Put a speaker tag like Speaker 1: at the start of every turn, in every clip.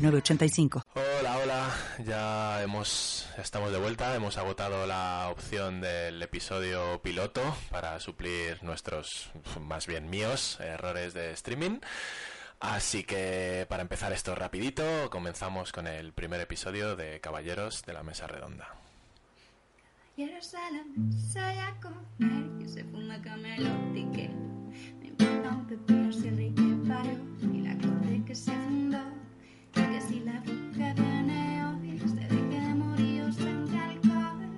Speaker 1: 985.
Speaker 2: Hola, hola. Ya hemos ya estamos de vuelta. Hemos agotado la opción del episodio piloto para suplir nuestros, más bien míos, errores de streaming. Así que para empezar esto rapidito, comenzamos con el primer episodio de Caballeros de la Mesa Redonda.
Speaker 3: Caballeros a la mesa a comer, que se fuma camelote y que me importa un pepino si el rey que paró y la corte que se fundó que si la bruja viene hoy se deje de morir tranca alcohol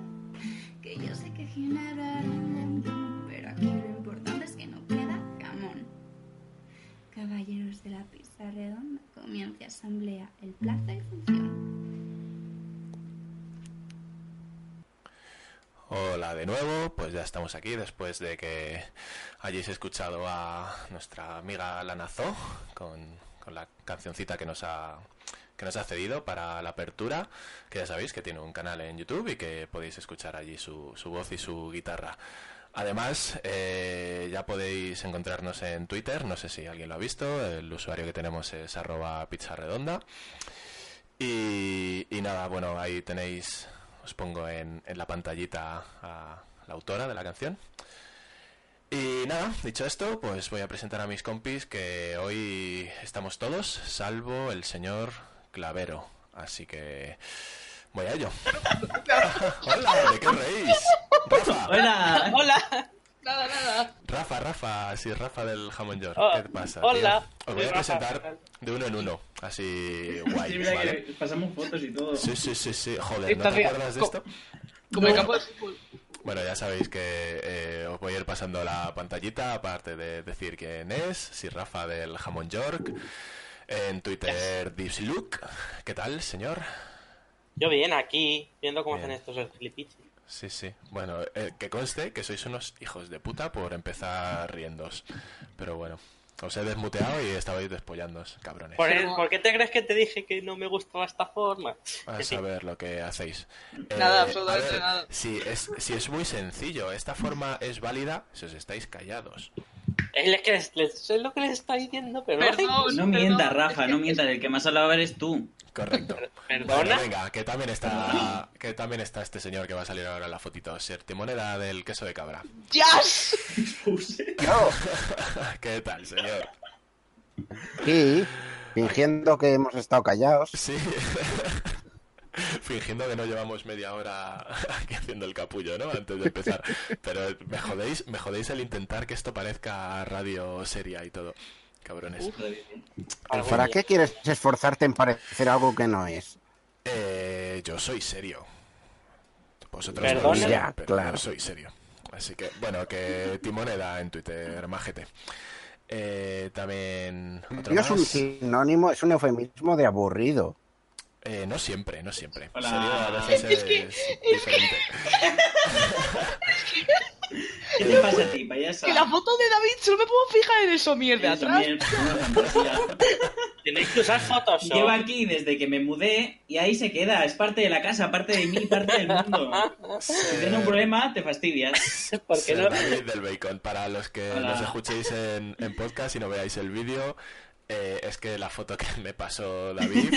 Speaker 3: que yo sé que Ginebra era un montón pero aquí lo importante es que no queda jamón caballeros de la pizza redonda comienza asamblea el plazo y función
Speaker 2: Hola de nuevo, pues ya estamos aquí después de que hayáis escuchado a nuestra amiga Lanazó con con la cancioncita que nos ha que nos ha cedido para la apertura, que ya sabéis que tiene un canal en YouTube y que podéis escuchar allí su, su voz y su guitarra. Además, eh, ya podéis encontrarnos en Twitter, no sé si alguien lo ha visto, el usuario que tenemos es arroba pizzarredonda. Y, y nada, bueno, ahí tenéis, os pongo en, en la pantallita a la autora de la canción. Y nada, dicho esto, pues voy a presentar a mis compis que hoy estamos todos, salvo el señor Clavero. Así que voy a ello. Hola, ¿de qué reís? Rafa.
Speaker 4: Hola.
Speaker 5: Hola. Nada, nada.
Speaker 2: Rafa, Rafa, sí, Rafa del Jamón York.
Speaker 5: Oh,
Speaker 2: ¿Qué te pasa?
Speaker 5: hola,
Speaker 2: tío? Os voy a
Speaker 5: soy
Speaker 2: presentar
Speaker 5: Rafa.
Speaker 2: de uno en uno, así
Speaker 4: Sí,
Speaker 2: guay,
Speaker 4: mira
Speaker 2: ¿vale?
Speaker 4: que pasamos fotos y todo.
Speaker 2: Sí, sí, sí, sí. Joder, ¿no
Speaker 5: Esta
Speaker 2: te
Speaker 5: ría-
Speaker 2: acuerdas de
Speaker 5: co-
Speaker 2: esto?
Speaker 5: Como el campo de fútbol.
Speaker 2: Bueno, ya sabéis que eh, os voy a ir pasando la pantallita, aparte de decir quién es, si Rafa del Jamón York, en Twitter Dipsluke, ¿qué tal, señor?
Speaker 5: Yo bien, aquí, viendo cómo
Speaker 2: Bien.
Speaker 5: hacen estos flipiches.
Speaker 2: Sí, sí. Bueno, eh, que conste que sois unos hijos de puta por empezar riendos. Pero bueno, os he desmuteado y estabais despollándoos, cabrones.
Speaker 5: Por, el- ¿por qué te crees que te dije que no me gustaba esta forma?
Speaker 2: A
Speaker 5: En fin.
Speaker 2: saber lo que hacéis. Eh,
Speaker 5: Nada,
Speaker 2: a
Speaker 5: absolutamente
Speaker 2: ver,
Speaker 5: nada.
Speaker 2: Si es, si es muy sencillo, esta forma es válida si os estáis callados.
Speaker 5: Es lo que les, les- es lo que les está diciendo, pero no hacen-
Speaker 6: Perdón,
Speaker 4: No
Speaker 6: perdón,
Speaker 4: mientas,
Speaker 6: es
Speaker 4: Rafa,
Speaker 6: que-
Speaker 4: no mientas. El que más hablaba eres tú.
Speaker 2: Correcto. Bueno,
Speaker 5: ¿Perdona?
Speaker 2: venga, que también está que también está este señor que va a salir ahora en la fotito, ser timonera del queso de cabra.
Speaker 5: ¡Yas!
Speaker 4: Puse.
Speaker 2: ¿Qué tal, señor?
Speaker 7: Sí, fingiendo que hemos estado callados.
Speaker 2: Sí. Fingiendo que no llevamos media hora aquí haciendo el capullo, ¿no? Antes de empezar. Pero me jodéis, me jodéis el intentar que esto parezca radio seria y todo. Cabrones.
Speaker 5: Algo
Speaker 7: ¿Para
Speaker 5: bien.
Speaker 7: qué quieres esforzarte en parecer algo que no es?
Speaker 2: Eh, yo soy serio. Vosotros
Speaker 5: Perdona.
Speaker 2: lo
Speaker 7: Ya,
Speaker 2: pero
Speaker 7: claro.
Speaker 2: yo soy serio. Así que, bueno, que Timoneda en Twitter, majete. Eh, también... otro
Speaker 7: No es un
Speaker 2: más.
Speaker 7: sinónimo, es un eufemismo de aburrido.
Speaker 2: Eh, no siempre, no siempre.
Speaker 4: Hola.
Speaker 2: Serio a veces es,
Speaker 6: Es que-
Speaker 2: diferente.
Speaker 4: ¿Qué te pasa a ti, payasa?
Speaker 6: Que la foto de David solo me puedo fijar en eso, mierda.
Speaker 4: Eres una
Speaker 6: Atrás.
Speaker 4: mier- una fantasía.
Speaker 5: Tenéis que usar fotos.
Speaker 4: Llevo aquí desde que me mudé y ahí se queda. Es parte de la casa, parte de mí, parte del mundo. Si tienes un problema, te fastidias.
Speaker 5: Porque
Speaker 2: Ser
Speaker 5: no.
Speaker 2: David del Bacon. Para los que
Speaker 4: Hola.
Speaker 2: nos escuchéis en, en podcast y no veáis el vídeo, eh, es que la foto que me pasó David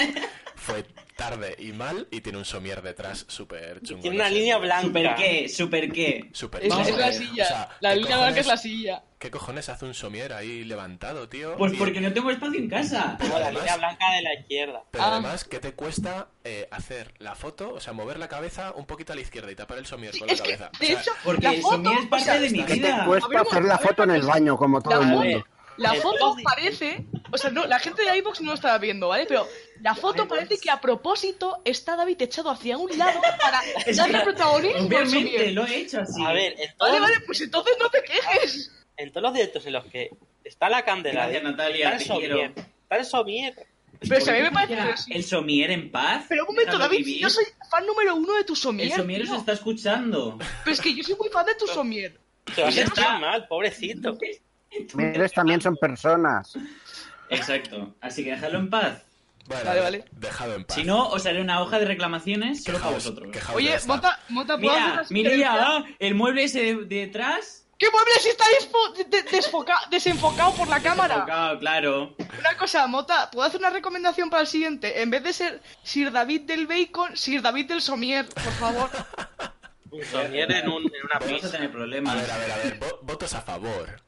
Speaker 2: fue tarde y mal y tiene un somier detrás súper chungo.
Speaker 5: Tiene
Speaker 2: no
Speaker 5: una
Speaker 2: sé.
Speaker 5: línea blanca.
Speaker 4: ¿Super qué? ¿Super qué?
Speaker 2: Súper
Speaker 6: Es,
Speaker 4: Vamos
Speaker 6: es
Speaker 4: a
Speaker 6: la
Speaker 4: ver,
Speaker 6: silla.
Speaker 2: O sea,
Speaker 6: la
Speaker 2: ¿qué
Speaker 6: línea blanca es la
Speaker 2: cojones-
Speaker 6: silla.
Speaker 2: ¿Qué cojones hace un somier ahí levantado, tío?
Speaker 4: Pues
Speaker 2: Y-
Speaker 4: porque no tengo espacio en casa.
Speaker 5: Como la línea blanca de la izquierda.
Speaker 2: Pero
Speaker 6: Ah.
Speaker 2: además, ¿qué te cuesta eh, hacer la foto? O sea, mover la cabeza un poquito a la izquierda y tapar el somier
Speaker 6: Sí,
Speaker 2: con la
Speaker 6: es que,
Speaker 2: cabeza. O
Speaker 6: de
Speaker 2: sea,
Speaker 6: hecho,
Speaker 4: Porque
Speaker 6: la
Speaker 4: el
Speaker 6: foto,
Speaker 4: somier es parte
Speaker 6: o sea,
Speaker 4: de mi
Speaker 7: ¿Qué te
Speaker 4: vida.
Speaker 7: cuesta
Speaker 6: Abrimos-
Speaker 7: hacer la foto en el baño como todo el
Speaker 6: La-
Speaker 7: mundo?
Speaker 6: la
Speaker 5: el
Speaker 6: foto
Speaker 5: David.
Speaker 6: parece. O sea, no, la gente de iBox no lo estaba viendo, ¿vale? Pero la foto parece que a propósito está David echado hacia un lado para darle protagonismo al
Speaker 4: Obviamente,
Speaker 6: somier.
Speaker 4: lo he hecho así.
Speaker 5: A ver, en todos,
Speaker 6: Vale, vale, pues entonces no te quejes.
Speaker 5: en todos los directos en los que está la candela,
Speaker 4: Gracias, Natalia,
Speaker 5: está el
Speaker 4: te quiero.
Speaker 5: somier, está el somier
Speaker 6: Pero si a mí me parece.
Speaker 4: Ya,
Speaker 6: pero si-
Speaker 4: El somier en paz.
Speaker 6: Pero un momento,
Speaker 4: déjalo
Speaker 6: David, si
Speaker 4: vivir.
Speaker 6: yo soy fan número uno de tu
Speaker 4: El
Speaker 6: somier.
Speaker 4: somier os
Speaker 6: tío.
Speaker 4: está escuchando.
Speaker 6: Pero es que yo soy muy fan de tu somier.
Speaker 5: Te vas a
Speaker 4: Ya está.
Speaker 5: estar mal, pobrecito.
Speaker 7: Mires también son personas.
Speaker 4: Exacto. Así que dejadlo en paz.
Speaker 2: Bueno,
Speaker 6: Vale, vale.
Speaker 2: dejado en paz.
Speaker 4: Si no, os haré una hoja de reclamaciones solo para
Speaker 2: Quejaos-
Speaker 4: vosotros.
Speaker 2: quejaos de
Speaker 6: Oye,
Speaker 2: esta.
Speaker 6: Mota, Mota, ¿puedo hacer
Speaker 4: Mira,
Speaker 6: una
Speaker 4: mira
Speaker 6: sugerencia?
Speaker 4: ya, el mueble ese de, detrás.
Speaker 6: ¿Qué mueble si está dispo- de- de- desfoca- desenfocado por la cámara?
Speaker 4: Tocado, claro.
Speaker 6: Una cosa, Mota, ¿puedo hacer una recomendación para el siguiente? En vez de ser Sir David del Bacon, Sir David del Somier, por favor.
Speaker 5: Un somier en, un- en una
Speaker 4: Vamos a
Speaker 5: pizza.
Speaker 4: tener
Speaker 2: A
Speaker 4: problemas.
Speaker 2: ver, a ver, a ver. vo- votos a favor.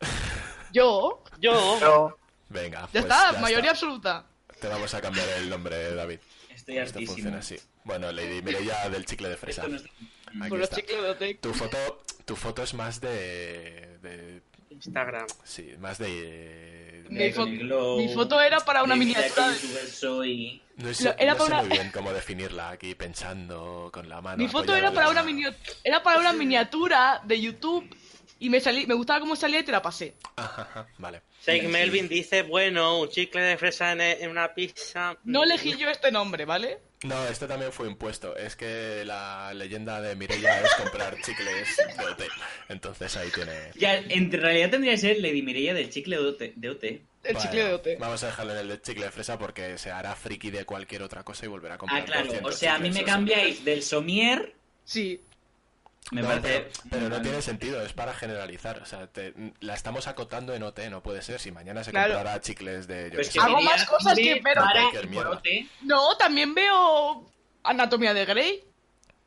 Speaker 6: Yo,
Speaker 5: Yo,
Speaker 7: Pero
Speaker 2: Venga.
Speaker 6: ya
Speaker 2: pues
Speaker 6: está,
Speaker 2: ya
Speaker 6: mayoría
Speaker 2: está.
Speaker 6: absoluta.
Speaker 2: Te vamos a cambiar el nombre, David.
Speaker 4: Estoy
Speaker 2: Esto funciona
Speaker 4: hartísimo.
Speaker 2: así. Bueno, Lady Mireia del chicle de fresa.
Speaker 4: Esto no está-
Speaker 2: Aquí
Speaker 6: Por los
Speaker 2: está.
Speaker 6: chicles
Speaker 2: Tu foto, tu foto es más de, de-
Speaker 5: Instagram.
Speaker 2: sí, más de,
Speaker 6: Mi,
Speaker 4: Mira,
Speaker 6: fo-
Speaker 4: con el glow.
Speaker 6: mi foto era para Ah, una
Speaker 4: Dice
Speaker 6: miniatura.
Speaker 4: aquí
Speaker 6: de-
Speaker 4: su verso y-
Speaker 2: no
Speaker 6: lo-
Speaker 2: sé,
Speaker 6: era
Speaker 2: no
Speaker 6: para
Speaker 2: sé
Speaker 6: una-
Speaker 2: muy bien cómo definirla aquí pensando con la mano.
Speaker 6: Mi foto
Speaker 2: apoyada
Speaker 6: era
Speaker 2: en
Speaker 6: para
Speaker 2: la-
Speaker 6: una mini- era para una miniatura de YouTube y me salí, me gustaba cómo salía y te la pasé.
Speaker 2: Ajá, ajá, Ah, vale.
Speaker 5: Shake Melvin dice, bueno, un chicle de fresa en, en una pizza.
Speaker 6: No elegí yo este nombre, ¿vale?
Speaker 2: No, esto también fue impuesto. Es que la leyenda de Mireia es comprar chicles de OT. Entonces ahí tiene.
Speaker 4: Ya, en realidad tendría que ser Lady Mireia del chicle de OT. de OT.
Speaker 6: El
Speaker 2: Bueno,
Speaker 6: chicle de OT.
Speaker 2: Vamos a dejarlo en el de chicle de fresa porque se hará friki de cualquier otra cosa y volverá a comprar.
Speaker 4: Ah, claro.
Speaker 2: 200
Speaker 4: O sea, a mí
Speaker 2: chicles,
Speaker 4: me
Speaker 2: o sea.
Speaker 4: cambiáis del somier.
Speaker 6: Sí.
Speaker 4: Me
Speaker 2: No,
Speaker 4: parece. Pues
Speaker 2: pero, pero no tiene sentido, es para generalizar. O sea, te- la estamos acotando en OT, no puede ser. Si mañana se
Speaker 6: Claro. Ah,
Speaker 2: comprará chicles de. Yo
Speaker 4: Pues
Speaker 2: qué sé.
Speaker 4: que
Speaker 6: Hago
Speaker 4: diría
Speaker 6: más cosas que
Speaker 4: de
Speaker 6: pero-
Speaker 4: para
Speaker 2: Cualquier
Speaker 4: y por
Speaker 2: mierda.
Speaker 4: OT.
Speaker 6: No, también veo Anatomía de Grey,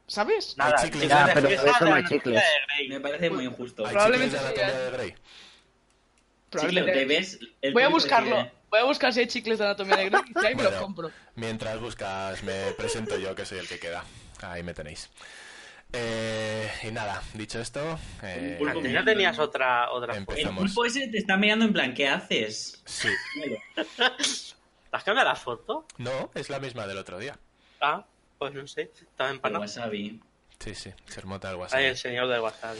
Speaker 6: ¿sabes?
Speaker 5: Nada,
Speaker 2: Hay chicles.
Speaker 5: chicle
Speaker 7: Ya,
Speaker 5: de
Speaker 7: pero
Speaker 5: fresa
Speaker 7: de eso no
Speaker 5: de
Speaker 7: hay
Speaker 5: la tía
Speaker 7: chicles.
Speaker 5: de Grey.
Speaker 4: Me parece muy injusto.
Speaker 2: Hay
Speaker 6: probablemente
Speaker 2: chicles de
Speaker 6: sí,
Speaker 2: anatomía de Grey.
Speaker 4: Chicle
Speaker 6: Probablemente.
Speaker 4: OT, ¿ves? El
Speaker 6: Voy a
Speaker 4: público
Speaker 6: buscarlo.
Speaker 4: decide.
Speaker 6: Voy a buscar si hay chicles de Anatomía de Grey y ahí me los
Speaker 2: Bueno.
Speaker 6: compro.
Speaker 2: Mientras buscas, me presento yo, que soy el que queda. Ahí me tenéis. Eh, y nada, dicho esto, eh,
Speaker 4: Un pulpo.
Speaker 5: Antes no tenías otra, otra
Speaker 2: Empe-
Speaker 5: foto.
Speaker 4: El
Speaker 2: Estamos-
Speaker 4: pulpo ese te está mirando en plan, ¿qué haces?
Speaker 2: sí.
Speaker 5: ¿Te has cambiado la foto?
Speaker 2: No, es la misma del otro día.
Speaker 5: Ah, pues no sé. Estaba
Speaker 2: Ah,
Speaker 4: Con
Speaker 5: empanado.
Speaker 4: wasabi.
Speaker 2: Eh, Sí, sí, se remota el WhatsApp.
Speaker 5: Ahí el señor del WhatsApp.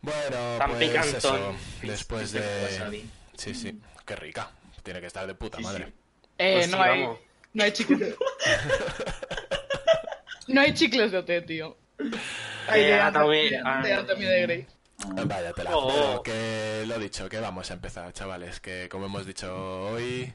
Speaker 2: Bueno,
Speaker 5: Tan
Speaker 2: pues
Speaker 5: picantón.
Speaker 2: eso, después
Speaker 4: Dice con
Speaker 2: de...
Speaker 4: wasabi.
Speaker 2: Sí, sí, qué rica. Tiene que estar de puta
Speaker 4: Sí, sí.
Speaker 2: madre.
Speaker 6: Eh,
Speaker 5: Pues sí,
Speaker 6: no, hay,
Speaker 5: vamos.
Speaker 6: no hay chicles de No hay chicles de OT, tío. Hay
Speaker 5: Eh,
Speaker 6: de
Speaker 5: Anatomía-
Speaker 6: Anatomía de, Anatomía de Grey.
Speaker 2: Ah, Vaya tela. Pero
Speaker 5: Oh.
Speaker 2: que lo dicho, que vamos a empezar, chavales. Que como hemos dicho hoy,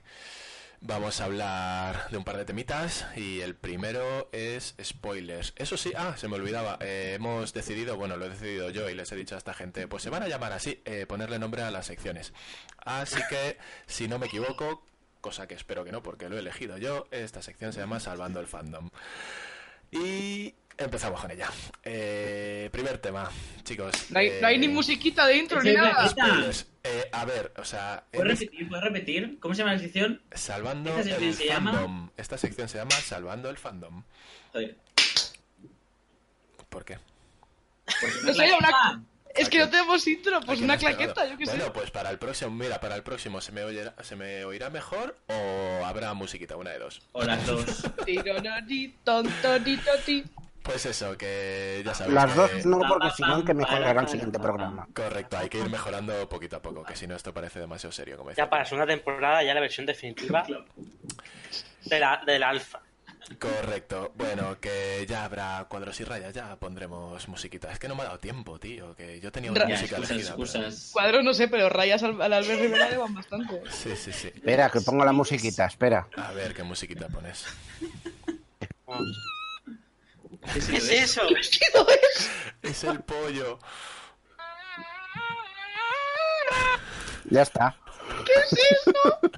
Speaker 2: vamos a hablar de un par de temitas. Y el primero es spoilers. Eso sí, ah, se me olvidaba. eh, hemos decidido, bueno, lo he decidido yo y les he dicho a esta gente, pues se van a llamar así, eh, ponerle nombre a las secciones. Así que, si no me equivoco, cosa que espero que no, porque lo he elegido yo, esta sección se llama Salvando el Fandom. Y empezamos con ella. Eh, primer tema, chicos.
Speaker 6: No hay, no hay ni
Speaker 2: eh,
Speaker 6: musiquita de intro
Speaker 4: Es
Speaker 6: ni
Speaker 4: el
Speaker 6: nada.
Speaker 4: Black-
Speaker 2: Spoilers. Eh, a ver, o sea, en
Speaker 4: ¿Puedes
Speaker 2: este-
Speaker 4: repetir? ¿Puedes repetir? ¿Cómo se llama la sección?
Speaker 2: salvando
Speaker 4: Pues ¿Esta sección
Speaker 2: el
Speaker 4: se llama?
Speaker 2: fandom. Esta sección se llama Salvando el fandom.
Speaker 4: Joder.
Speaker 2: ¿Por qué?
Speaker 4: porque
Speaker 6: No
Speaker 4: es
Speaker 6: sé,
Speaker 4: la
Speaker 6: una-
Speaker 4: misma.
Speaker 6: Es que no tenemos intro, pues
Speaker 2: Ay,
Speaker 6: una
Speaker 2: que me has
Speaker 6: claqueta,
Speaker 2: pegado.
Speaker 6: yo qué sé.
Speaker 2: Bueno, pues para el próximo, mira, para el próximo se me oirá, se me oirá mejor o habrá musiquita, una de dos.
Speaker 4: O las dos.
Speaker 6: Tirorori, tontoritotti.
Speaker 2: Pues eso, que ya sabéis.
Speaker 7: Ah, las
Speaker 2: que-
Speaker 7: dos no,
Speaker 4: pa,
Speaker 7: porque
Speaker 4: pa,
Speaker 7: si no,
Speaker 4: pam,
Speaker 7: que me
Speaker 4: para,
Speaker 7: colgará el
Speaker 4: para,
Speaker 7: siguiente
Speaker 4: para,
Speaker 7: programa.
Speaker 2: Correcto, hay que ir mejorando poquito a poco, que si no esto parece demasiado serio. Como
Speaker 5: Ya
Speaker 2: decía.
Speaker 5: para la segunda temporada, ya la versión definitiva de la, del alfa.
Speaker 2: Correcto, bueno, que ya habrá cuadros y rayas, ya pondremos musiquita. Es que no me ha dado tiempo, tío, que yo tenía una
Speaker 6: Ra-
Speaker 4: Ya,
Speaker 2: música
Speaker 4: excusas,
Speaker 2: elegida. pero-
Speaker 4: excusas.
Speaker 6: Cuadros no sé, pero rayas al, al Albert Rivera le van bastante.
Speaker 2: Sí, sí, sí.
Speaker 7: Espera, que pongo la musiquita, espera.
Speaker 2: A ver qué musiquita pones.
Speaker 4: ¿Qué
Speaker 5: ¿Qué es eso?
Speaker 2: Es el pollo.
Speaker 7: Ya está. ¿Qué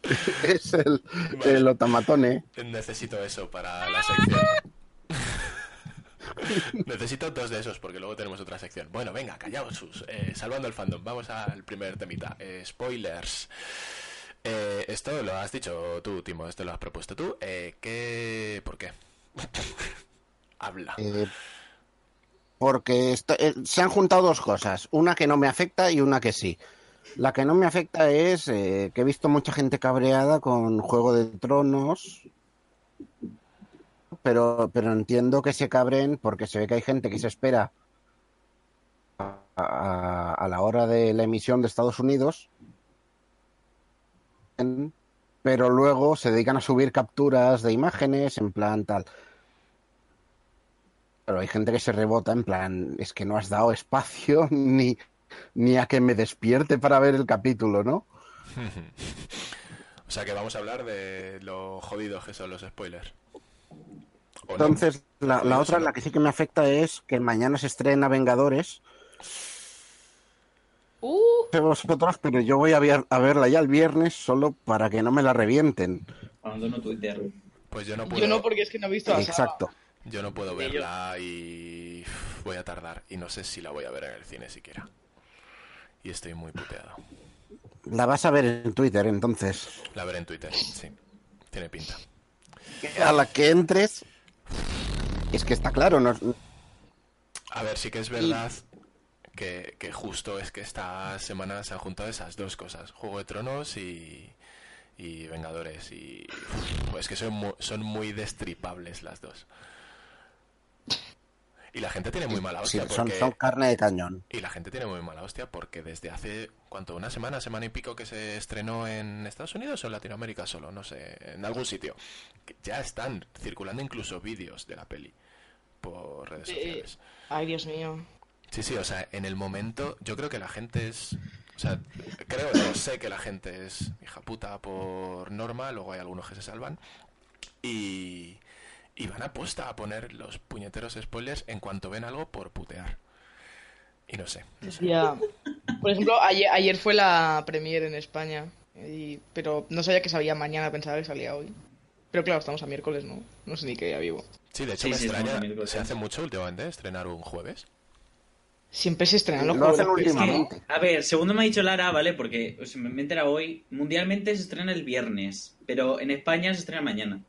Speaker 7: es eso? es el, el otamatone.
Speaker 2: Necesito eso para la sección. Necesito dos de esos porque luego tenemos otra sección. Bueno, venga, callaos sus. Eh, salvando el fandom, vamos al primer temita. Eh, spoilers. Eh, esto lo has dicho tú, Timo, esto lo has propuesto tú. Eh, ¿Qué? ¿Por qué? Habla.
Speaker 7: Eh, porque esto- eh, se han juntado dos cosas, una que no me afecta y una que sí. La que no me afecta es eh, que he visto mucha gente cabreada con Juego de Tronos, pero, pero entiendo que se cabren porque se ve que hay gente que se espera a, a- a la hora de la emisión de Estados Unidos en- pero luego se dedican a subir capturas de imágenes en plan tal. Pero hay gente que se rebota en plan, es que no has dado espacio ni, ni a que me despierte para ver el capítulo, ¿no?
Speaker 2: O sea que vamos a hablar de lo jodidos que son los spoilers. ¿O no?
Speaker 7: Entonces, la, la otra, la que sí que me afecta es que mañana se estrena Vengadores.
Speaker 6: Uh,
Speaker 7: No sé vosotros, pero yo voy a, ver- a verla ya el viernes solo para que no me la revienten.
Speaker 4: Abandono Twitter.
Speaker 2: Pues yo no puedo,
Speaker 6: yo no, porque es que no he visto a Sara.
Speaker 7: Exacto.
Speaker 2: yo no puedo
Speaker 5: Ni yo.
Speaker 2: verla y uf, voy a tardar. Y no sé si la voy a ver en el cine siquiera. Y estoy muy puteado.
Speaker 7: La vas a ver en Twitter, entonces.
Speaker 2: La veré en Twitter, sí. Tiene pinta.
Speaker 7: A la que entres. Es que está claro, no,
Speaker 2: A ver, sí que es verdad que, que justo es que esta semana se han juntado esas dos cosas, Juego de Tronos y, y Vengadores. Y pues que son, mu- son muy destripables las dos. Y la gente tiene muy mala
Speaker 7: sí,
Speaker 2: hostia
Speaker 7: son,
Speaker 2: porque...
Speaker 7: son carne de cañón.
Speaker 2: Y la gente tiene muy mala hostia porque desde hace, ¿cuánto? Una semana, semana y pico que se estrenó en Estados Unidos o en Latinoamérica solo, no sé, en algún sitio. Que Ya están circulando incluso vídeos de la peli por redes
Speaker 6: Eh,
Speaker 2: sociales.
Speaker 6: Ay, Dios mío.
Speaker 2: Sí, sí, o sea, en el momento yo creo que la gente es... O sea, creo, no sé que la gente es hija puta por norma, luego hay algunos que se salvan. Y, y van a posta a poner los puñeteros spoilers en cuanto ven algo por putear. Y no sé, no sé.
Speaker 6: Ya. Por ejemplo, ayer, ayer fue la premier en España. y- pero no sabía que salía mañana, pensaba que salía hoy. Pero claro, estamos a miércoles, ¿no? No sé ni qué día vivo.
Speaker 2: Sí, de hecho
Speaker 4: Sí,
Speaker 2: me
Speaker 4: sí, estamos
Speaker 2: extraña,
Speaker 4: en miércoles.
Speaker 2: se hace mucho últimamente ¿eh? estrenar un jueves.
Speaker 6: Siempre se estrenan los
Speaker 7: Lo hacen
Speaker 6: juegos.
Speaker 4: Es que,
Speaker 7: últimamente.
Speaker 4: a ver, según me ha dicho Lara, ¿vale? Porque o sea, me me he enterado hoy, mundialmente se estrena el viernes, pero en España se estrena mañana.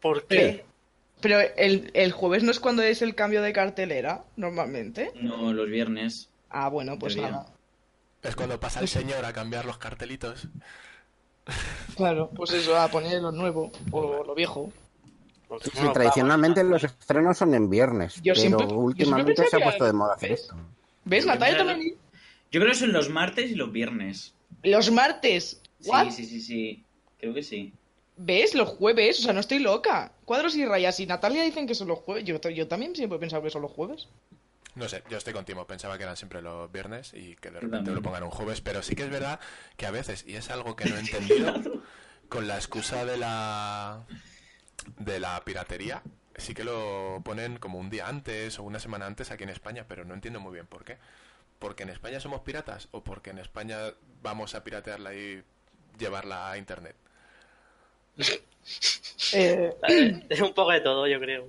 Speaker 5: ¿Por qué?
Speaker 6: Pero el, el jueves no es cuando es el cambio de cartelera, normalmente.
Speaker 4: No los viernes.
Speaker 6: Ah, bueno, pues
Speaker 4: Debería.
Speaker 6: nada.
Speaker 2: Es cuando pasa el señor a cambiar los cartelitos.
Speaker 6: Claro, pues eso, a poner lo nuevo o lo viejo.
Speaker 5: Porque
Speaker 7: Sí,
Speaker 5: no nos
Speaker 7: tradicionalmente
Speaker 5: vamos.
Speaker 7: los estrenos son en viernes,
Speaker 6: Yo
Speaker 7: pero
Speaker 6: siempre- yo siempre
Speaker 7: últimamente
Speaker 6: pensé
Speaker 7: se ha
Speaker 6: que era
Speaker 7: puesto de
Speaker 6: el
Speaker 7: moda hacer
Speaker 6: jueves.
Speaker 7: esto.
Speaker 6: ¿Ves?
Speaker 4: Pero
Speaker 6: Natalia
Speaker 4: claro.
Speaker 6: también.
Speaker 4: Yo creo que son los martes y los viernes.
Speaker 6: Los martes.
Speaker 4: Sí,
Speaker 6: ¿What?
Speaker 4: sí, sí, sí. Creo que sí.
Speaker 6: ¿Ves? Los jueves. O sea, no estoy loca. Cuadros y rayas. Y Natalia dicen que son los jueves. Yo, yo también siempre he pensado que son los jueves.
Speaker 2: No sé, yo estoy contigo, pensaba que eran siempre los viernes y que de repente
Speaker 4: también.
Speaker 2: lo pongan un jueves, pero sí que es verdad que a veces, y es algo que no he entendido, con la excusa de la de la piratería, sí que lo ponen como un día antes o una semana antes aquí en España, pero no entiendo muy bien por qué. ¿Porque en España somos piratas o porque en España vamos a piratearla y llevarla a internet?
Speaker 6: Eh,
Speaker 5: Es un poco de todo, yo creo.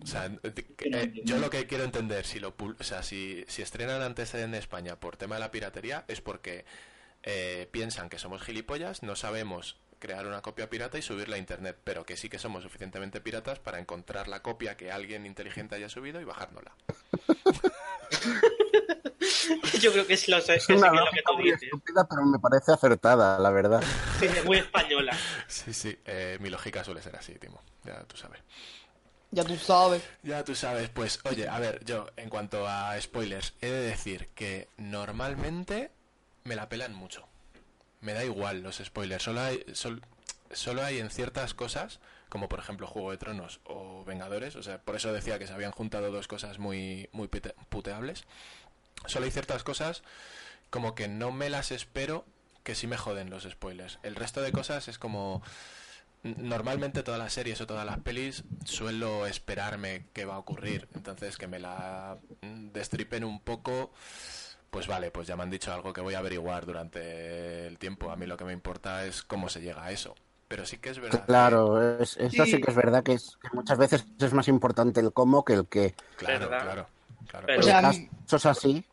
Speaker 2: O sea, eh,
Speaker 4: no
Speaker 2: eh,
Speaker 4: entiendo.
Speaker 2: yo lo que quiero entender, si lo pul- o sea, si, si estrenan antes en España por tema de la piratería, es porque eh, piensan que somos gilipollas, no sabemos crear una copia pirata y subirla a internet, pero que sí que somos suficientemente piratas para encontrar la copia que alguien inteligente haya subido y bajárnosla.
Speaker 5: Yo creo que sí lo sé, que
Speaker 7: Es
Speaker 5: sí que es
Speaker 7: una
Speaker 5: lo que
Speaker 7: lógica
Speaker 5: tú
Speaker 7: muy
Speaker 5: dices.
Speaker 7: estúpida, pero me parece acertada, la verdad.
Speaker 5: Sí, es muy española.
Speaker 2: Sí, sí, eh, mi lógica suele ser así, Timo, ya tú sabes.
Speaker 6: ya tú sabes.
Speaker 2: Ya tú sabes, pues oye, a ver, yo en cuanto a spoilers, he de decir que normalmente me la pelan mucho. Me da igual los spoilers, solo hay, sol- solo hay en ciertas cosas, como por ejemplo Juego de Tronos o Vengadores, o sea, por eso decía que se habían juntado dos cosas muy, muy pute- puteables. Solo hay ciertas cosas como que no me las espero, que sí me joden los spoilers. El resto de cosas es como... Normalmente todas las series o todas las pelis suelo esperarme qué va a ocurrir, entonces que me la mm, destripen un poco, pues vale, pues ya me han dicho algo que voy a averiguar durante el tiempo, a mí lo que me importa es cómo se llega a eso, pero sí que es verdad. que-
Speaker 7: Claro, es, esto sí.
Speaker 4: Sí.
Speaker 7: que es verdad que, es- que muchas veces es más importante el cómo que el qué.
Speaker 2: claro,
Speaker 5: Verdad.
Speaker 2: claro, claro.
Speaker 5: Pero-
Speaker 6: O sea,
Speaker 7: Casos así,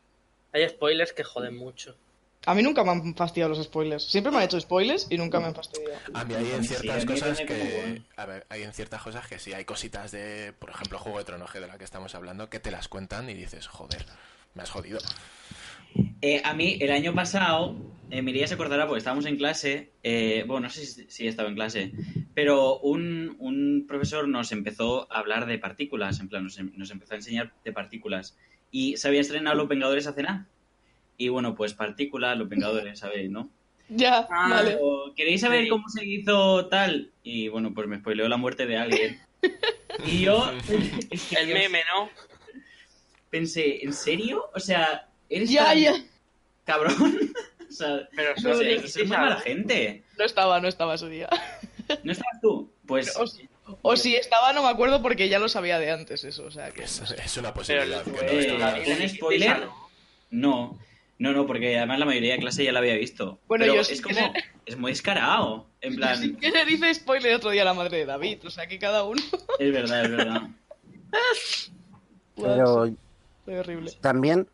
Speaker 5: Hay spoilers que joden mucho.
Speaker 6: a mí nunca me han fastidiado los spoilers. Siempre me han hecho spoilers y nunca me han fastidiado.
Speaker 2: A mí hay
Speaker 4: A
Speaker 2: en
Speaker 4: mí sí,
Speaker 2: ciertas
Speaker 4: a mí
Speaker 2: cosas
Speaker 4: también como
Speaker 2: que...
Speaker 4: bueno.
Speaker 2: A ver, hay en ciertas cosas que sí, hay cositas de, por ejemplo, Juego de Tronos, que de la que estamos hablando, que te las cuentan y dices, joder, me has jodido.
Speaker 4: Eh, a mí, el año pasado, eh, Mireia se acordará porque estábamos en clase, eh, bueno, no sé si, si he estado en clase, pero un, un profesor nos empezó a hablar de partículas, en plan, nos, em- nos empezó a enseñar de partículas. Y se había estrenado Los Vengadores hace nada. Y bueno, pues partículas, Los Vengadores, ¿sabéis, no?
Speaker 6: Ya,
Speaker 4: Ah,
Speaker 6: vale.
Speaker 4: o, ¿Queréis saber cómo se hizo tal? Y bueno, pues me spoileó la muerte de alguien. Y yo es que
Speaker 5: El
Speaker 4: yo
Speaker 5: meme, ¿no?
Speaker 4: pensé, ¿en serio? O sea, eres
Speaker 6: Ya,
Speaker 4: tan
Speaker 6: ya.
Speaker 4: cabrón. o sea,
Speaker 5: Pero eso
Speaker 4: no
Speaker 5: sí,
Speaker 4: sé, hay
Speaker 5: sí,
Speaker 4: que ser muy
Speaker 5: sabe.
Speaker 4: mala gente.
Speaker 6: No estaba, no estaba ese día.
Speaker 4: ¿No estabas tú? Pues
Speaker 6: O, si- o si estaba, no me acuerdo porque ya lo sabía de antes eso. O sea, que...
Speaker 2: Es, es una
Speaker 5: Pero
Speaker 2: posibilidad que no
Speaker 4: fue-
Speaker 2: es total.
Speaker 4: eh, un spoiler. no. No, no, porque además la mayoría de clase ya la había visto.
Speaker 6: Bueno,
Speaker 4: Pero
Speaker 6: yo
Speaker 4: es
Speaker 6: sin
Speaker 4: como.
Speaker 6: querer-
Speaker 4: Es muy descarado. En plan,
Speaker 6: Así que le dice spoiler otro día a la madre de David. O sea, que cada uno...
Speaker 4: es verdad, es verdad.
Speaker 6: Pues,
Speaker 7: Pero
Speaker 6: Fue horrible.
Speaker 7: también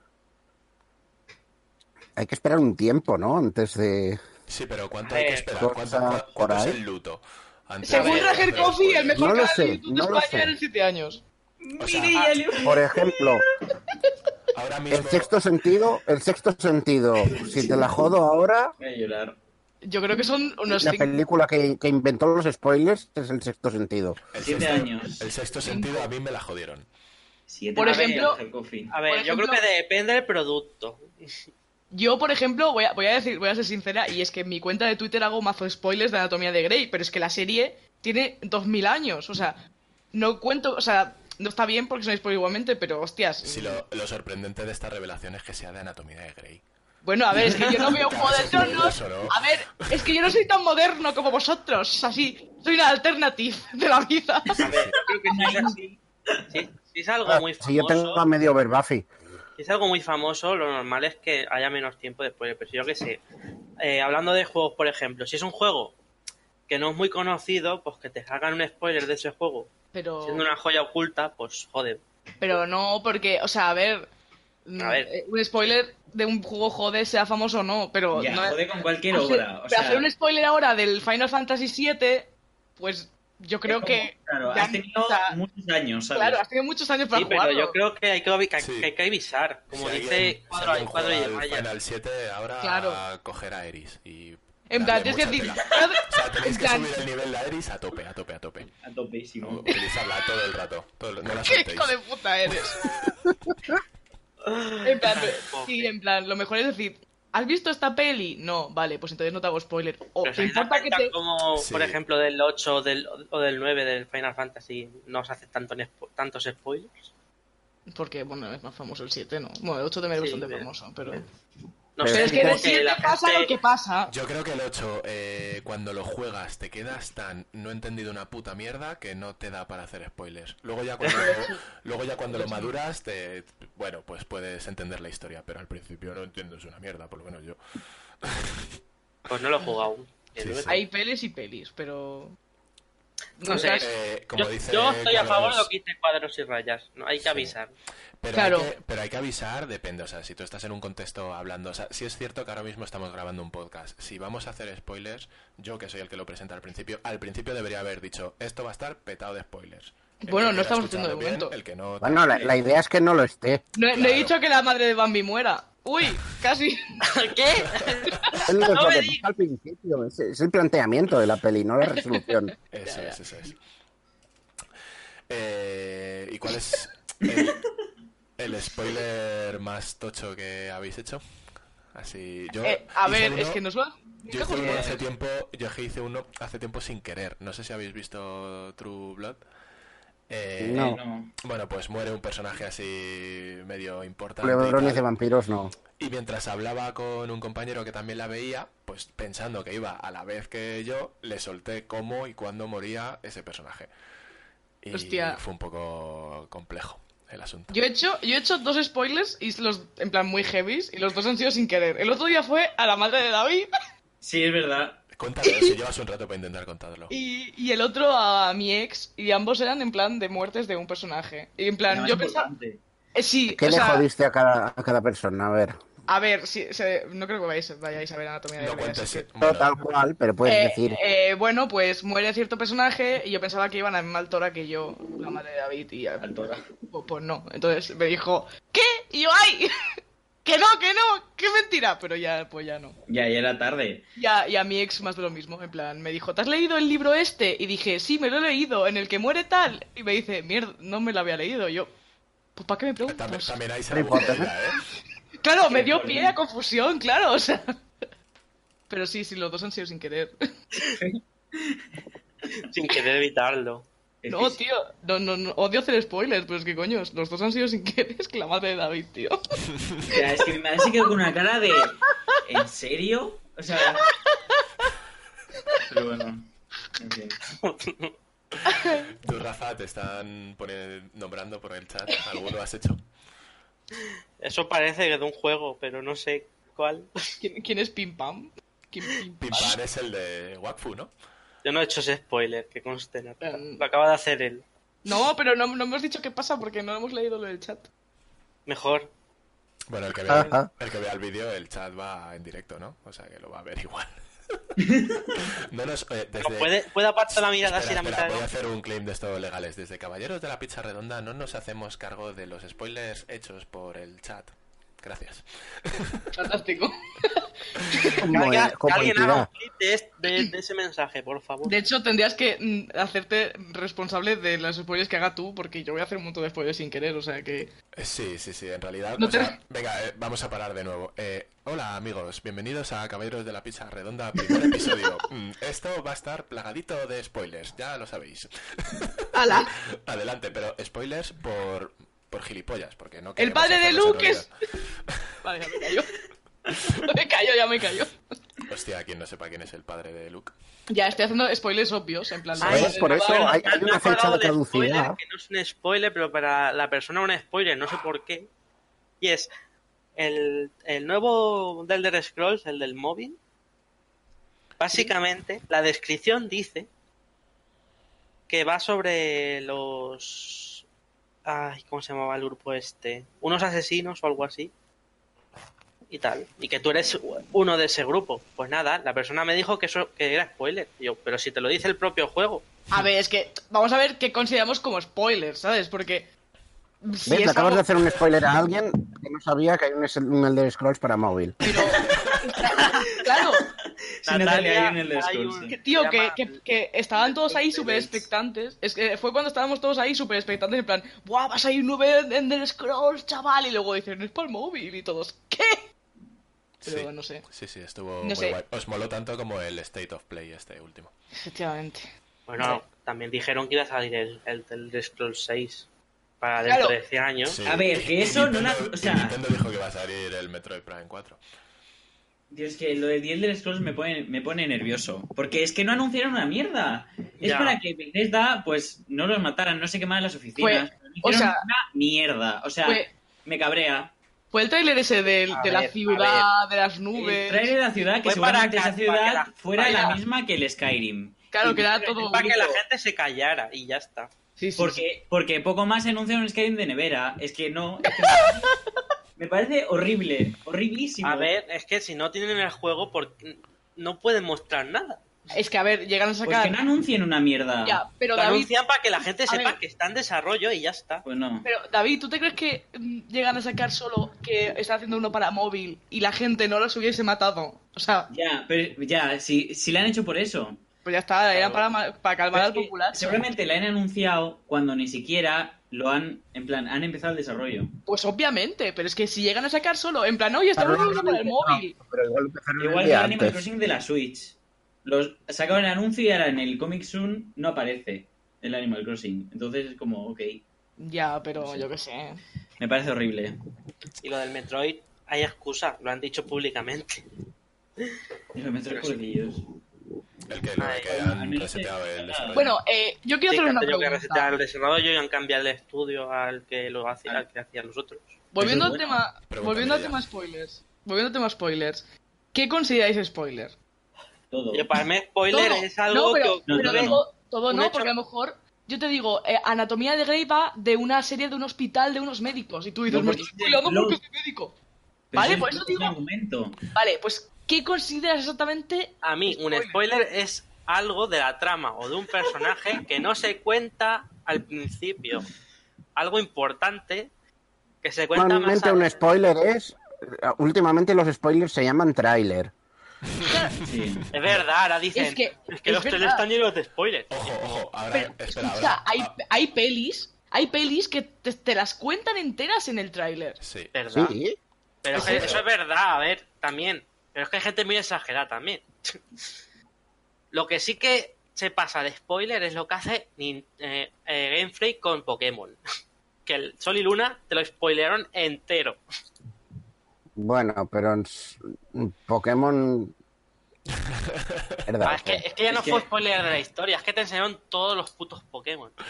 Speaker 7: hay que esperar un tiempo, ¿no? Antes de...
Speaker 2: Sí, pero ¿cuánto hay que
Speaker 5: Eh,
Speaker 2: esperar? ¿Cuánto,
Speaker 7: cosa
Speaker 2: cua-
Speaker 7: por
Speaker 2: cuánto es
Speaker 7: ahí.
Speaker 2: el luto? Antes
Speaker 6: Según
Speaker 2: de- de
Speaker 6: Rager
Speaker 2: los
Speaker 6: Coffee, el
Speaker 2: spoilers?
Speaker 6: mejor
Speaker 7: eh, No lo
Speaker 6: canal de
Speaker 7: sé,
Speaker 6: YouTube
Speaker 7: no
Speaker 6: de
Speaker 7: lo sé.
Speaker 6: España eran 7 años.
Speaker 2: O sea,
Speaker 7: Por ejemplo,
Speaker 2: ahora mismo
Speaker 7: el sexto sentido, el sexto sentido, si te la jodo ahora,
Speaker 4: Voy a llorar.
Speaker 6: Yo creo que son unos
Speaker 7: la
Speaker 6: 5...
Speaker 7: película que, que inventó los spoilers es el sexto sentido.
Speaker 2: el
Speaker 4: Siete
Speaker 2: sexto-
Speaker 4: años.
Speaker 2: el sexto sentido a mí me la jodieron.
Speaker 4: Siete
Speaker 6: Por
Speaker 4: A ver,
Speaker 6: ejemplo-
Speaker 4: Ángel Coffey.
Speaker 5: A ver,
Speaker 6: Por
Speaker 5: yo creo
Speaker 6: ejemplo-
Speaker 5: que depende del producto.
Speaker 6: Yo, por ejemplo, voy a, voy a decir, voy a ser sincera, y es que en mi cuenta de Twitter hago mazo spoilers de Anatomía de Grey, pero es que la serie tiene 2000 años, o sea, no cuento, o sea, no está bien porque son spoilers igualmente, pero hostias.
Speaker 2: Sí, lo, lo sorprendente de esta revelación es que sea de anatomía de Grey.
Speaker 6: Bueno, a ver, es que yo no veo
Speaker 2: Claro,
Speaker 6: Juego
Speaker 2: eso
Speaker 6: de
Speaker 2: es
Speaker 6: Tronos.
Speaker 2: maravilloso, ¿no?
Speaker 6: A ver, es que yo no soy tan moderno como vosotros, así, soy una alternativa de la vida.
Speaker 5: A ver, yo creo que si es así, si, si es algo
Speaker 6: Ah,
Speaker 5: muy
Speaker 7: si Ah, yo tengo a
Speaker 5: famoso,
Speaker 7: medio ver Buffy,
Speaker 5: si es algo muy famoso, lo normal es que haya menos tiempo después. Pero yo que sé, eh, hablando de juegos, por ejemplo, si es un juego que no es muy conocido, pues que te hagan un spoiler de ese juego,
Speaker 6: Pero,
Speaker 5: siendo una joya oculta, pues joder.
Speaker 6: pero no, porque, o sea, a ver, mm,
Speaker 5: A ver.
Speaker 6: eh, un spoiler de un juego jode, sea famoso o no, pero
Speaker 4: Ya,
Speaker 6: no,
Speaker 4: jode con cualquier
Speaker 6: Hacer-
Speaker 4: obra. O
Speaker 6: pero
Speaker 4: sea,
Speaker 6: hacer un spoiler ahora del Final Fantasy VII, pues yo creo
Speaker 4: es como-
Speaker 6: que.
Speaker 4: Claro,
Speaker 6: ya-
Speaker 4: has tenido
Speaker 6: o sea,
Speaker 4: muchos años, ¿sabes?
Speaker 6: Claro, has tenido muchos años para
Speaker 5: Sí, pero
Speaker 6: jugarlo.
Speaker 5: yo creo que hay que, avi- que hay-
Speaker 2: Sí.
Speaker 5: que hay que avisar, como
Speaker 2: Si
Speaker 5: dice
Speaker 2: alguien- si
Speaker 5: Cuadro,
Speaker 2: alguien
Speaker 5: Cuadro
Speaker 2: juega
Speaker 5: y
Speaker 2: al
Speaker 5: Maya.
Speaker 2: Final 7 ahora
Speaker 6: Claro.
Speaker 2: a coger a Eris y
Speaker 6: En plan,
Speaker 2: darle
Speaker 6: tienes que
Speaker 2: mucha
Speaker 6: decir.
Speaker 2: tela. O sea, tenéis que
Speaker 6: En plan,
Speaker 2: subir el nivel de Eris a tope, a tope, a tope.
Speaker 4: A topísimo.
Speaker 2: Utilizarla todo el rato. todo el- no la
Speaker 6: ¿Qué
Speaker 2: soltéis.
Speaker 6: hijo de puta eres? en plan, sí, en plan, lo mejor es decir. ¿Has visto esta peli? No, vale, pues entonces no te hago spoiler. O
Speaker 5: Pero
Speaker 6: te
Speaker 5: se da
Speaker 6: importa que
Speaker 5: cuenta
Speaker 6: te.
Speaker 5: como,
Speaker 2: Sí.
Speaker 5: por ejemplo, del 8 o del, o del 9 del Final Fantasy no se hace tanto, en spo- tantos spoilers.
Speaker 6: Porque, bueno, es más famoso el 7, ¿no? Bueno, el 8 también es
Speaker 5: Sí,
Speaker 6: bastante
Speaker 5: pero-
Speaker 6: famoso, pero.
Speaker 5: No
Speaker 7: Pero
Speaker 6: Pero es que
Speaker 5: supongo
Speaker 6: de 7
Speaker 5: la
Speaker 6: pasa
Speaker 5: gente-
Speaker 6: lo que pasa.
Speaker 2: Yo creo que el 8, eh, cuando lo juegas, te quedas tan no he entendido una puta mierda que no te da para hacer spoilers. Luego ya cuando, luego ya cuando lo maduras, te, bueno, pues puedes entender la historia, pero al principio no entiendes una mierda, por lo menos yo.
Speaker 5: Pues no lo he jugado aún.
Speaker 2: Sí,
Speaker 5: Yo-
Speaker 2: sí.
Speaker 6: Hay pelis y pelis, pero.
Speaker 5: No sé, es-
Speaker 2: Eh, como
Speaker 5: Yo,
Speaker 2: dice
Speaker 5: yo estoy a favor de
Speaker 2: Carlos-
Speaker 5: lo que dice cuadros y rayas. No, hay que
Speaker 2: Sí.
Speaker 5: avisar.
Speaker 2: Pero,
Speaker 6: Claro.
Speaker 2: hay que, pero hay que avisar, depende, o sea, si tú estás en un contexto hablando, o sea, si es cierto que ahora mismo estamos grabando un podcast, si vamos a hacer spoilers, yo que soy el que lo presenta al principio, al principio debería haber dicho, esto va a estar petado de spoilers. El que
Speaker 6: Bueno, no
Speaker 2: quiera
Speaker 6: estamos
Speaker 2: escucharlo
Speaker 6: haciendo de
Speaker 2: bien,
Speaker 6: momento.
Speaker 2: El que no...
Speaker 7: Bueno, la, la idea es que no lo esté.
Speaker 6: No, he- no he
Speaker 2: Claro.
Speaker 6: dicho que la madre de Bambi muera. Uy, casi.
Speaker 5: ¿Qué?
Speaker 7: Es lo
Speaker 5: No me
Speaker 7: que pasa al principio, es, es el planteamiento de la peli, no la resolución.
Speaker 2: Eso es, eso es. Eh, ¿Y cuál es el, el spoiler más tocho que habéis hecho? Así, yo...
Speaker 6: Eh, a
Speaker 2: hice
Speaker 6: ver,
Speaker 2: uno-
Speaker 6: es que nos va.
Speaker 2: Yo
Speaker 6: Nunca
Speaker 2: hice uno
Speaker 6: conté.
Speaker 2: hace tiempo, yo es que hice uno hace tiempo sin querer. No sé si habéis visto True Blood. Eh,
Speaker 7: No.
Speaker 4: No.
Speaker 2: Bueno, pues muere un personaje así medio importante. y
Speaker 7: Culebrones
Speaker 2: tal.
Speaker 7: de vampiros, no.
Speaker 2: Y mientras hablaba con un compañero que también la veía, pues pensando que iba a la vez que yo, le solté cómo y cuándo moría ese personaje. Y
Speaker 6: Hostia.
Speaker 2: fue un poco complejo el asunto.
Speaker 6: Yo he hecho, yo he hecho dos spoilers y los, en plan muy heavies y los dos han sido sin querer. El otro día fue a la madre de David
Speaker 4: Sí, es verdad.
Speaker 2: Cuéntalo, si llevas un rato para intentar contarlo.
Speaker 6: y, y el otro a mi ex y ambos eran en plan de muertes de un personaje. Y en plan,
Speaker 4: Además,
Speaker 6: yo
Speaker 4: es
Speaker 6: pensaba...
Speaker 4: importante.
Speaker 6: eh, sí,
Speaker 7: ¿Qué
Speaker 6: o
Speaker 7: le
Speaker 6: sea,
Speaker 7: jodiste a cada, a cada persona? A ver,
Speaker 6: a ver, sí, se- no creo que vayáis, vayáis a ver Anatomía de
Speaker 2: No
Speaker 6: Grey, así
Speaker 2: cuentes.
Speaker 6: que-
Speaker 7: no
Speaker 2: bueno,
Speaker 7: tal cual, pero puedes
Speaker 6: Eh,
Speaker 7: decir.
Speaker 6: eh, bueno, pues muere cierto personaje y yo pensaba que iban a la misma altura que yo, la madre de David, y a-
Speaker 4: Altora.
Speaker 6: Pues, pues no. Entonces me dijo, ¿qué? Y yo, ¡ay! ¡Que no, que no! ¡Qué mentira! Pero ya, pues ya no.
Speaker 4: Ya, ya era tarde.
Speaker 6: Y a, y a mi ex más de lo mismo, en plan, me dijo, ¿te has leído el libro este? Y dije, sí, me lo he leído, en el que muere tal. Y me dice, mierda, no me lo había leído. Y yo, pues ¿para qué me preguntas?
Speaker 2: También, también hay
Speaker 7: No importa.
Speaker 2: sabugola, ¿eh?
Speaker 6: Claro, me
Speaker 4: Qué
Speaker 6: dio pie
Speaker 4: problema.
Speaker 6: a confusión, claro, o sea. Pero sí, sí, los dos han sido sin querer.
Speaker 5: sin querer evitarlo.
Speaker 4: Es
Speaker 6: No,
Speaker 4: que-
Speaker 6: tío, no, no, no, odio hacer spoilers, pero es que coño, los dos han sido sin querer, es que la madre de David, tío.
Speaker 4: o sea, es que mi madre se quedó con una cara de. ¿En serio? O sea. Pero bueno. En fin.
Speaker 2: Tú, Rafa, te están poni- nombrando por el chat. ¿Alguno has hecho?
Speaker 5: Eso parece que de un juego, pero no sé cuál.
Speaker 6: ¿Quién, quién es Pim Pam? ¿Quién Pim Pam?
Speaker 2: Pimpar es el de Wakfu, ¿no?
Speaker 5: Yo no he hecho ese spoiler, que conste. Nata.
Speaker 6: Eh.
Speaker 5: Lo acaba de hacer él.
Speaker 6: No, pero no, no hemos dicho qué pasa porque no hemos leído lo del chat.
Speaker 5: Mejor.
Speaker 2: Bueno, el que vea
Speaker 7: Ajá.
Speaker 2: el, que vea el vídeo, el chat va en directo, ¿no? O sea que lo va a ver igual. no nos, eh,
Speaker 5: No,
Speaker 2: desde,
Speaker 5: puede, puede apartar la mirada así la
Speaker 2: Espera, espera,
Speaker 5: mitad de...
Speaker 2: voy a hacer un claim de estos legales. Desde Caballeros de la Pizza Redonda no nos hacemos cargo de los spoilers hechos por el chat. Gracias.
Speaker 6: Fantástico.
Speaker 7: Como,
Speaker 5: Que alguien-
Speaker 7: como
Speaker 5: que alguien haga un
Speaker 7: entidad.
Speaker 5: clip de, es- de- de ese mensaje, por favor.
Speaker 6: De hecho, tendrías que mm, hacerte responsable de los spoilers que haga tú, porque yo voy a hacer un montón de spoilers sin querer, o sea que.
Speaker 2: Eh, Sí, sí, sí, en realidad.
Speaker 6: No
Speaker 2: o
Speaker 6: te-
Speaker 2: sea, venga, eh, vamos a parar de nuevo. Eh, hola amigos, bienvenidos a Caballeros de la Pizza Redonda, primer episodio. Mm, Esto va a estar plagadito de spoilers, ya lo sabéis.
Speaker 6: ¡Hala!
Speaker 2: Adelante, pero spoilers por, por gilipollas, porque no
Speaker 6: ¡El
Speaker 2: queremos
Speaker 6: padre de
Speaker 2: hacernos
Speaker 6: Luke es.
Speaker 2: enrollar.
Speaker 6: Vale, ya me cayó. me cayó, ya me cayó.
Speaker 2: Hostia, quien no sepa quién es el padre de Luke.
Speaker 6: Ya, estoy haciendo spoilers obvios, en plan.
Speaker 5: Ah,
Speaker 6: los-
Speaker 7: ¿Ves? Por eso
Speaker 5: Bueno,
Speaker 7: hay,
Speaker 5: me
Speaker 7: hay
Speaker 5: han
Speaker 7: una fecha
Speaker 5: acordado
Speaker 7: de
Speaker 5: del spoiler,
Speaker 7: caducidad.
Speaker 5: Que no es un spoiler, pero para la persona un spoiler, no sé por qué. Y es el, el nuevo del Elder Scrolls, el del móvil. Básicamente, la descripción dice que va sobre los. Ay, ¿cómo se llamaba el grupo este? Unos asesinos o algo así. Y tal. Y que tú eres uno de ese grupo. Pues nada, la persona me dijo que eso que era spoiler. Y yo, pero si te lo dice el propio juego.
Speaker 6: A ver, es que vamos a ver qué consideramos como spoilers, ¿sabes? Porque. Si es
Speaker 7: ¿Ves? Le acabas
Speaker 6: algo-
Speaker 7: de hacer un spoiler a alguien que no sabía que hay un, un Elder Scrolls para móvil.
Speaker 6: Claro,
Speaker 4: Sí, Natalia, hay un Elder Scrolls,
Speaker 5: un-
Speaker 4: sí.
Speaker 6: que, tío,
Speaker 5: se
Speaker 6: que,
Speaker 5: llama-
Speaker 6: que- que estaban todos ahí súper expectantes. Es que fue cuando estábamos todos ahí súper expectantes, en plan, ¡buah, vas a ir nueve Elder Scrolls, chaval! Y luego dicen, es por móvil, y todos, ¿qué? Pero
Speaker 2: Sí.
Speaker 6: no sé,
Speaker 2: Sí, sí, estuvo
Speaker 6: No
Speaker 2: muy
Speaker 6: sé.
Speaker 2: guay. Os moló tanto como el State of Play este último.
Speaker 6: efectivamente. eh,
Speaker 5: Bueno, también dijeron que iba a salir el, el, Elder Scrolls 6 para
Speaker 6: Claro.
Speaker 5: dentro de 10 años.
Speaker 2: Sí.
Speaker 4: A ver, que eso no la-
Speaker 2: Nintendo-
Speaker 4: o sea-
Speaker 2: Nintendo dijo que va a salir el Metroid Prime 4.
Speaker 4: Dios, que lo del The Elder Scrolls me pone, me pone nervioso. Porque es que no anunciaron una mierda. Es
Speaker 5: Ya.
Speaker 4: para que Bethesda, pues, no los mataran, no sé qué más en las oficinas.
Speaker 6: Fue-
Speaker 4: Pero no
Speaker 6: o
Speaker 4: hicieron
Speaker 6: sea-
Speaker 4: una mierda. O sea,
Speaker 6: Fue,
Speaker 4: me cabrea.
Speaker 6: fue el tráiler ese del-
Speaker 5: A
Speaker 6: de
Speaker 5: ver,
Speaker 6: la
Speaker 5: a
Speaker 6: ciudad, de las
Speaker 4: El
Speaker 6: nubes.
Speaker 4: trailer de la ciudad, que
Speaker 5: Fue para
Speaker 4: seguramente
Speaker 5: ca-
Speaker 4: esa ciudad
Speaker 5: para que la-
Speaker 4: fuera
Speaker 5: para-
Speaker 4: la misma que el Skyrim.
Speaker 6: Claro, que era
Speaker 4: Pero
Speaker 6: todo.
Speaker 5: Para que la
Speaker 4: bonito.
Speaker 5: gente se callara y ya está.
Speaker 6: Sí, sí, sí.
Speaker 4: Porque, porque poco más enuncia un Skyrim de nevera. Es que no. es que- me parece horrible. Horriblísimo.
Speaker 5: A ver, es que si no tienen el juego, ¿por qué no pueden mostrar nada.
Speaker 6: Es que, a ver, llegan a
Speaker 4: Pues
Speaker 6: sacar.
Speaker 4: que no anuncien una mierda.
Speaker 6: Ya, pero
Speaker 5: Lo
Speaker 6: David,
Speaker 5: anuncian para que la gente sepa
Speaker 6: ver.
Speaker 5: que está en desarrollo y ya está.
Speaker 4: Pues no.
Speaker 6: Pero, David, ¿tú te crees que mm, llegan a sacar solo que está haciendo uno para móvil y la gente no los hubiese matado? O sea,
Speaker 4: Ya, pero ya, si, si la han hecho por eso.
Speaker 6: pues ya está, era
Speaker 4: Claro.
Speaker 6: para, ma- para calmar
Speaker 4: Pero
Speaker 6: al
Speaker 4: es que
Speaker 6: popular.
Speaker 4: Seguramente la han anunciado cuando ni siquiera lo han. En plan, han empezado el desarrollo.
Speaker 6: Pues obviamente, pero es que si llegan a sacar solo, en plan, oye, estamos haciendo uno para el móvil.
Speaker 7: Ah, Pero igual
Speaker 6: Ah,
Speaker 7: empezaron
Speaker 4: Igual
Speaker 7: el
Speaker 4: que el
Speaker 7: día
Speaker 4: Animal
Speaker 7: antes.
Speaker 4: Crossing de la Switch. Los sacaron el anuncio y ahora en el Comic Soon no aparece el Animal Crossing. Entonces es como, ok.
Speaker 6: Ya, pero
Speaker 4: Sí.
Speaker 6: yo qué sé.
Speaker 4: Me parece horrible.
Speaker 5: Y lo del Metroid, hay excusa, lo han dicho públicamente.
Speaker 4: Y los metros colguillos.
Speaker 2: El que, lo de
Speaker 5: Ay,
Speaker 2: que
Speaker 4: bueno, al
Speaker 2: han
Speaker 4: menos
Speaker 2: reseteado
Speaker 4: es-
Speaker 2: el desarrollo.
Speaker 6: Bueno, eh,
Speaker 5: Sí,
Speaker 6: yo quiero
Speaker 5: que
Speaker 6: hacer
Speaker 5: han
Speaker 6: una
Speaker 5: tenido que
Speaker 6: pregunta.
Speaker 5: resetear el desarrollo y han cambiado el estudio al que lo hacía, al que hacían los otros.
Speaker 6: Volviendo
Speaker 4: Eso
Speaker 6: al
Speaker 4: es
Speaker 6: tema,
Speaker 2: Pregúntame
Speaker 6: volviendo al
Speaker 2: ya.
Speaker 6: tema spoilers. Volviendo al tema spoilers. ¿Qué consideráis spoiler?
Speaker 4: Todo.
Speaker 5: Yo, para mí, spoiler
Speaker 6: Todo.
Speaker 5: es algo
Speaker 6: no, pero,
Speaker 5: que
Speaker 4: No,
Speaker 6: pero
Speaker 4: no,
Speaker 5: ocurre-
Speaker 4: no.
Speaker 6: todo, todo
Speaker 5: Un
Speaker 6: no,
Speaker 5: hecho-
Speaker 6: porque a lo mejor yo te digo, eh, Anatomía de Grey va de una serie de un hospital de unos médicos y tú dices,
Speaker 4: No,
Speaker 6: me
Speaker 4: porque
Speaker 6: estoy
Speaker 4: es de
Speaker 6: spoileando porque
Speaker 4: Blood.
Speaker 6: soy médico.
Speaker 4: Pero
Speaker 6: vale,
Speaker 4: es
Speaker 6: por eso
Speaker 4: un
Speaker 6: digo-
Speaker 4: argumento.
Speaker 6: Vale, pues ¿qué consideras exactamente?
Speaker 5: A mí, un spoiler es algo de la trama o de un personaje que no se cuenta al principio. Algo importante que se cuenta más
Speaker 7: Normalmente un
Speaker 5: adelante.
Speaker 7: spoiler es. eh, Últimamente los spoilers se llaman tráiler.
Speaker 4: Sí.
Speaker 5: Es verdad, ahora dicen.
Speaker 6: Es que- es
Speaker 5: los trailers
Speaker 6: verdad.
Speaker 5: están llenos de spoilers.
Speaker 2: Ojo, ojo, ahora,
Speaker 6: Pero,
Speaker 2: espera,
Speaker 6: escucha,
Speaker 2: ahora-
Speaker 6: hay,
Speaker 2: ah,
Speaker 6: hay pelis, hay pelis que te, te las cuentan enteras en el tráiler.
Speaker 2: sí.
Speaker 5: ¿Verdad?
Speaker 7: Sí.
Speaker 5: Pero
Speaker 2: Sí.
Speaker 5: eso es verdad, a ver, también. Pero es que hay gente muy exagerada también. lo que sí que se pasa de spoiler es lo que hace Nin- eh, eh, Game Freak con Pokémon. que el Sol y Luna te lo spoilearon entero.
Speaker 7: Bueno, pero en s- Pokémon. Verdad,
Speaker 5: Ah, es, que, es que ya
Speaker 4: Es
Speaker 5: no
Speaker 4: que-
Speaker 5: fue spoiler de la historia, es que te enseñaron todos los putos Pokémon. Eh,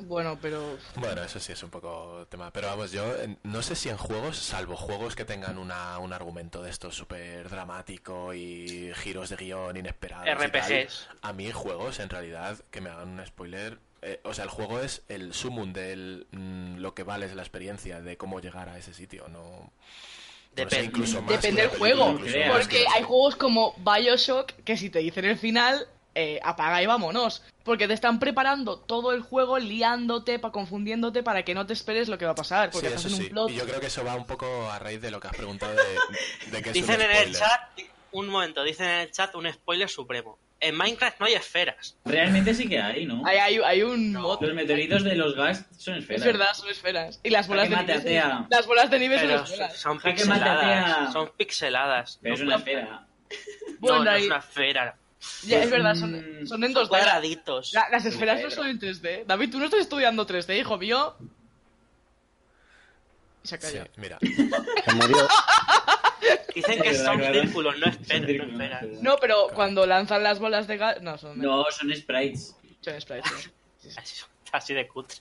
Speaker 6: Bueno, pero.
Speaker 2: Bueno, eso sí es un poco tema. Pero vamos, yo en- no sé si en juegos, salvo juegos que tengan una, un argumento de esto súper dramático y giros de guión inesperados. y tal,
Speaker 5: RPGs.
Speaker 2: a mí juegos, en realidad, que me hagan un spoiler... eh, o sea, el juego es el sumum del mm, lo que vale es la experiencia, de cómo llegar a ese sitio. No, no sé,
Speaker 5: Depende.
Speaker 2: pues, incluso más
Speaker 6: Depende
Speaker 2: que
Speaker 6: del
Speaker 2: una película,
Speaker 6: juego.
Speaker 2: incluso
Speaker 4: creas.
Speaker 2: más que
Speaker 6: Porque
Speaker 2: una
Speaker 6: hay
Speaker 2: serie.
Speaker 6: juegos como Bioshock que si te dicen el final, eh, apaga y vámonos. Porque te están preparando todo el juego, liándote, pa- confundiéndote para que no te esperes lo que va a pasar.
Speaker 2: Sí,
Speaker 6: Porque
Speaker 2: eso
Speaker 6: estás en un
Speaker 2: sí.
Speaker 6: plot.
Speaker 2: Y yo creo que eso va un poco a raíz de lo que has preguntado de, de que es un
Speaker 5: Dicen en el
Speaker 2: spoiler.
Speaker 5: chat, un momento, dicen en el chat un spoiler supremo. En Minecraft no hay esferas.
Speaker 4: Realmente sí que hay, ¿no?
Speaker 6: Hay, hay- hay un mod.
Speaker 4: Los meteoritos de los gas son esferas.
Speaker 6: Es verdad, son esferas. Y las bolas de
Speaker 4: Jaque
Speaker 6: nieve.
Speaker 4: mate,
Speaker 6: son-
Speaker 4: atea.
Speaker 6: Las bolas de nieve son
Speaker 5: Pero
Speaker 6: esferas.
Speaker 5: son
Speaker 4: Jaque mate a Tea.
Speaker 5: pixeladas. Son pixeladas.
Speaker 4: Pero es
Speaker 5: No
Speaker 4: una
Speaker 5: puede-
Speaker 4: esfera.
Speaker 6: Bueno,
Speaker 5: no, no
Speaker 6: ahí-
Speaker 5: es una esfera.
Speaker 6: ya, es verdad, son,
Speaker 4: Mm,
Speaker 6: son en
Speaker 5: Son
Speaker 6: 2D.
Speaker 5: cuadraditos.
Speaker 6: La- las esferas no
Speaker 4: Pedro.
Speaker 6: son en 3D. David, tú no estás estudiando 3D, hijo mío. Y se ha
Speaker 2: Sí,
Speaker 6: callado.
Speaker 2: mira.
Speaker 7: se murió.
Speaker 5: Dicen que
Speaker 4: Claro,
Speaker 5: son
Speaker 4: claro.
Speaker 5: círculos, no esferas.
Speaker 4: Son
Speaker 5: no
Speaker 4: círculos,
Speaker 5: esferas.
Speaker 4: es verdad.
Speaker 6: No, pero cuando lanzan las bolas de gas. No, son,
Speaker 4: No, son sprites.
Speaker 6: son sprites, sí.
Speaker 5: Así, son- así de cutre.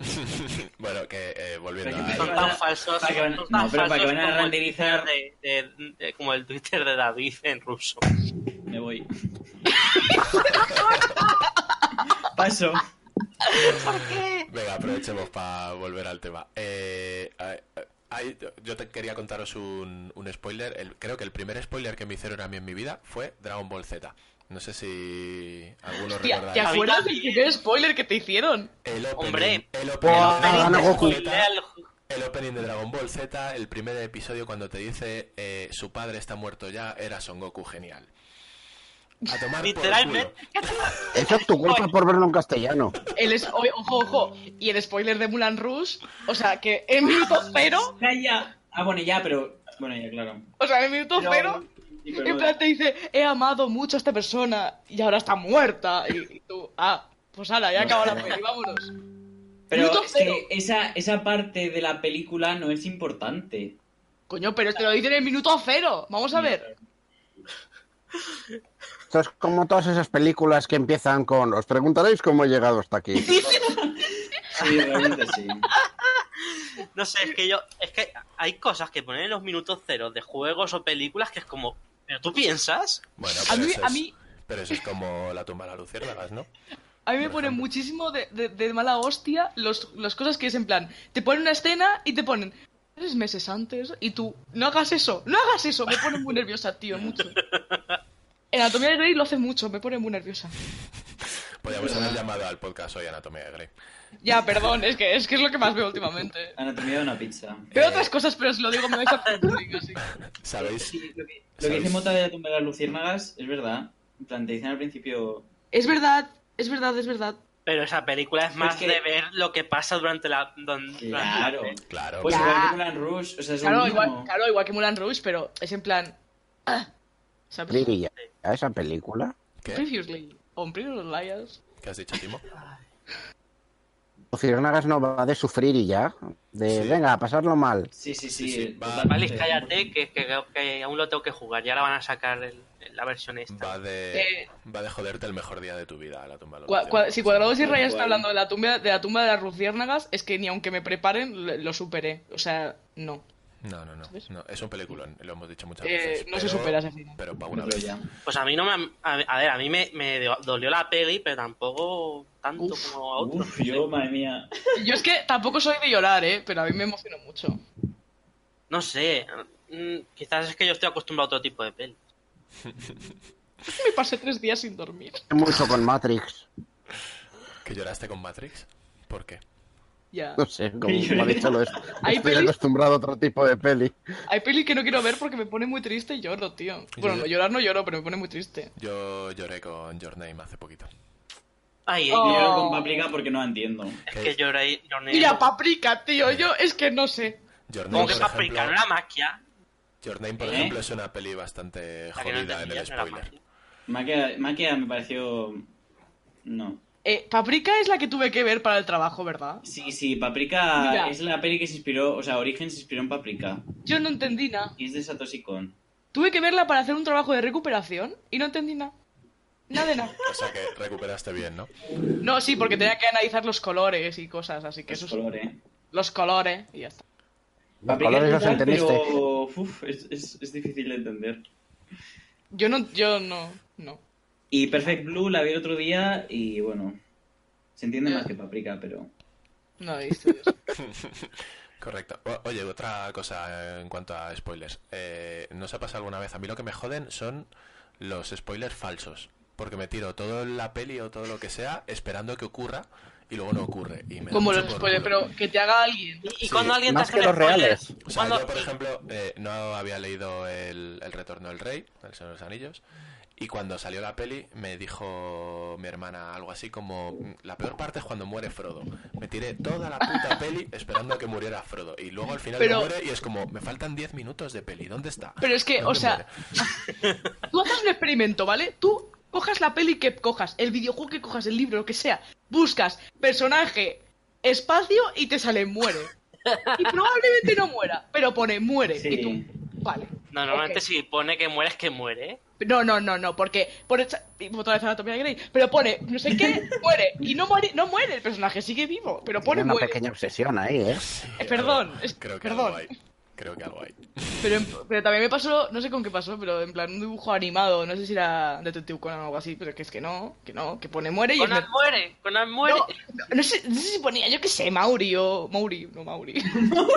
Speaker 2: bueno, que eh, volviendo
Speaker 4: Pero que-
Speaker 2: a...
Speaker 5: Son tan falsos.
Speaker 4: para que van-
Speaker 5: son tan
Speaker 4: no, pero para que
Speaker 5: falsos
Speaker 4: van a
Speaker 5: como el
Speaker 4: renderizar-
Speaker 5: Twitter de- de- de- como el Twitter de David en ruso.
Speaker 4: Me voy. Paso.
Speaker 2: Venga, aprovechemos para volver al tema. Eh, a- a- hay- yo te quería contaros un, un spoiler. El- creo que el primer spoiler que me hicieron a mí en mi vida fue Dragon Ball Z. No sé si alguno
Speaker 6: Hostia, ¿Te
Speaker 2: recordáis.
Speaker 6: acuerdas del primer spoiler que te hicieron?
Speaker 2: El opening,
Speaker 5: Hombre.
Speaker 2: el opening
Speaker 7: Buah,
Speaker 2: de Dragon
Speaker 7: gana
Speaker 2: Ball
Speaker 7: Goku.
Speaker 2: Z.
Speaker 5: Lea el ju-
Speaker 2: El opening de Dragon Ball Z, el primer episodio cuando te dice eh, su padre está muerto ya, era Son Goku genial. A tomar por
Speaker 5: Literalmente.
Speaker 2: culo.
Speaker 7: Eso es tu culpa por verlo en castellano.
Speaker 6: El es- o- ojo, ojo. Y el spoiler de Mulan Rush. O sea, que en minuto cero.
Speaker 4: Calla. Ah, bueno, ya, pero. Bueno, ya, claro.
Speaker 6: O sea, en minuto cero.
Speaker 4: Y con
Speaker 6: En
Speaker 4: otra.
Speaker 6: plan te dice, he amado mucho a esta persona y ahora está muerta. Y, y tú, ah, pues ala, ya acaba la peli, vámonos.
Speaker 4: Pero
Speaker 6: Minuto
Speaker 4: es
Speaker 6: cero.
Speaker 4: que esa, esa parte de la película no es importante.
Speaker 6: Coño, pero te lo dicen en el minuto cero. Vamos a ver.
Speaker 7: Esto es como todas esas películas que empiezan con os preguntaréis cómo he llegado hasta aquí.
Speaker 4: Sí, realmente sí.
Speaker 5: No sé, es que yo. Es que hay cosas que ponen en los minutos ceros de juegos o películas que es como. ¿Pero tú piensas?
Speaker 2: Bueno,
Speaker 6: A
Speaker 2: pero
Speaker 6: mí-
Speaker 2: eso
Speaker 6: a
Speaker 2: es-
Speaker 6: mí-
Speaker 2: pero eso es como la tumba de las luciérnagas, ¿no?
Speaker 6: A mí me
Speaker 2: Por
Speaker 6: ponen
Speaker 2: ejemplo.
Speaker 6: muchísimo de, de- de mala hostia los, las cosas que es en plan, te ponen una escena y te ponen tres meses antes y tú, no hagas eso, no hagas eso. Me pone muy nerviosa, tío, mucho. En Anatomía de Grey lo hace mucho, me pone muy nerviosa.
Speaker 2: Podríamos haber llamado al podcast hoy Anatomía de Grey.
Speaker 6: Ya, perdón, es que es, que es lo que más veo últimamente.
Speaker 4: Anatomía de una pizza.
Speaker 6: Veo
Speaker 2: Eh,
Speaker 6: otras cosas, pero si lo digo me vais a publicar, así.
Speaker 2: ¿Sabéis?
Speaker 4: Sí, lo que, lo que
Speaker 2: ¿Sabes?
Speaker 4: dice Mota de la tumba de las luciérnagas es verdad. En plan, te dicen al principio.
Speaker 6: Es verdad, es verdad, es verdad.
Speaker 5: Pero esa película es más
Speaker 4: que-
Speaker 5: de ver lo que pasa durante la. don-
Speaker 4: Claro.
Speaker 5: durante la-
Speaker 2: Claro.
Speaker 4: Pues
Speaker 2: pero-
Speaker 4: igual que Mulan Rush, o sea, es lo
Speaker 6: Claro,
Speaker 4: mismo.
Speaker 6: igual, claro, igual que Mulan Rouge, pero es en plan... ah, ¿Sabes?
Speaker 7: Diría, ¿a esa película?
Speaker 2: ¿Qué?
Speaker 6: Previously, on Pretty Little Liars.
Speaker 2: ¿Qué has dicho, Timo?
Speaker 7: Luciérnagas no va de sufrir y ya. De
Speaker 2: Sí.
Speaker 7: venga, a pasarlo mal.
Speaker 4: Sí, sí,
Speaker 2: Sí,
Speaker 4: sí.
Speaker 2: sí,
Speaker 4: eh,
Speaker 2: va-
Speaker 4: totalmente.
Speaker 5: Vale, cállate, que, que- que aún lo tengo que jugar. Ya la van a sacar el- la versión esta.
Speaker 2: Va de,
Speaker 6: Eh.
Speaker 2: va de joderte el mejor día de tu vida, la tumba de las
Speaker 6: Cua- cua-
Speaker 2: luciérnagas.
Speaker 6: si Cuadrados y
Speaker 4: Tal
Speaker 6: Rayas está
Speaker 4: cual.
Speaker 6: hablando de la tumba de la tumba de las luciérnagas, es que ni aunque me preparen lo, lo superé. O sea, no.
Speaker 2: No, no, no, no. Es un peliculón, lo hemos dicho muchas
Speaker 6: Eh,
Speaker 2: veces.
Speaker 6: no se
Speaker 2: pero-
Speaker 6: supera ese final.
Speaker 2: Pero para una
Speaker 4: Pero
Speaker 2: vez.
Speaker 4: ya.
Speaker 5: Pues a mí no me. han- A, a ver, a mí me, me do- dolió la peli, pero tampoco tanto
Speaker 6: Uf,
Speaker 5: como a otros.
Speaker 4: Uf, yo, madre mía.
Speaker 6: Yo es que tampoco soy de llorar, eh, pero a mí me emocionó mucho.
Speaker 5: No sé. mm, Quizás es que yo estoy acostumbrado a otro tipo de peli.
Speaker 6: Me pasé tres días sin dormir.
Speaker 7: Mucho con Matrix.
Speaker 2: ¿Que lloraste con Matrix? ¿Por qué?
Speaker 6: Ya.
Speaker 7: No sé, como ha dicho lo es.
Speaker 6: Hay
Speaker 7: Estoy
Speaker 6: pelis-
Speaker 7: acostumbrado a otro tipo de peli.
Speaker 6: Hay pelis que no quiero ver porque me pone muy triste y lloro, tío. Bueno, no, llorar no lloro, pero me pone muy triste.
Speaker 2: Yo lloré con Your Name hace poquito.
Speaker 5: Ay,
Speaker 6: Oh.
Speaker 5: yo-
Speaker 4: Yo con paprika porque no la entiendo.
Speaker 5: es que lloré. lloré
Speaker 6: Mira, paprika, tío, yo es que no sé.
Speaker 2: Your Name,
Speaker 5: Como que
Speaker 2: por ejemplo,
Speaker 5: paprika, no la maquia.
Speaker 2: Your Name, por
Speaker 4: ¿Eh?
Speaker 2: ejemplo, es una peli bastante
Speaker 5: La que
Speaker 2: jodida en
Speaker 5: no entendía,
Speaker 2: el
Speaker 5: pero la
Speaker 2: spoiler.
Speaker 5: magia.
Speaker 4: Maquia, Maquia me pareció. No.
Speaker 6: Eh, Paprika es la que tuve que ver para el trabajo, ¿verdad?
Speaker 4: Sí, sí, Paprika
Speaker 6: Mira.
Speaker 4: es la peli que se inspiró, o sea, Origen se inspiró en Paprika.
Speaker 6: Yo no entendí nada.
Speaker 4: Y es de Satoshi Kon.
Speaker 6: Tuve que verla para hacer un trabajo de recuperación y no entendí nada. Nada de nada.
Speaker 2: O sea que recuperaste bien, ¿no?
Speaker 6: No, sí, porque tenía que analizar los colores y cosas, así que
Speaker 4: Qué
Speaker 6: eso es-
Speaker 4: color, eh.
Speaker 6: Los colores y ya está.
Speaker 7: Los
Speaker 4: Paprika
Speaker 7: colores
Speaker 4: es
Speaker 7: los
Speaker 4: brutal,
Speaker 7: entendiste.
Speaker 4: pero uf, es, es- es difícil de entender.
Speaker 6: Yo no, yo no, no.
Speaker 4: Y Perfect Blue la vi el otro día y bueno. Se entiende más que Paprika, pero.
Speaker 6: No he visto eso.
Speaker 2: Correcto. O- Oye, otra cosa eh, en cuanto a spoilers. Eh, ¿No os ha pasado alguna vez? A mí lo que me joden son los spoilers falsos. Porque me tiro todo la peli o todo lo que sea esperando que ocurra y luego no ocurre. Y me da
Speaker 6: Como
Speaker 2: mucho
Speaker 6: los
Speaker 2: por
Speaker 6: spoilers,
Speaker 2: culo.
Speaker 6: pero que te haga alguien.
Speaker 5: ¿Y, y
Speaker 2: Sí,
Speaker 5: cuando alguien te
Speaker 7: más
Speaker 5: hace un
Speaker 7: que los
Speaker 5: spoiler?
Speaker 7: reales.
Speaker 2: O sea,
Speaker 5: Cuando-
Speaker 2: yo, por ejemplo, eh, no había leído el, el Retorno del Rey, el Señor de los Anillos, y cuando salió la peli me dijo mi hermana algo así como, la peor parte es cuando muere Frodo. Me tiré toda la puta peli esperando a que muriera Frodo, y luego al final
Speaker 6: Pero-
Speaker 2: no muere y es como, me faltan 10 minutos de peli, ¿dónde está?
Speaker 6: Pero es que,
Speaker 2: ¿Dónde
Speaker 6: o sea,
Speaker 2: muere?
Speaker 6: tú haces un experimento, ¿vale? Tú cojas la peli que cojas, el videojuego que cojas, el libro, lo que sea, buscas personaje, espacio y te sale muere. Y probablemente no muera, pero pone muere.
Speaker 4: Sí.
Speaker 6: Y tú, vale.
Speaker 5: No, normalmente
Speaker 6: Ok.
Speaker 5: si pone que mueres, que muere. ¿eh?
Speaker 6: No, no, no, no, porque pone cha- y otra vez anatomía de Grey, pero pone no sé qué, muere y no muere, no muere el personaje, sigue vivo, pero
Speaker 7: Tiene
Speaker 6: pone
Speaker 7: una
Speaker 6: muere.
Speaker 7: pequeña obsesión ahí, ¿eh?
Speaker 6: Eh, perdón, es-
Speaker 2: Creo que
Speaker 6: perdón.
Speaker 2: algo hay. Creo que algo hay.
Speaker 6: Pero, en- pero también me pasó, no sé con qué pasó, pero en plan un dibujo animado, no sé si era Detective Conan o algo así, pero que es que no, que no, que pone muere y es
Speaker 5: Conan
Speaker 6: met-
Speaker 5: muere, Conan muere.
Speaker 6: No, no, no sé, no sé si ponía, yo qué sé, Mauri o Mauri, no Mauri.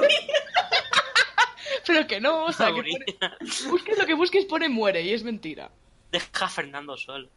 Speaker 6: pero que no, o sea, que
Speaker 5: Mauri.
Speaker 6: pone- busques lo que busques pone muere y es mentira.
Speaker 5: Deja a Fernando solo.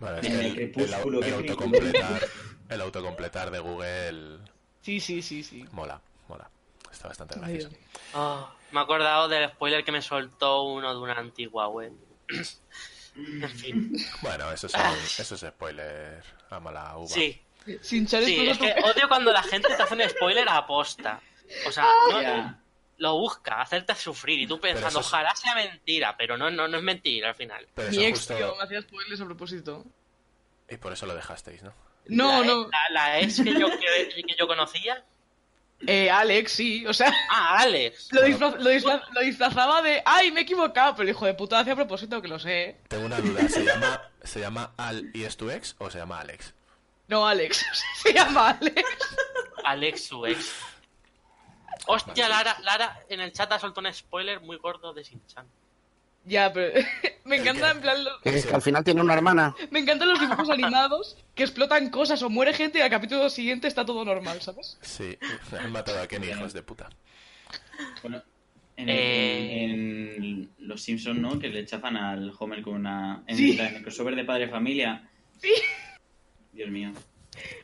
Speaker 2: Bueno, es
Speaker 4: Mira,
Speaker 2: que
Speaker 4: el
Speaker 2: el,
Speaker 4: crepúsculo,
Speaker 2: el
Speaker 4: qué película.
Speaker 2: autocompletar, el autocompletar de Google
Speaker 6: Sí, sí, sí, sí.
Speaker 2: mola, mola. Está bastante
Speaker 6: Ay,
Speaker 2: gracioso.
Speaker 6: Dios.
Speaker 5: Ah, me he acordado del spoiler que me soltó uno de una antigua web. en fin,
Speaker 2: Bueno, eso
Speaker 6: Ah.
Speaker 2: es, un- eso es spoiler a mala uva.
Speaker 5: sí.
Speaker 6: Sinchar es
Speaker 5: Sí,
Speaker 6: cosa
Speaker 5: es que
Speaker 6: tu-
Speaker 5: odio cuando la gente te hace un spoiler a aposta. O sea, no-
Speaker 4: Ah, Ya.
Speaker 5: lo busca, hacerte sufrir y tú pensando,
Speaker 2: eso es-
Speaker 5: ojalá sea mentira, pero no, no, no es mentira al final.
Speaker 2: Pero
Speaker 6: Mi
Speaker 2: eso
Speaker 6: ex,
Speaker 2: justo-
Speaker 6: tío, me hacía spoilers a propósito.
Speaker 2: Y por eso lo dejasteis, ¿no?
Speaker 6: No,
Speaker 5: la, E.
Speaker 6: no.
Speaker 5: La, la ex que yo, que, que yo conocía.
Speaker 6: Eh, Alex, sí, o sea,
Speaker 5: Ah, Alex.
Speaker 6: lo, disfraz- lo disfraz- lo disfrazaba de, ay, me he equivocado, pero el hijo de puta lo hacía a propósito, que lo sé. ¿eh?
Speaker 2: Tengo una duda, ¿se llama, ¿se llama Al y es tu ex o se llama Alex?
Speaker 6: No, Alex, se llama Alex.
Speaker 5: Alex, su ex. Hostia, Lara, Lara en el chat ha soltado un spoiler muy gordo de Sinchan.
Speaker 6: Ya, pero me encanta en plan lo-
Speaker 7: Que, que al final tiene una hermana.
Speaker 6: me encantan los dibujos animados que explotan cosas o muere gente y al capítulo siguiente está todo normal, ¿sabes?
Speaker 2: Sí, han matado a Kenny, hijos de puta.
Speaker 4: Bueno, en,
Speaker 5: Eh.
Speaker 4: en Los Simpsons, ¿no? Que le chafan al Homer con una. En,
Speaker 6: Sí.
Speaker 4: la- en el crossover de Padre Familia.
Speaker 6: Sí.
Speaker 4: Dios mío.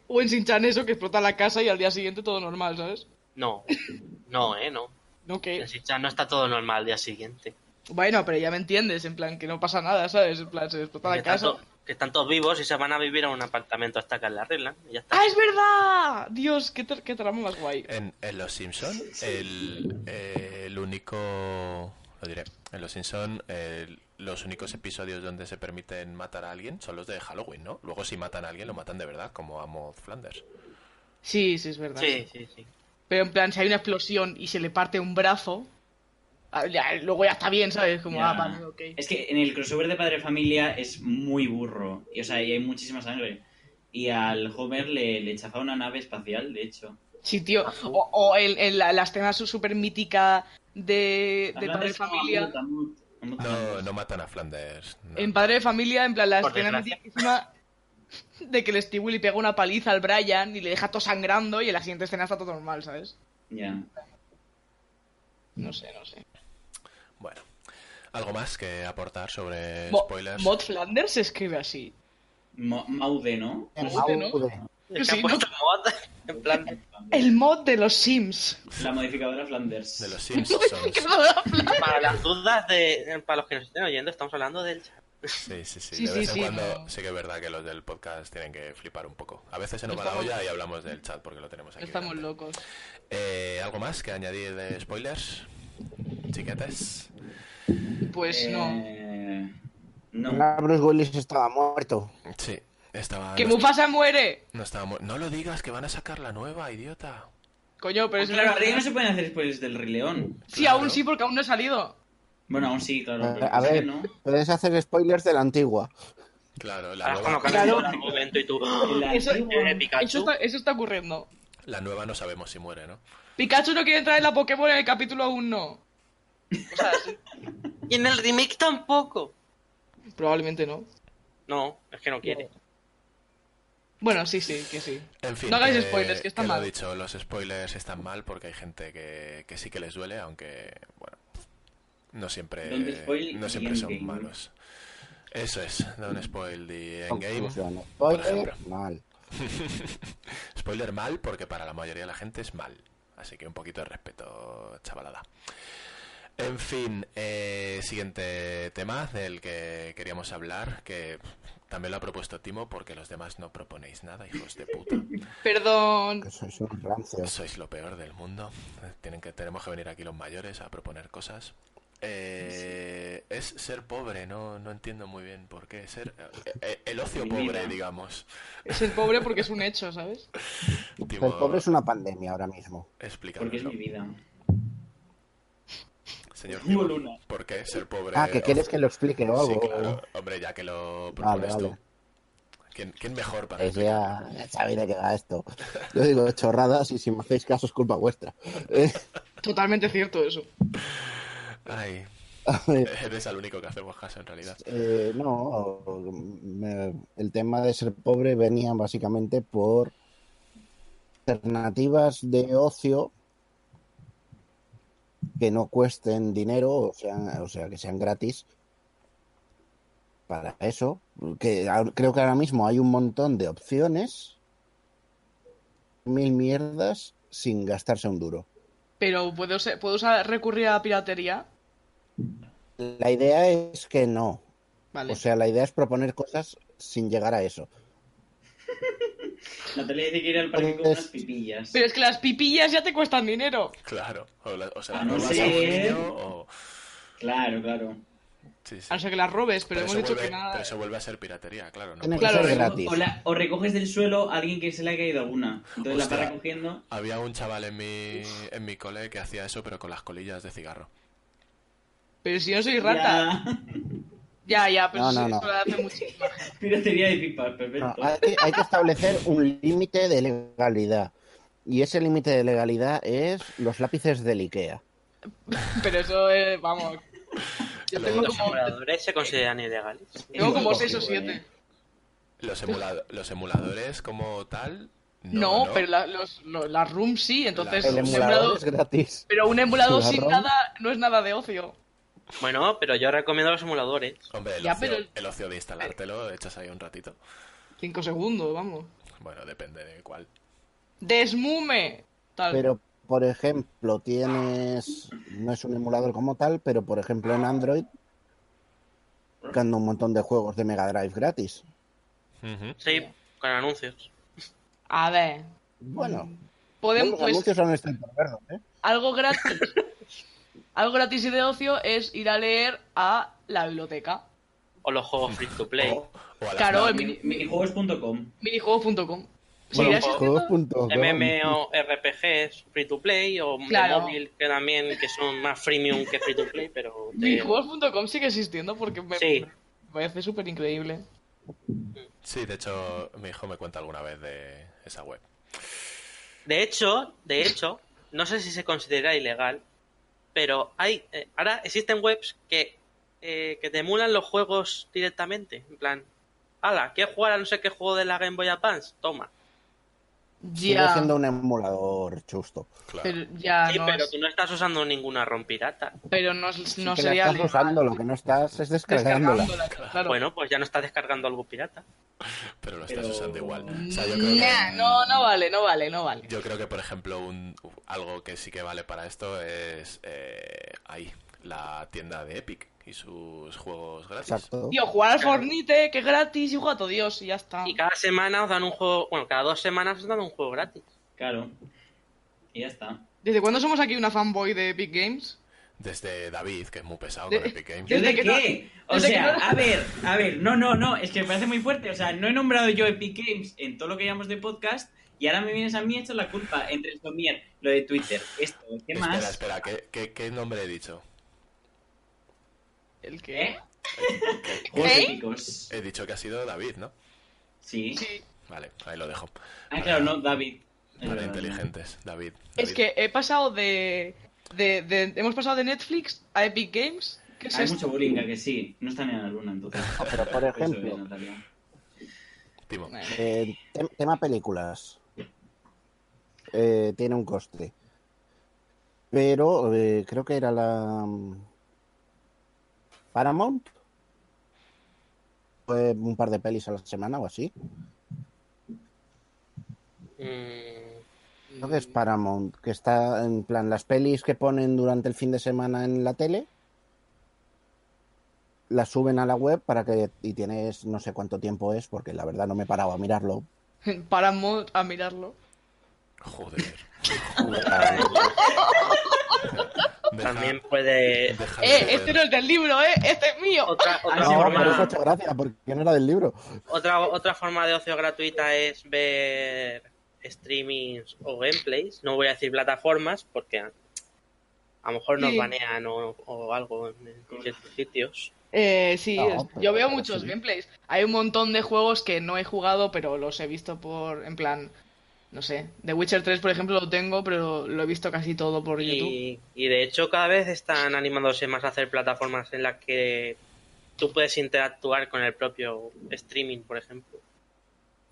Speaker 6: O en Sinchan eso que explota la casa y al día siguiente todo normal, ¿sabes?
Speaker 5: No, no, eh, no.
Speaker 6: No que
Speaker 5: En Sinchan no está todo normal al día siguiente.
Speaker 6: bueno, pero ya me entiendes, en plan que no pasa nada, ¿sabes? En plan se explota
Speaker 5: Que
Speaker 6: la
Speaker 5: están,
Speaker 6: casa.
Speaker 5: to- que están todos vivos y se van a vivir a un apartamento hasta que la arreglan. Y ya está.
Speaker 6: ¡Ah, es verdad! Dios, qué, tra- qué trama más guay.
Speaker 5: Eh.
Speaker 2: En, en Los Simpson, el, eh, el único... Lo diré. En Los Simpson, eh, los únicos episodios donde se permiten matar a alguien son los de Halloween, ¿no? Luego si matan a alguien, lo matan de verdad, como a Maud Flanders.
Speaker 6: Sí, sí, es verdad.
Speaker 5: Sí, sí, sí.
Speaker 6: Pero en plan, si hay una explosión y se le parte un brazo, ah, ya, luego ya está bien, ¿sabes? Como,
Speaker 4: Ya.
Speaker 6: ah, vale, ok.
Speaker 4: Es que en el crossover de Padre Familia es muy burro. Y, o sea, y hay muchísima sangre. Y al Homer le, le chafa una nave espacial, de hecho.
Speaker 6: Sí, tío.
Speaker 4: Ah,
Speaker 6: O, o en, en la, la escena súper mítica de, de
Speaker 4: Hablando
Speaker 6: Padre de
Speaker 4: de
Speaker 6: Familia.
Speaker 4: Amut, Amut, Amut,
Speaker 2: No,
Speaker 4: Amut.
Speaker 2: no matan a Flanders. no.
Speaker 6: En Padre de Familia, en plan, la
Speaker 5: Por
Speaker 6: escena
Speaker 5: desgracia.
Speaker 6: mítica de que el Stewie le pega una paliza al Brian y le deja todo sangrando y en la siguiente escena está todo normal, ¿sabes?
Speaker 4: Ya.
Speaker 6: No sé, no sé.
Speaker 2: Bueno, ¿algo más que aportar sobre
Speaker 6: Mo-
Speaker 2: Eh, spoilers?
Speaker 6: Maud Flanders se escribe así.
Speaker 4: Mo- Maude, ¿no? Pues,
Speaker 7: En
Speaker 6: Maude, ¿no?
Speaker 7: Maude.
Speaker 5: Es
Speaker 6: Sí,
Speaker 5: que han
Speaker 6: ¿no?
Speaker 5: puesto mod en plan
Speaker 6: El mod de los Sims.
Speaker 4: La modificadora Flanders.
Speaker 2: De los Simpsons.
Speaker 5: para las dudas de para los que nos estén oyendo estamos hablando del chat.
Speaker 2: Sí, sí, sí.
Speaker 6: Sí,
Speaker 2: de
Speaker 6: sí,
Speaker 2: vez en
Speaker 6: sí,
Speaker 2: cuando
Speaker 6: no.
Speaker 2: sí que es verdad que los del podcast tienen que flipar un poco. A veces se nos va la
Speaker 6: Estamos-
Speaker 2: olla y hablamos del chat porque lo tenemos aquí.
Speaker 6: Estamos
Speaker 2: delante.
Speaker 6: locos.
Speaker 2: Eh, ¿Algo más que añadir de spoilers? chiquetes.
Speaker 6: Pues no.
Speaker 4: Eh, no.
Speaker 7: La Bruce Willis estaba muerto.
Speaker 2: Sí, estaba.
Speaker 6: ¡Que
Speaker 2: no,
Speaker 6: Mufasa muere!
Speaker 2: no estaba mu- no lo digas, que van a sacar la nueva, idiota.
Speaker 6: Coño, pero es
Speaker 4: Pues Claro,
Speaker 6: una-
Speaker 4: arriba no se pueden hacer spoilers del Rey León.
Speaker 6: Sí,
Speaker 2: Claro.
Speaker 6: aún sí, porque aún no he salido.
Speaker 4: Bueno, aún sí, claro.
Speaker 7: Eh,
Speaker 4: Pero
Speaker 7: a
Speaker 4: es que
Speaker 7: ver,
Speaker 4: no.
Speaker 7: puedes hacer spoilers de la antigua.
Speaker 2: Claro, la
Speaker 5: Ahora cuando
Speaker 2: nueva,
Speaker 5: cambia el argumento y tú.
Speaker 4: En la
Speaker 6: Eso-
Speaker 4: antigua-
Speaker 5: eh, Pikachu.
Speaker 6: Eso está, eso está ocurriendo.
Speaker 2: la nueva no sabemos si muere, ¿no?
Speaker 6: Pikachu no quiere entrar en la Pokémon en el capítulo 1. O sea, sí,
Speaker 5: Y en el remake tampoco.
Speaker 6: probablemente no.
Speaker 5: No, es que no quiere.
Speaker 6: Bueno, sí, sí, que sí.
Speaker 2: En fin.
Speaker 6: No hagáis spoilers, que está
Speaker 2: lo he
Speaker 6: mal.
Speaker 2: dicho, los spoilers están mal porque hay gente que, que sí que les duele, aunque, bueno, no
Speaker 4: Don't
Speaker 2: siempre,
Speaker 4: spoil
Speaker 2: no
Speaker 4: the
Speaker 2: siempre son
Speaker 4: endgame, ¿no?
Speaker 2: malos. Eso es, da un spoil de endgame.
Speaker 7: Conclusión,
Speaker 2: por
Speaker 7: spoiler,
Speaker 2: ejemplo.
Speaker 7: mal.
Speaker 2: Spoiler mal, porque para la mayoría de la gente es mal. Así que un poquito de respeto, chavalada. En fin, eh, siguiente tema del que queríamos hablar, que también lo ha propuesto Timo, porque los demás no proponéis nada, hijos de puta.
Speaker 6: Perdón.
Speaker 7: Que sois un rancio.
Speaker 2: Sois lo peor del mundo. Tienen que, tenemos que venir aquí los mayores a proponer cosas. Eh, Es ser pobre, no, no entiendo muy bien por qué. Ser eh, eh, el ocio
Speaker 4: Mi
Speaker 2: pobre,
Speaker 4: vida.
Speaker 2: digamos.
Speaker 6: Es el pobre porque es un hecho, ¿sabes?
Speaker 2: Timo,
Speaker 7: El pobre es una pandemia ahora mismo.
Speaker 2: explícanoslo.
Speaker 4: Porque es mi vida.
Speaker 2: Señor
Speaker 4: Vivo
Speaker 2: Timo,
Speaker 4: Luna.
Speaker 2: ¿por qué ser pobre?
Speaker 7: Ah, que quieres
Speaker 2: ocio?
Speaker 7: que lo explique o
Speaker 2: Sí,
Speaker 7: algo.
Speaker 2: claro. Hombre, ya que lo propones
Speaker 7: vale.
Speaker 2: tú. ¿Quién, quién mejor para
Speaker 7: Pues
Speaker 2: explicar?
Speaker 7: ya, ya sabéis de qué va esto. Yo digo chorradas y si me hacéis caso es culpa vuestra. Eh,
Speaker 6: Totalmente cierto eso.
Speaker 2: Ay,
Speaker 7: a ver,
Speaker 2: eres el único que hacemos caso en realidad.
Speaker 7: eh, no, me- el tema de ser pobre venía básicamente por alternativas de ocio que no cuesten dinero, o sea, o sea que sean gratis. Para eso, que ahora- creo que ahora mismo hay un montón de opciones, mil mierdas sin gastarse un duro.
Speaker 6: Pero ¿puedo, ser- ¿puedo usar, recurrir a la piratería?
Speaker 7: La idea es que no.
Speaker 6: Vale.
Speaker 7: O sea, la idea es proponer cosas sin llegar a eso.
Speaker 4: Natalia dice que ir al parque con
Speaker 7: Pues-
Speaker 4: unas pipillas.
Speaker 6: pero es que las pipillas ya te cuestan dinero.
Speaker 2: Claro. O, la- o se la
Speaker 4: A no
Speaker 2: robas a un
Speaker 4: ser-
Speaker 2: niño o...
Speaker 4: Claro, claro.
Speaker 2: Sí, sí.
Speaker 6: A no ser que las robes, Ah, pero, hemos
Speaker 2: eso
Speaker 6: dicho
Speaker 2: vuelve,
Speaker 6: que nada.
Speaker 2: pero eso vuelve a ser piratería, claro. No
Speaker 7: Tiene que
Speaker 2: puede-
Speaker 6: Claro,
Speaker 7: ser
Speaker 6: eso-
Speaker 7: gratis.
Speaker 4: O, la- o recoges del suelo a alguien que se le ha caído alguna. Entonces la
Speaker 2: Hostia.
Speaker 4: vas recogiendo.
Speaker 2: Había un chaval en mi, en mi cole que hacía eso, pero con las colillas de cigarro.
Speaker 6: Pero si yo no soy rata. Ya, ya, pero
Speaker 7: No,
Speaker 6: eso-
Speaker 7: no, no.
Speaker 6: eso lo hace muchísima gente.
Speaker 4: Ya, Piratería de pipas, perfecto.
Speaker 7: No, hay, que, hay que establecer un límite de legalidad. Y ese límite de legalidad es los lápices del IKEA.
Speaker 6: Pero eso es, vamos. Yo tengo
Speaker 5: Los
Speaker 6: como,
Speaker 5: emuladores se consideran ilegales.
Speaker 6: tengo como
Speaker 4: Hemos
Speaker 6: 6 o
Speaker 4: cogido, eh.
Speaker 6: 7.
Speaker 2: Los, emula- los emuladores como tal... No,
Speaker 6: No, pero la, los, lo- las rooms sí, entonces.
Speaker 2: Las
Speaker 7: El
Speaker 6: un
Speaker 2: rooms.
Speaker 7: emulador
Speaker 6: emulador-
Speaker 7: es gratis.
Speaker 6: pero un emulador
Speaker 7: ¿La
Speaker 6: sin
Speaker 7: ROM?
Speaker 6: nada no es nada de ocio.
Speaker 5: Bueno, pero yo recomiendo los emuladores.
Speaker 2: Hombre, el,
Speaker 6: Ya,
Speaker 2: ocio,
Speaker 6: pero-
Speaker 2: el ocio de instalártelo, echas ahí un ratito.
Speaker 6: 5 segundos, vamos.
Speaker 2: Bueno, depende de cuál.
Speaker 6: Desmume. Tal.
Speaker 7: Pero, por ejemplo, tienes... No es un emulador como tal, pero, por ejemplo, en Android... Buscando un montón de juegos de Mega Drive gratis.
Speaker 2: Ujú.
Speaker 5: Sí, con anuncios.
Speaker 6: A ver.
Speaker 7: Bueno,
Speaker 6: Podemos,
Speaker 7: los
Speaker 6: pues,
Speaker 7: anuncios son están por verlos, ¿eh?
Speaker 6: algo gratis. algo gratis y de ocio es ir a leer a la biblioteca.
Speaker 5: O los juegos free to play.
Speaker 2: O, o a las
Speaker 6: Claro, el
Speaker 4: Mini-
Speaker 6: mini-
Speaker 4: Minijuegos.com.
Speaker 6: minijuegos.com.
Speaker 5: Bueno,
Speaker 6: ¿Seguirá existiendo?
Speaker 7: Juegos.com.
Speaker 5: oh, MMORPGs free to play o de
Speaker 6: Claro.
Speaker 5: móvil que también que son más freemium que free to play, pero te-
Speaker 6: Minijuegos.com sigue existiendo porque me,
Speaker 5: Sí.
Speaker 6: me parece súper increíble.
Speaker 2: Sí, de hecho, mi hijo me cuenta alguna vez de esa web.
Speaker 5: de hecho, de hecho, no sé si se considera ilegal, pero hay eh, ahora existen webs que eh, que te emulan los juegos directamente, en plan, ala, ¿quieres jugar a no sé qué juego de la Game Boy Advance? Toma.
Speaker 7: Sigue
Speaker 6: Ya.
Speaker 7: siendo un emulador chusto.
Speaker 2: Claro.
Speaker 6: Pero ya
Speaker 5: Sí,
Speaker 6: Ah, no,
Speaker 5: pero
Speaker 6: es-
Speaker 5: tú no estás usando ninguna ROM pirata.
Speaker 6: pero no, es- no
Speaker 7: que la
Speaker 6: sería
Speaker 7: estás
Speaker 6: legal.
Speaker 7: usando, lo que no estás es descargándola.
Speaker 6: Descargándola, claro.
Speaker 5: Bueno, pues ya no estás descargando algo pirata.
Speaker 2: Pero lo estás
Speaker 4: Pero-
Speaker 2: usando igual. O sea, yo creo que,
Speaker 6: Nah, no, no vale, no vale, no vale.
Speaker 2: yo creo que, por ejemplo, un, algo que sí que vale para esto es eh, ahí, la tienda de Epic y sus juegos gratis.
Speaker 7: Exacto.
Speaker 6: Tío, jugar al Fornite, que es gratis, y juega a todo Dios, y ya está.
Speaker 5: Y cada semana os dan un juego, bueno, cada dos semanas os dan un juego gratis.
Speaker 4: Claro. Y ya está.
Speaker 6: ¿Desde cuándo somos aquí una fanboy de Epic Games?
Speaker 2: Desde David, que es muy pesado
Speaker 6: De-
Speaker 2: con Epic Games.
Speaker 6: de-
Speaker 2: Yo
Speaker 6: Desde
Speaker 4: ¿Desde
Speaker 6: que
Speaker 4: qué?
Speaker 6: no-
Speaker 4: o
Speaker 6: desde que
Speaker 4: sea,
Speaker 6: no-
Speaker 4: a ver, a ver, no, no, no, es que me parece muy fuerte. O sea, no he nombrado yo Epic Games en todo lo que llamamos de podcast y ahora me vienes a mí echar la culpa entre el somier, lo de Twitter, esto, ¿qué
Speaker 2: espera,
Speaker 4: más?
Speaker 2: espera, ¿qué, qué, qué nombre he dicho?
Speaker 6: ¿El qué?
Speaker 4: ¿Eh? Juegos
Speaker 6: ¿Eh?
Speaker 4: épicos.
Speaker 2: He dicho que ha sido David, ¿no?
Speaker 4: Sí.
Speaker 6: Sí.
Speaker 2: Vale, ahí lo dejo.
Speaker 6: Eh,
Speaker 4: Ah, claro, no, David. Es
Speaker 2: Para
Speaker 4: verdad,
Speaker 2: inteligentes, David.
Speaker 6: Es
Speaker 2: David.
Speaker 6: que he pasado de, de, de- Hemos pasado de Netflix a Epic Games. ¿Qué es este,
Speaker 4: Hay
Speaker 6: esto?
Speaker 4: mucho bullying a que sí. No están en la luna, entonces.
Speaker 7: Pero, por
Speaker 4: Eso es,
Speaker 7: ejemplo,
Speaker 4: Natalia.
Speaker 2: Timo.
Speaker 7: eh, tem- tema películas. Eh, tiene un coste. Pero eh, creo que era la. mm, Paramount. Fue un par de pelis a la semana o así.
Speaker 5: Mm,
Speaker 7: Creo que es Paramount, que está en plan las pelis que ponen durante el fin de semana en la tele, las suben a la web para que y tienes no sé cuánto tiempo es, porque la verdad no me paraba a mirarlo.
Speaker 6: Paramos a mirarlo.
Speaker 2: Joder. Deja-
Speaker 5: También puede.
Speaker 2: deja de
Speaker 6: Eh,
Speaker 2: joder.
Speaker 6: este no es del libro, eh. Este es mío.
Speaker 5: Otra, otra
Speaker 4: Ah, sí,
Speaker 7: No,
Speaker 4: porque
Speaker 7: por eso ha
Speaker 5: forma,
Speaker 7: hecho gracia, porque no era del libro.
Speaker 5: otra, otra forma de ocio gratuita es ver streamings o gameplays. No voy a decir plataformas porque a, a lo mejor nos
Speaker 6: Sí.
Speaker 5: banean o, o algo en, en ciertos sitios.
Speaker 6: Eh, sí,
Speaker 7: No,
Speaker 6: es-
Speaker 7: pero-
Speaker 6: yo veo
Speaker 7: pero
Speaker 6: muchos
Speaker 7: sí.
Speaker 6: gameplays. Hay un montón de juegos que no he jugado, pero los he visto por, en plan, no sé. The Witcher 3, por ejemplo, lo tengo, pero lo he visto casi todo por YouTube.
Speaker 5: Y, y de hecho cada vez están animándose más a hacer plataformas en las que tú puedes interactuar con el propio streaming, por ejemplo.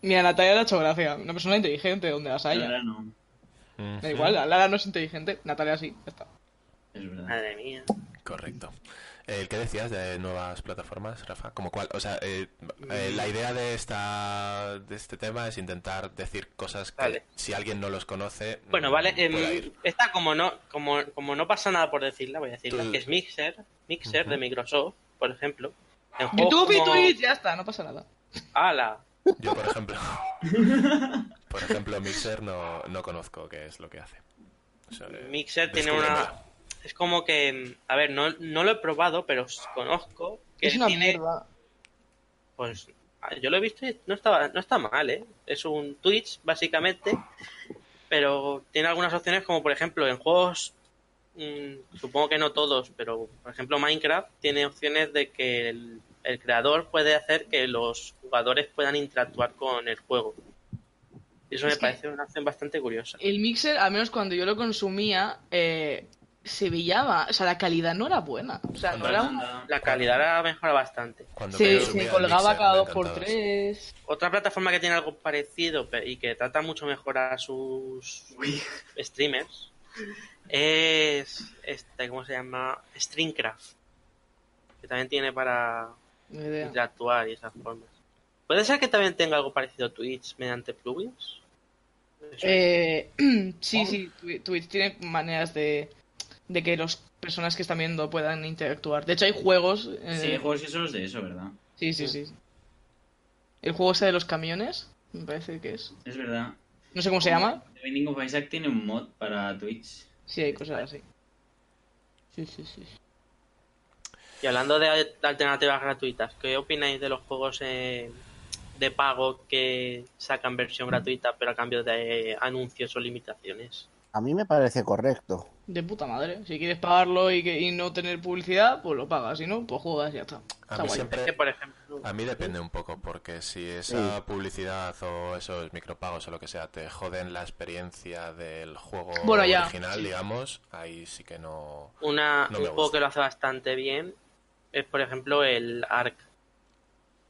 Speaker 6: Mira, Natalia le ha hecho gracia. Una persona inteligente, donde las
Speaker 4: Es
Speaker 6: haya.
Speaker 4: verdad, no.
Speaker 2: Mm,
Speaker 6: Da igual, Lara no es inteligente, Natalia sí, ya está.
Speaker 4: Es verdad.
Speaker 5: Madre mía.
Speaker 2: Correcto. Eh, ¿Qué decías de nuevas plataformas, Rafa? ¿Como cuál? O sea, eh, eh, la idea de esta de este tema es intentar decir cosas que
Speaker 5: Vale.
Speaker 2: si alguien no los conoce.
Speaker 5: Bueno,
Speaker 2: mm,
Speaker 5: vale,
Speaker 2: pueda
Speaker 5: em,
Speaker 2: ir.
Speaker 5: esta como no, como, como no pasa nada por decirla, voy a decirla,
Speaker 2: Tú-
Speaker 5: que es Mixer, Mixer de Microsoft, por ejemplo. En juegos
Speaker 6: YouTube y
Speaker 5: como-
Speaker 6: Twitch, ya está, no pasa nada.
Speaker 5: ¡Hala!
Speaker 2: Yo, por ejemplo, por ejemplo, Mixer no, no conozco qué es lo que hace. O sea, eh,
Speaker 5: Mixer tiene una...
Speaker 2: descríbemelo.
Speaker 5: Es como que, em, a ver, no, no lo he probado, pero os conozco que
Speaker 6: Es una
Speaker 5: tiene-
Speaker 6: mierda.
Speaker 5: Pues ah, yo lo he visto y no, estaba, no está mal, ¿eh? Es un Twitch, básicamente, pero tiene algunas opciones como, por ejemplo, en juegos, mm, supongo que no todos, pero, por ejemplo, Minecraft tiene opciones de que el, el creador puede hacer que los jugadores puedan interactuar con el juego. Y eso
Speaker 6: Es
Speaker 5: me
Speaker 6: que-
Speaker 5: parece una opción bastante curiosa.
Speaker 6: El mixer, al menos cuando yo lo consumía, eh, se brillaba. O sea, la calidad no era buena. O sea, no
Speaker 2: Anda,
Speaker 6: era un-
Speaker 4: Anda.
Speaker 5: La calidad ha mejorado bastante.
Speaker 2: Cuando
Speaker 6: Se,
Speaker 2: consumía
Speaker 6: se
Speaker 2: el
Speaker 6: colgaba
Speaker 2: Mixer,
Speaker 6: cada
Speaker 2: me
Speaker 6: dos por
Speaker 2: encantaba eso.
Speaker 6: tres.
Speaker 5: Otra plataforma que tiene algo parecido pe- y que trata mucho mejor a sus streamers es este, ¿cómo se llama? Streamcraft. Que también tiene para
Speaker 6: Ni idea.
Speaker 5: interactuar y esas formas. ¿Puede ser que también tenga algo parecido a Twitch mediante plugins? Eso
Speaker 6: Eh, sí, sí, Twi- Twitch tiene maneras de, de que las personas que están viendo puedan interactuar. De hecho, hay juegos. eh,
Speaker 4: Sí, hay juegos que son los de eso, ¿verdad?
Speaker 6: sí, sí, sí. El juego ese de los camiones, me parece que es.
Speaker 4: Es verdad.
Speaker 6: No sé cómo se llama.
Speaker 4: The Binding of Isaac tiene un mod para Twitch.
Speaker 6: Sí, hay cosas así. Sí, sí, sí.
Speaker 5: Y hablando de al- alternativas gratuitas, ¿qué opináis de los juegos eh, de pago que sacan versión gratuita pero a cambio de eh, anuncios o limitaciones?
Speaker 7: A mí me parece correcto.
Speaker 6: De puta madre. Si quieres pagarlo y, que, y no tener publicidad, pues lo pagas. Si no, pues juegas y ya está.
Speaker 2: A
Speaker 6: Está
Speaker 2: mí
Speaker 6: guay.
Speaker 2: siempre-
Speaker 5: Es que, por ejemplo,
Speaker 2: A mí depende un poco, porque si esa publicidad o esos micropagos o lo que sea te joden la experiencia del juego
Speaker 6: Bueno, ya,
Speaker 2: original,
Speaker 6: sí.
Speaker 2: digamos, ahí sí que no.
Speaker 5: Una,
Speaker 2: No
Speaker 5: un
Speaker 2: me
Speaker 5: juego
Speaker 2: gusta.
Speaker 5: que lo hace bastante bien es, por ejemplo, el Ark.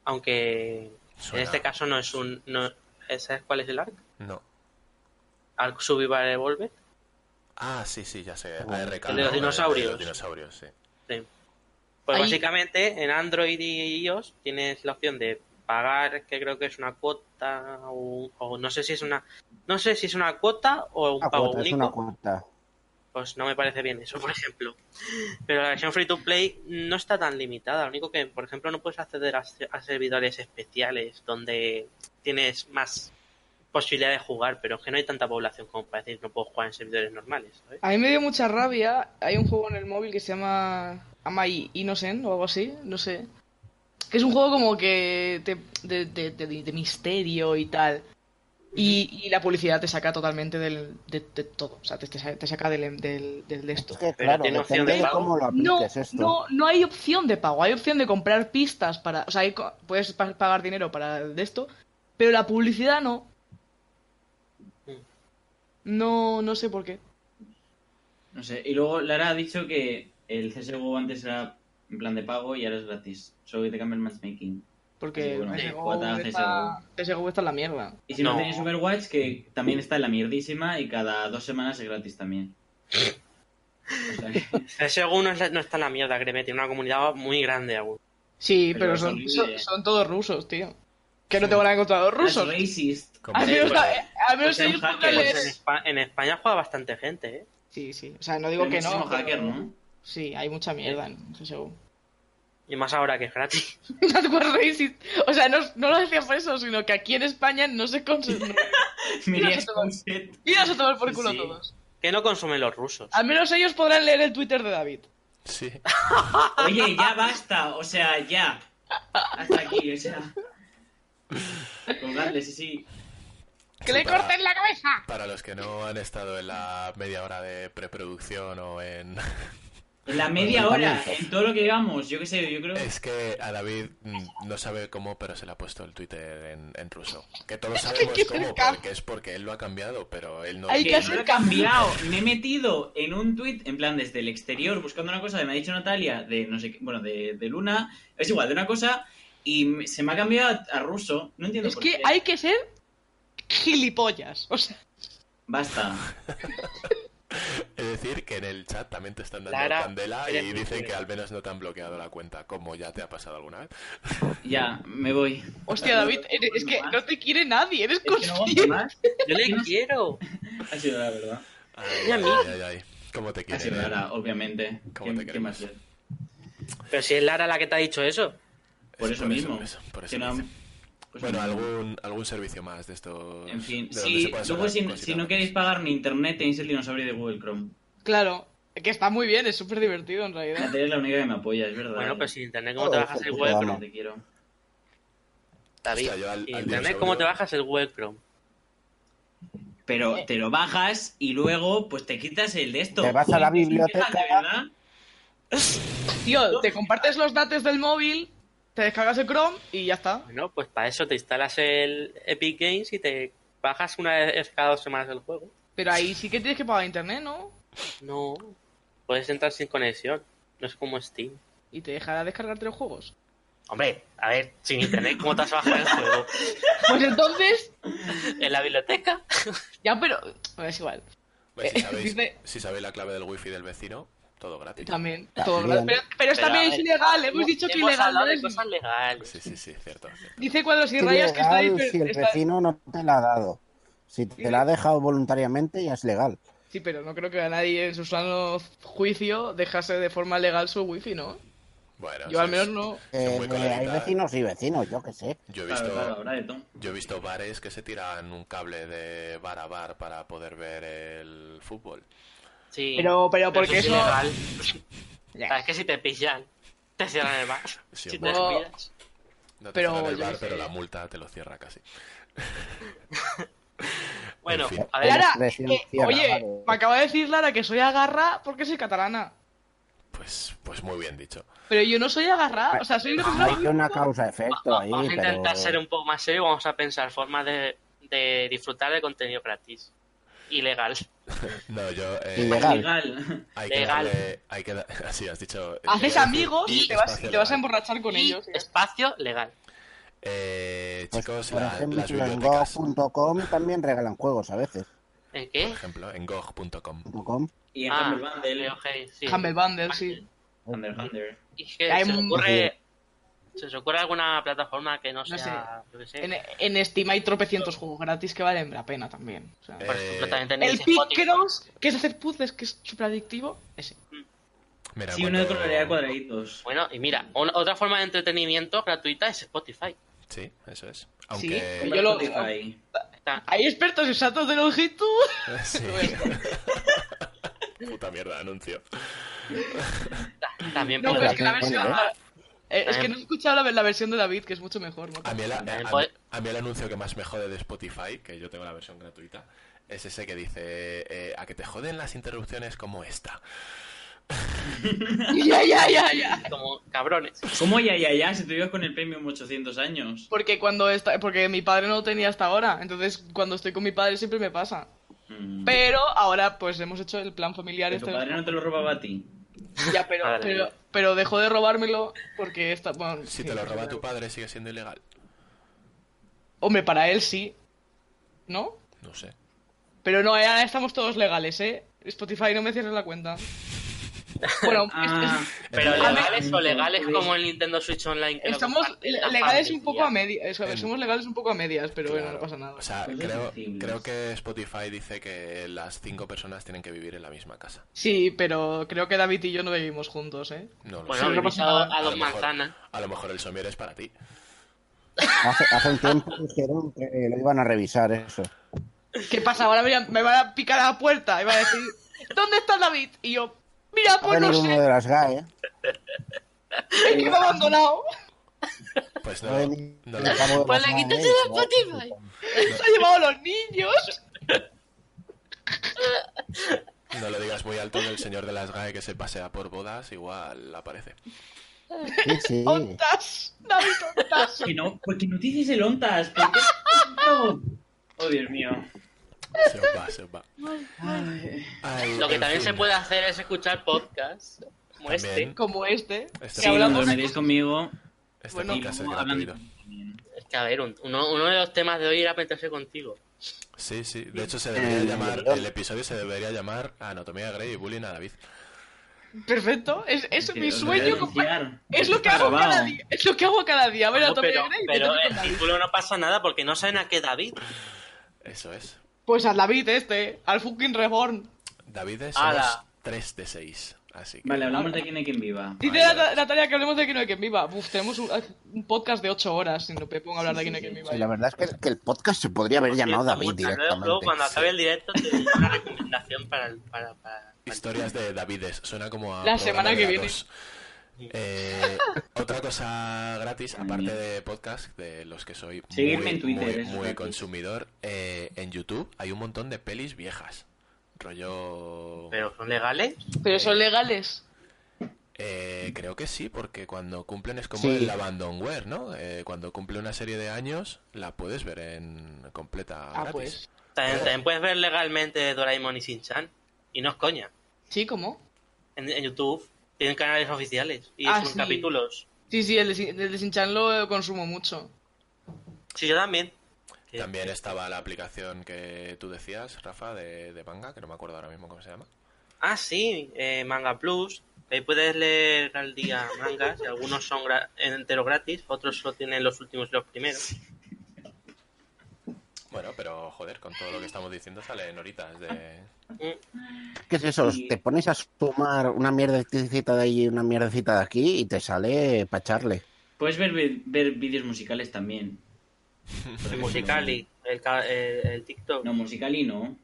Speaker 5: Aunque
Speaker 2: Suena-
Speaker 5: en este caso no es un. No, ¿Sabes cuál es el Ark?
Speaker 2: No.
Speaker 5: Ark Survival Evolved.
Speaker 2: Ah, sí, sí, ya sé. ARK,
Speaker 5: El de los
Speaker 2: ¿no?
Speaker 5: dinosaurios.
Speaker 2: los dinosaurios, sí.
Speaker 5: Sí. Pues
Speaker 6: Ahí-
Speaker 5: básicamente en Android y iOS tienes la opción de pagar, que creo que es una cuota o, o no sé si es una. No sé si es una cuota o un
Speaker 7: Una
Speaker 5: pago
Speaker 7: cuota, es
Speaker 5: único.
Speaker 7: una cuota.
Speaker 5: pues no me parece bien eso, por ejemplo. Pero la versión free to play no está tan limitada. Lo único que, por ejemplo, no puedes acceder a, se- a servidores especiales donde tienes más posibilidad de jugar, pero es que no hay tanta población como para decir no puedo jugar en servidores normales. ¿sabes?
Speaker 6: A mí me dio mucha rabia. Hay un juego en el móvil que se llama Amai Innocent o algo así, no sé. Que es un juego como que te- de, de- de- de misterio y tal. Y, y la publicidad te saca totalmente del, de, de todo. O sea, te, te sa- te saca del, del, del de esto.
Speaker 7: Es que,
Speaker 5: Pero
Speaker 7: claro,
Speaker 5: tiene opción
Speaker 7: depende
Speaker 5: de
Speaker 7: de
Speaker 5: pago.
Speaker 7: cómo lo
Speaker 6: No,
Speaker 7: apliques esto.
Speaker 6: no, no hay opción de pago. Hay opción de comprar pistas para. O sea, hay co- puedes pa- pagar dinero para de esto. Pero la publicidad no. No, no sé por qué.
Speaker 4: No sé. Y luego Lara ha dicho que el CSGO antes era en plan de pago y ahora es gratis. Solo que te cambia el matchmaking.
Speaker 6: Porque
Speaker 4: Sí, bueno,
Speaker 6: CSGO,
Speaker 4: cuota
Speaker 6: está, CSGO está en la mierda.
Speaker 4: Y si no,
Speaker 5: No.
Speaker 4: tenéis Overwatch, que también está en la mierdísima y cada dos semanas es gratis también. O sea que-
Speaker 5: CSGO no, es la- no está en la mierda, créeme, tiene una comunidad muy grande aún.
Speaker 6: Sí, pero,
Speaker 4: Pero es
Speaker 6: son,
Speaker 4: horrible.
Speaker 6: son, son todos rusos, tío. Que no te van a encontrar los
Speaker 4: That's
Speaker 6: rusos.
Speaker 4: racist.
Speaker 2: Como-
Speaker 6: Al menos,
Speaker 2: Bueno,
Speaker 6: a- al menos
Speaker 4: Pues hay
Speaker 6: ellos
Speaker 4: un hacker,
Speaker 6: pueden
Speaker 5: Pues
Speaker 6: leer-
Speaker 5: en, Espa- en España juega bastante gente, ¿eh?
Speaker 6: Sí, sí. O sea, no digo que no.
Speaker 4: Muchísimo hacker,
Speaker 6: pero-
Speaker 4: ¿no?
Speaker 6: Sí, hay mucha mierda en CSGO.
Speaker 5: Y más ahora que es gratis.
Speaker 6: That was racist. O sea, no, no lo decía por eso, sino que aquí en España no se consume.
Speaker 4: Mirías
Speaker 6: Nosotros-
Speaker 4: con set.
Speaker 6: Iros a tomar por culo
Speaker 4: Sí.
Speaker 6: todos.
Speaker 5: Que no consumen los rusos.
Speaker 6: Al menos ellos podrán leer el Twitter de David.
Speaker 2: Sí.
Speaker 4: Oye, ya basta, o sea, ya. Hasta aquí, o sea. Colgarle, sí, sí.
Speaker 6: ¡Que le
Speaker 2: Sí, para-
Speaker 6: corten la cabeza!
Speaker 2: Para los que no han estado en la media hora de preproducción o en...
Speaker 4: La media hora, en todo lo que llevamos, yo qué sé, yo creo.
Speaker 2: Es que a David mm, no sabe cómo, pero se le ha puesto el Twitter en, en ruso. Que todos sabemos
Speaker 6: Qué
Speaker 2: cómo,
Speaker 6: cerca.
Speaker 2: porque es porque él lo ha cambiado, pero él no...
Speaker 6: Hay
Speaker 4: que
Speaker 6: que
Speaker 4: no lo
Speaker 6: hacer
Speaker 4: he cambiado. Me he metido en un tweet, en plan, desde el exterior, buscando una cosa que me ha dicho Natalia, de no sé qué, bueno, de, de Luna. Es igual, de una cosa. Y me- se me ha cambiado a, a ruso. No entiendo
Speaker 6: Es
Speaker 4: por
Speaker 6: que
Speaker 4: qué.
Speaker 6: hay que ser gilipollas. O sea,
Speaker 4: Basta.
Speaker 2: Es decir, que en el chat también te están dando
Speaker 5: Lara,
Speaker 2: candela
Speaker 5: eres
Speaker 2: y
Speaker 5: muy
Speaker 2: dicen
Speaker 5: libre.
Speaker 2: que al menos no te han bloqueado la cuenta, como ya te ha pasado alguna vez.
Speaker 4: Ya, me voy.
Speaker 6: hostia, David, eres- es que no te quiere nadie, eres
Speaker 4: Es que no aguanto
Speaker 6: consciente.
Speaker 4: más.
Speaker 5: Yo le quiero.
Speaker 4: Ha sido la verdad.
Speaker 2: Ay,
Speaker 5: a
Speaker 2: ay,
Speaker 5: mí.
Speaker 2: ay, ay. ¿Cómo te
Speaker 4: Ha
Speaker 2: quieren?
Speaker 4: sido
Speaker 2: eh?
Speaker 4: Lara, obviamente.
Speaker 2: ¿Cómo
Speaker 4: ¿Qué-
Speaker 2: te
Speaker 4: qué
Speaker 2: queremos?
Speaker 4: más es?
Speaker 5: Pero si es Lara la que te ha dicho eso.
Speaker 4: Por
Speaker 2: Es
Speaker 4: eso
Speaker 2: por eso,
Speaker 4: mismo.
Speaker 2: por eso, por eso
Speaker 4: Que no-
Speaker 2: mismo.
Speaker 4: pues
Speaker 2: Bueno,
Speaker 4: no.
Speaker 2: algún, algún servicio más de estos...
Speaker 4: En fin,
Speaker 2: de donde se
Speaker 4: si,
Speaker 2: pueda sacar
Speaker 4: luego si,
Speaker 2: cositas
Speaker 4: si no
Speaker 2: más.
Speaker 4: queréis pagar ni internet, tenéis el dinosaurio de Google Chrome.
Speaker 6: Claro, que está muy bien, es súper divertido en realidad.
Speaker 4: Natalia es la única que me apoya, es verdad.
Speaker 5: Bueno, pero
Speaker 4: pues
Speaker 5: sin internet, ¿cómo
Speaker 7: Oh,
Speaker 5: te bajas el
Speaker 7: hijo de
Speaker 5: Google
Speaker 7: puta.
Speaker 5: Chrome?
Speaker 4: Te quiero.
Speaker 5: David,
Speaker 2: Hostia, yo al-
Speaker 5: sin
Speaker 2: al
Speaker 5: internet,
Speaker 2: dinosaurio-
Speaker 5: ¿cómo te bajas el Google Chrome?
Speaker 4: Pero te lo bajas y luego pues te quitas el de esto.
Speaker 7: Te vas a la
Speaker 4: Joder, qué
Speaker 7: biblioteca.
Speaker 4: mierda, de verdad.
Speaker 6: Tío, te compartes los datos del móvil, te descargas el Chrome y ya está.
Speaker 5: Bueno, pues para eso te instalas el Epic Games y te bajas una vez cada dos semanas el juego.
Speaker 6: Pero ahí sí que tienes que pagar internet, ¿no?
Speaker 5: No, puedes entrar sin conexión. No es como Steam.
Speaker 6: Y te dejará descargarte los juegos.
Speaker 5: Hombre, a ver, sin internet, ¿cómo te vas a bajar el juego?
Speaker 6: Pues entonces,
Speaker 5: ¿En la biblioteca?
Speaker 6: ya, pero. Bueno, es igual.
Speaker 2: Pues si,
Speaker 6: Eh,
Speaker 2: sabéis,
Speaker 6: dice-
Speaker 2: si sabéis la clave del wifi del vecino, todo gratis.
Speaker 6: También, todo
Speaker 7: También.
Speaker 6: Pero, pero está
Speaker 5: Pero, a
Speaker 6: bien, es
Speaker 5: ver,
Speaker 6: ilegal, hemos dicho que ilegal.
Speaker 5: hablado
Speaker 6: no
Speaker 5: de
Speaker 6: es-
Speaker 5: cosas legales.
Speaker 2: Sí, sí, sí, cierto. cierto.
Speaker 6: Dice cuando si
Speaker 7: Es
Speaker 6: rayas que está,
Speaker 7: ilegal
Speaker 6: hiper-
Speaker 7: si el
Speaker 6: está-
Speaker 7: vecino no te la ha dado. Si te la ha dejado voluntariamente, ya es legal.
Speaker 6: Sí, pero no creo que a nadie en su sano juicio dejase de forma legal su wifi, ¿no?
Speaker 2: Bueno,
Speaker 6: Yo al
Speaker 2: sí,
Speaker 6: menos
Speaker 2: sí.
Speaker 6: no.
Speaker 7: Eh,
Speaker 2: muy
Speaker 7: eh,
Speaker 2: coleguita,
Speaker 7: hay
Speaker 2: eh.
Speaker 7: vecinos y vecinos, yo qué sé.
Speaker 2: Yo he visto,
Speaker 4: Claro, claro, habrá de todo.
Speaker 2: yo he visto bares que se tiran un cable de bar a bar para poder ver el fútbol.
Speaker 5: Sí.
Speaker 6: Pero, pero porque
Speaker 5: es
Speaker 6: eso.
Speaker 5: ilegal.
Speaker 6: Ya.
Speaker 5: Es que si te pillan, te cierran el bar.
Speaker 2: Sí,
Speaker 5: si te
Speaker 2: hombre.
Speaker 5: descuidas.
Speaker 2: No te
Speaker 6: Pero,
Speaker 2: cierran el
Speaker 6: yo
Speaker 2: bar,
Speaker 6: qué sé.
Speaker 2: pero la multa te lo cierra casi.
Speaker 5: Bueno,
Speaker 2: En fin.
Speaker 5: a ver,
Speaker 6: Lara,
Speaker 7: Recién
Speaker 6: eh,
Speaker 7: cierra,
Speaker 6: oye,
Speaker 7: vale.
Speaker 6: me acaba de decir Lara que soy agarra porque soy catalana.
Speaker 2: Pues, pues muy bien dicho.
Speaker 6: Pero yo no soy agarra, o sea, soy una persona.
Speaker 5: Ah,
Speaker 7: Hay una
Speaker 5: va-
Speaker 7: causa-efecto
Speaker 5: va-
Speaker 7: ahí,
Speaker 5: vamos a
Speaker 7: pero...
Speaker 5: intentar ser un poco más serios y vamos a pensar formas de, de disfrutar de contenido gratis. Ilegal.
Speaker 2: No, yo... eh,
Speaker 7: Ilegal.
Speaker 4: Legal.
Speaker 2: hay que
Speaker 5: Legal.
Speaker 2: darle... Hay que da- sí, has dicho...
Speaker 5: ah,
Speaker 6: Haces
Speaker 2: eh,
Speaker 6: amigos y te vas,
Speaker 2: espacio
Speaker 6: te vas a
Speaker 2: legal.
Speaker 6: emborrachar con
Speaker 5: Y
Speaker 6: ellos.
Speaker 5: espacio legal.
Speaker 2: Eh,
Speaker 7: Pues,
Speaker 2: chicos,
Speaker 7: por
Speaker 2: la-
Speaker 7: ejemplo,
Speaker 2: las
Speaker 7: en
Speaker 2: bibliotecas, por
Speaker 7: go.com también regalan juegos a veces.
Speaker 5: ¿En qué?
Speaker 2: ejemplo, en gog.com.
Speaker 7: .com.
Speaker 4: Y en
Speaker 5: Ah,
Speaker 4: Humble Bundle.
Speaker 5: ok, sí.
Speaker 6: Humble Bundle, sí.
Speaker 4: Humble Bundle.
Speaker 5: Y es que
Speaker 6: Hay
Speaker 5: se os
Speaker 6: un-
Speaker 5: ocurre... eh. ¿Se os ocurre alguna plataforma que no
Speaker 6: No
Speaker 5: sea... yo qué sé?
Speaker 6: En, en Steam hay tropecientos juegos gratis que valen la pena también. o sea.
Speaker 2: Eh,
Speaker 5: Por ejemplo, también tenéis
Speaker 6: el
Speaker 5: Spotify.
Speaker 6: Picross, que es hacer puzzles, que es súper adictivo. Ese.
Speaker 2: Mira,
Speaker 4: Sí,
Speaker 2: en
Speaker 4: uno de
Speaker 2: cuanto-
Speaker 4: colorear cuadraditos.
Speaker 5: Bueno, y mira, una- otra forma de entretenimiento gratuita es Spotify.
Speaker 2: Sí, eso es. Aunque...
Speaker 6: Yo lo-
Speaker 4: Spotify.
Speaker 5: Ta-
Speaker 6: Hay expertos en saltos de longitud.
Speaker 2: Sí. Puta mierda, anuncio.
Speaker 5: ta- también
Speaker 6: No,
Speaker 5: podría-
Speaker 6: pero
Speaker 7: Bueno,
Speaker 6: es que la
Speaker 7: bueno,
Speaker 6: versión.
Speaker 7: bueno,
Speaker 6: la- eh, es
Speaker 5: Em.
Speaker 6: que no he escuchado la, la versión de David, que es mucho mejor. ¿no?
Speaker 2: A mí, el, a-
Speaker 5: También
Speaker 2: a-
Speaker 5: puede-
Speaker 2: a mí el anuncio que más me jode de Spotify, que yo tengo la versión gratuita, es ese que dice eh, a que te joden las interrupciones como esta.
Speaker 6: ya, ya, ya, ya.
Speaker 5: como cabrones.
Speaker 4: ¿Cómo ya, ya, ya? Si tú ibas con el premium 800 años.
Speaker 6: Porque cuando está, porque mi padre no lo tenía hasta ahora, entonces cuando estoy con mi padre siempre me pasa.
Speaker 4: Mm.
Speaker 6: Pero ahora pues hemos hecho el plan familiar
Speaker 4: Que tu
Speaker 6: este.
Speaker 4: padre no te lo robaba a ti.
Speaker 6: Ya, pero,
Speaker 5: Madre
Speaker 6: pero,
Speaker 5: mía.
Speaker 6: pero dejó de robármelo porque está. Bueno,
Speaker 2: Si
Speaker 6: sí.
Speaker 2: te lo roba tu padre, sigue siendo ilegal.
Speaker 6: Hombre, para él sí. ¿No?
Speaker 2: No sé.
Speaker 6: Pero no, ya estamos todos legales, ¿eh? Spotify no me cierres la cuenta. Bueno, es-
Speaker 4: Ah,
Speaker 5: Pero
Speaker 2: A ver-
Speaker 5: legales o legales como el Nintendo Switch Online. que
Speaker 6: es-
Speaker 5: lo
Speaker 6: estamos
Speaker 5: comparten las
Speaker 6: legales
Speaker 5: partes
Speaker 6: un
Speaker 5: y
Speaker 6: poco
Speaker 5: ya.
Speaker 6: a medias.
Speaker 2: En-
Speaker 6: Somos legales un poco a medias, pero bueno, no
Speaker 2: Claro.
Speaker 6: pasa nada. Pues
Speaker 2: O sea,
Speaker 4: Cosas
Speaker 2: creo,
Speaker 4: sensibles.
Speaker 2: creo que Spotify dice que las cinco personas tienen que vivir en la misma casa.
Speaker 6: Sí, pero creo que David y yo no vivimos juntos, ¿eh?
Speaker 2: No lo
Speaker 5: Bueno,
Speaker 2: sé.
Speaker 6: no
Speaker 5: vivís
Speaker 6: pasa
Speaker 5: a,
Speaker 6: nada.
Speaker 5: a dos
Speaker 2: lo mejor-
Speaker 5: manzanas.
Speaker 2: a lo mejor el somier es para ti.
Speaker 7: Hace, hace un tiempo dijeron que lo iban a revisar eso.
Speaker 6: ¿Qué pasa? Ahora me, me van a picar a la puerta y va a decir, ¿dónde está David? Y yo, mira,
Speaker 7: Ha
Speaker 6: pues no
Speaker 7: venido uno
Speaker 6: sé,
Speaker 7: de las E, GAE.
Speaker 6: es que me ha abandonado.
Speaker 2: Pues
Speaker 7: Ha
Speaker 2: no, lo-
Speaker 7: venido
Speaker 2: no
Speaker 7: el
Speaker 2: lo-
Speaker 7: cabo de
Speaker 5: Pues
Speaker 7: las
Speaker 5: le quitas
Speaker 7: GAE,
Speaker 5: el
Speaker 7: ¿no?
Speaker 5: Spotify.
Speaker 6: Se ha llevado a los niños.
Speaker 2: no lo digas muy alto que el señor de las GAE que se pasea por bodas igual aparece.
Speaker 7: Sí, sí.
Speaker 6: Ontas, David, ontas.
Speaker 4: Que no, porque no dices el ONTAS. ¿por qué? No. Oh, Dios mío.
Speaker 2: Se os va, se os va. Ay,
Speaker 5: Lo que
Speaker 2: en
Speaker 5: también
Speaker 2: fin.
Speaker 5: se puede hacer es escuchar podcasts como este.
Speaker 2: También.
Speaker 6: Como este.
Speaker 2: Este
Speaker 6: que
Speaker 4: Sí,
Speaker 6: hablamos-
Speaker 4: dormiréis conmigo.
Speaker 2: Este
Speaker 6: Bueno,
Speaker 2: podcast es
Speaker 4: luego
Speaker 2: gratuito.
Speaker 4: hablando también.
Speaker 5: Es que, a ver, un- uno, uno de los temas de hoy era meterse contigo.
Speaker 2: Sí, sí. De hecho,
Speaker 6: Eh,
Speaker 2: se debería llamar, el episodio se debería llamar Anatomía de Grey y Bullying a David.
Speaker 6: Perfecto, es, es
Speaker 4: Que
Speaker 6: mi
Speaker 4: os voy a
Speaker 6: sueño. compa-
Speaker 4: denunciar.
Speaker 6: Es lo que
Speaker 4: Está
Speaker 6: hago cada
Speaker 4: grabado.
Speaker 6: día. Es lo que hago cada día. Ver a
Speaker 5: No,
Speaker 6: Tommy
Speaker 5: pero
Speaker 6: Grey y
Speaker 5: pero
Speaker 6: meterme con
Speaker 5: el
Speaker 6: David.
Speaker 5: título no pasa nada porque no saben a qué David.
Speaker 2: Eso es.
Speaker 6: Pues al David este, al fucking Reborn.
Speaker 2: David es
Speaker 4: Ah,
Speaker 5: Ala.
Speaker 2: 3 de 6. Así que.
Speaker 4: Vale, hablamos de quién hay quien viva.
Speaker 6: Dice
Speaker 2: Vale,
Speaker 6: Nat- Natalia que hablemos de Aquí no hay quien viva. Uf, tenemos un, un podcast de 8 horas si no me pongo a hablar de Aquí no hay quien viva.
Speaker 7: Sí, la verdad es que, que el podcast se podría haber llamado David
Speaker 5: Luego- Luego,
Speaker 7: directamente.
Speaker 5: cuando acabe el directo, te doy una recomendación para. el- para, para-
Speaker 2: Historias de Davides. Suena como a.
Speaker 6: La
Speaker 2: programa
Speaker 6: semana
Speaker 2: de
Speaker 6: que
Speaker 2: datos. Eh, otra cosa gratis, aparte de podcast, de los que soy muy,
Speaker 4: Seguidme en Twitter,
Speaker 2: muy,
Speaker 4: eso es
Speaker 2: muy
Speaker 4: gratis.
Speaker 2: consumidor, eh, en YouTube hay un montón de pelis viejas. Rollo.
Speaker 5: Pero son legales.
Speaker 6: Pero son legales.
Speaker 2: Eh, creo que sí, porque cuando cumplen es como
Speaker 7: Mm. Sí.
Speaker 2: el abandonware, ¿no? Eh, cuando cumple una serie de años, la puedes ver en completa
Speaker 6: Ah,
Speaker 2: gratis.
Speaker 6: pues.
Speaker 5: También, también puedes ver legalmente Doraemon y Shin-Chan. Y no es coña.
Speaker 6: Sí, ¿cómo?
Speaker 5: En, en YouTube tienen canales oficiales y
Speaker 6: Ah,
Speaker 5: sus
Speaker 6: sí.
Speaker 5: capítulos.
Speaker 6: Sí, sí, el de, Sin- el de Sinchan lo eh, consumo mucho.
Speaker 5: Sí, yo también.
Speaker 7: eh,
Speaker 5: Que-
Speaker 2: También estaba la aplicación que tú decías, Rafa, de, de manga, que no me acuerdo ahora mismo cómo se llama.
Speaker 5: Ah, sí, eh, Manga Plus. Ahí puedes leer al día mangas. y algunos son gra- enteros gratis, otros solo tienen los últimos y los primeros.
Speaker 2: Bueno, pero joder, con todo lo que estamos diciendo salen horitas
Speaker 7: Ah.
Speaker 2: de...
Speaker 7: ¿Qué es eso?
Speaker 4: Y-
Speaker 7: Te pones a sumar una mierdecita de allí y una mierdecita de aquí y te sale pacharle.
Speaker 4: Puedes ver, ver, ver vídeos musicales también.
Speaker 5: El Musicali, el, ca- el- el TikTok.
Speaker 4: No, Musicali no.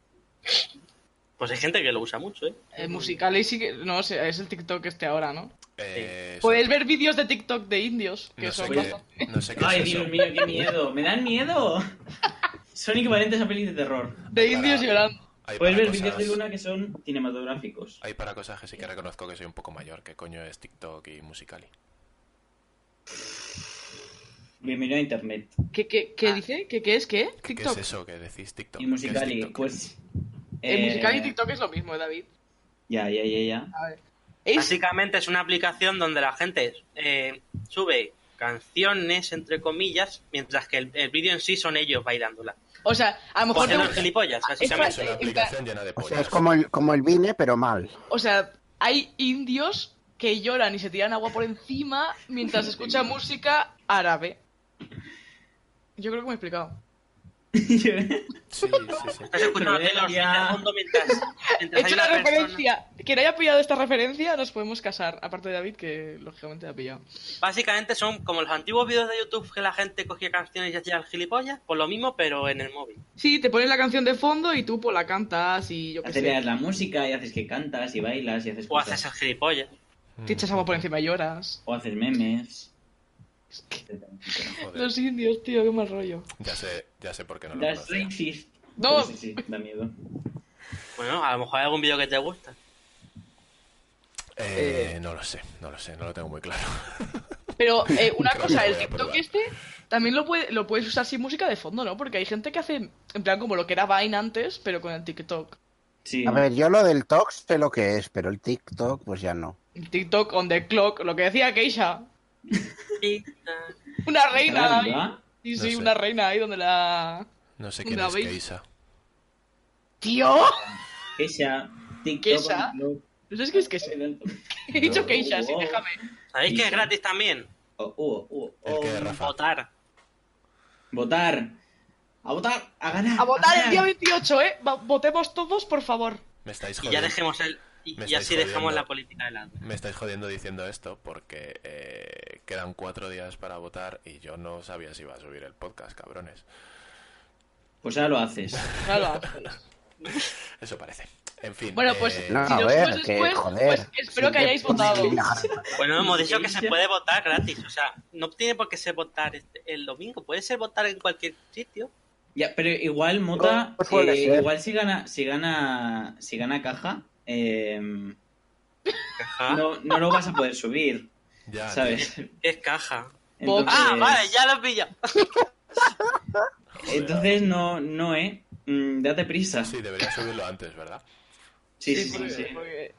Speaker 5: Pues hay gente que lo usa mucho, ¿eh?
Speaker 6: El musical sí que. No sé, es el TikTok este ahora, ¿no?
Speaker 2: Eh,
Speaker 6: Puedes ver vídeos de Tiktok de indios,
Speaker 2: so-
Speaker 6: que
Speaker 2: no sé
Speaker 6: son bastante-
Speaker 2: qué, no sé qué
Speaker 4: Ay,
Speaker 2: es eso.
Speaker 4: Dios mío, qué miedo. ¡Me dan miedo! Son equivalentes a pelis de terror.
Speaker 6: de indios
Speaker 2: Para-
Speaker 6: llorando.
Speaker 2: Hay
Speaker 4: Puedes
Speaker 2: para
Speaker 4: ver vídeos de
Speaker 2: cosas-
Speaker 4: Luna que son cinematográficos.
Speaker 2: Hay para cosas que sí que reconozco que soy un poco mayor, que coño es TikTok y Musicali.
Speaker 4: Bienvenido a Internet.
Speaker 6: ¿Qué, qué, qué dice? ¿Qué, ¿Qué es? ¿Qué?
Speaker 2: ¿Qué
Speaker 6: TikTok.
Speaker 2: es eso que decís TikTok?
Speaker 4: Y
Speaker 2: ¿Qué es
Speaker 4: Musicali,
Speaker 2: TikTok?
Speaker 4: pues...
Speaker 6: El
Speaker 4: eh,
Speaker 6: musical y TikTok es lo mismo, David.
Speaker 4: Ya, ya, ya, ya.
Speaker 6: A ver. Es-
Speaker 5: Básicamente es una aplicación donde la gente eh, sube canciones, entre comillas, mientras que el, el vídeo en sí son ellos bailándola.
Speaker 6: o sea, a lo mejor.
Speaker 5: Porque
Speaker 6: te
Speaker 5: los
Speaker 6: gusta-
Speaker 5: gilipollas, así
Speaker 6: es
Speaker 5: se llama.
Speaker 6: fa-
Speaker 2: Es una
Speaker 6: en plan-
Speaker 2: aplicación llena de
Speaker 7: O
Speaker 2: pollas.
Speaker 7: sea, es como el, como el vine, pero mal.
Speaker 6: O sea, hay indios que lloran y se tiran agua por encima mientras escucha música árabe. Yo creo que me he explicado.
Speaker 2: Sí, sí, sí, sí.
Speaker 5: Estás escuchando
Speaker 4: Pero
Speaker 5: Taylor Swift
Speaker 4: ya-
Speaker 5: de fondo mientras,
Speaker 6: He
Speaker 5: mientras hay
Speaker 6: hecho la
Speaker 5: una persona-
Speaker 6: referencia. Quien haya pillado esta referencia, nos podemos casar. Aparte de David, que lógicamente la ha pillado.
Speaker 5: Básicamente son como los antiguos vídeos de YouTube que la gente cogía canciones y hacía el gilipollas, pues lo mismo, pero en el móvil.
Speaker 6: Sí, te pones la canción de fondo y tú pues, la cantas y yo qué
Speaker 4: Aceleras
Speaker 6: sé.
Speaker 4: la música y haces que cantas y bailas y haces
Speaker 5: O
Speaker 4: cosas.
Speaker 5: haces el gilipollas.
Speaker 6: Te echas agua por encima y lloras.
Speaker 4: O haces memes. etcétera, etcétera.
Speaker 2: Joder,
Speaker 6: Los indios, tío, qué mal rollo.
Speaker 2: ya sé, ya sé por qué no lo
Speaker 4: That's
Speaker 2: conocía.
Speaker 4: racist.
Speaker 6: No.
Speaker 4: Sí, sí, sí, da miedo.
Speaker 5: Bueno, a lo mejor hay algún vídeo que te gusta.
Speaker 2: Eh, no lo sé, no lo sé, no lo tengo muy claro.
Speaker 6: Pero eh, una
Speaker 2: Creo
Speaker 6: cosa,
Speaker 2: que
Speaker 6: el
Speaker 2: voy a
Speaker 6: TikTok
Speaker 2: probar.
Speaker 6: este también lo, puede, lo puedes usar sin música de fondo, ¿no? Porque hay gente que hace, en plan, como lo que era Vine antes, pero con el TikTok.
Speaker 4: Sí.
Speaker 7: A ver, yo lo del TOC sé lo que es, pero el TikTok, pues ya no.
Speaker 6: El TikTok on the clock, lo que decía Keisha.
Speaker 5: ah,
Speaker 6: Una reina
Speaker 4: Claro,
Speaker 6: ahí.
Speaker 4: ¿verdad?
Speaker 6: Sí,
Speaker 2: No
Speaker 6: sí,
Speaker 2: sé.
Speaker 6: una reina ahí donde la...
Speaker 2: No sé quién
Speaker 6: ¿La
Speaker 2: es
Speaker 6: veis?
Speaker 2: Keisa.
Speaker 6: ¡Tío!
Speaker 4: Keisha. TikTok.
Speaker 6: Keisha. ¿No sabes qué es Keisha? He dicho
Speaker 4: No,
Speaker 6: Keisha, sí,
Speaker 4: wow.
Speaker 6: déjame.
Speaker 5: ¿Sabéis que es gratis también?
Speaker 4: Oh, oh, oh,
Speaker 2: El
Speaker 4: oh.
Speaker 2: que Rafa.
Speaker 5: Votar.
Speaker 4: Votar. A votar. A ganar.
Speaker 6: A votar el día
Speaker 4: ganar.
Speaker 6: 28, ¿eh? Va- votemos todos, por favor.
Speaker 2: Me estáis
Speaker 5: Y ya
Speaker 2: jodiendo.
Speaker 5: dejemos el. Y,
Speaker 2: Me
Speaker 5: y así
Speaker 2: estáis
Speaker 5: dejamos
Speaker 2: jodiendo.
Speaker 5: la política de lado.
Speaker 2: Me estáis jodiendo diciendo esto porque eh, quedan cuatro días para votar y yo no sabía si iba a subir el podcast, cabrones.
Speaker 4: Pues ahora lo haces.
Speaker 6: Claro.
Speaker 2: Eso parece. En fin.
Speaker 6: Bueno, pues,
Speaker 2: eh,
Speaker 7: No,
Speaker 6: si
Speaker 7: a
Speaker 6: nos
Speaker 7: ver,
Speaker 6: subes
Speaker 7: que
Speaker 6: después,
Speaker 7: joder.
Speaker 6: pues espero que hayáis votado.
Speaker 5: Bueno, hemos dicho que se
Speaker 4: Ella.
Speaker 5: puede votar gratis. O sea, no tiene por qué ser votar este- el domingo. Puede ser votar en cualquier sitio.
Speaker 4: Ya, pero igual Mota,
Speaker 7: No suele
Speaker 4: eh,
Speaker 7: ser.
Speaker 4: igual si gana, si gana, si gana caja, eh,
Speaker 5: Caja.
Speaker 4: no, no lo vas a poder subir,
Speaker 2: ya, Ah. tío.
Speaker 4: ¿sabes?
Speaker 5: Es caja.
Speaker 6: Bob.
Speaker 4: Entonces,
Speaker 5: Ah, vale, ya lo he pillado.
Speaker 4: entonces no, no, eh, Mm, date prisa.
Speaker 2: Sí, debería subirlo antes, ¿verdad?
Speaker 4: Sí, sí, sí.
Speaker 6: porque-
Speaker 4: sí.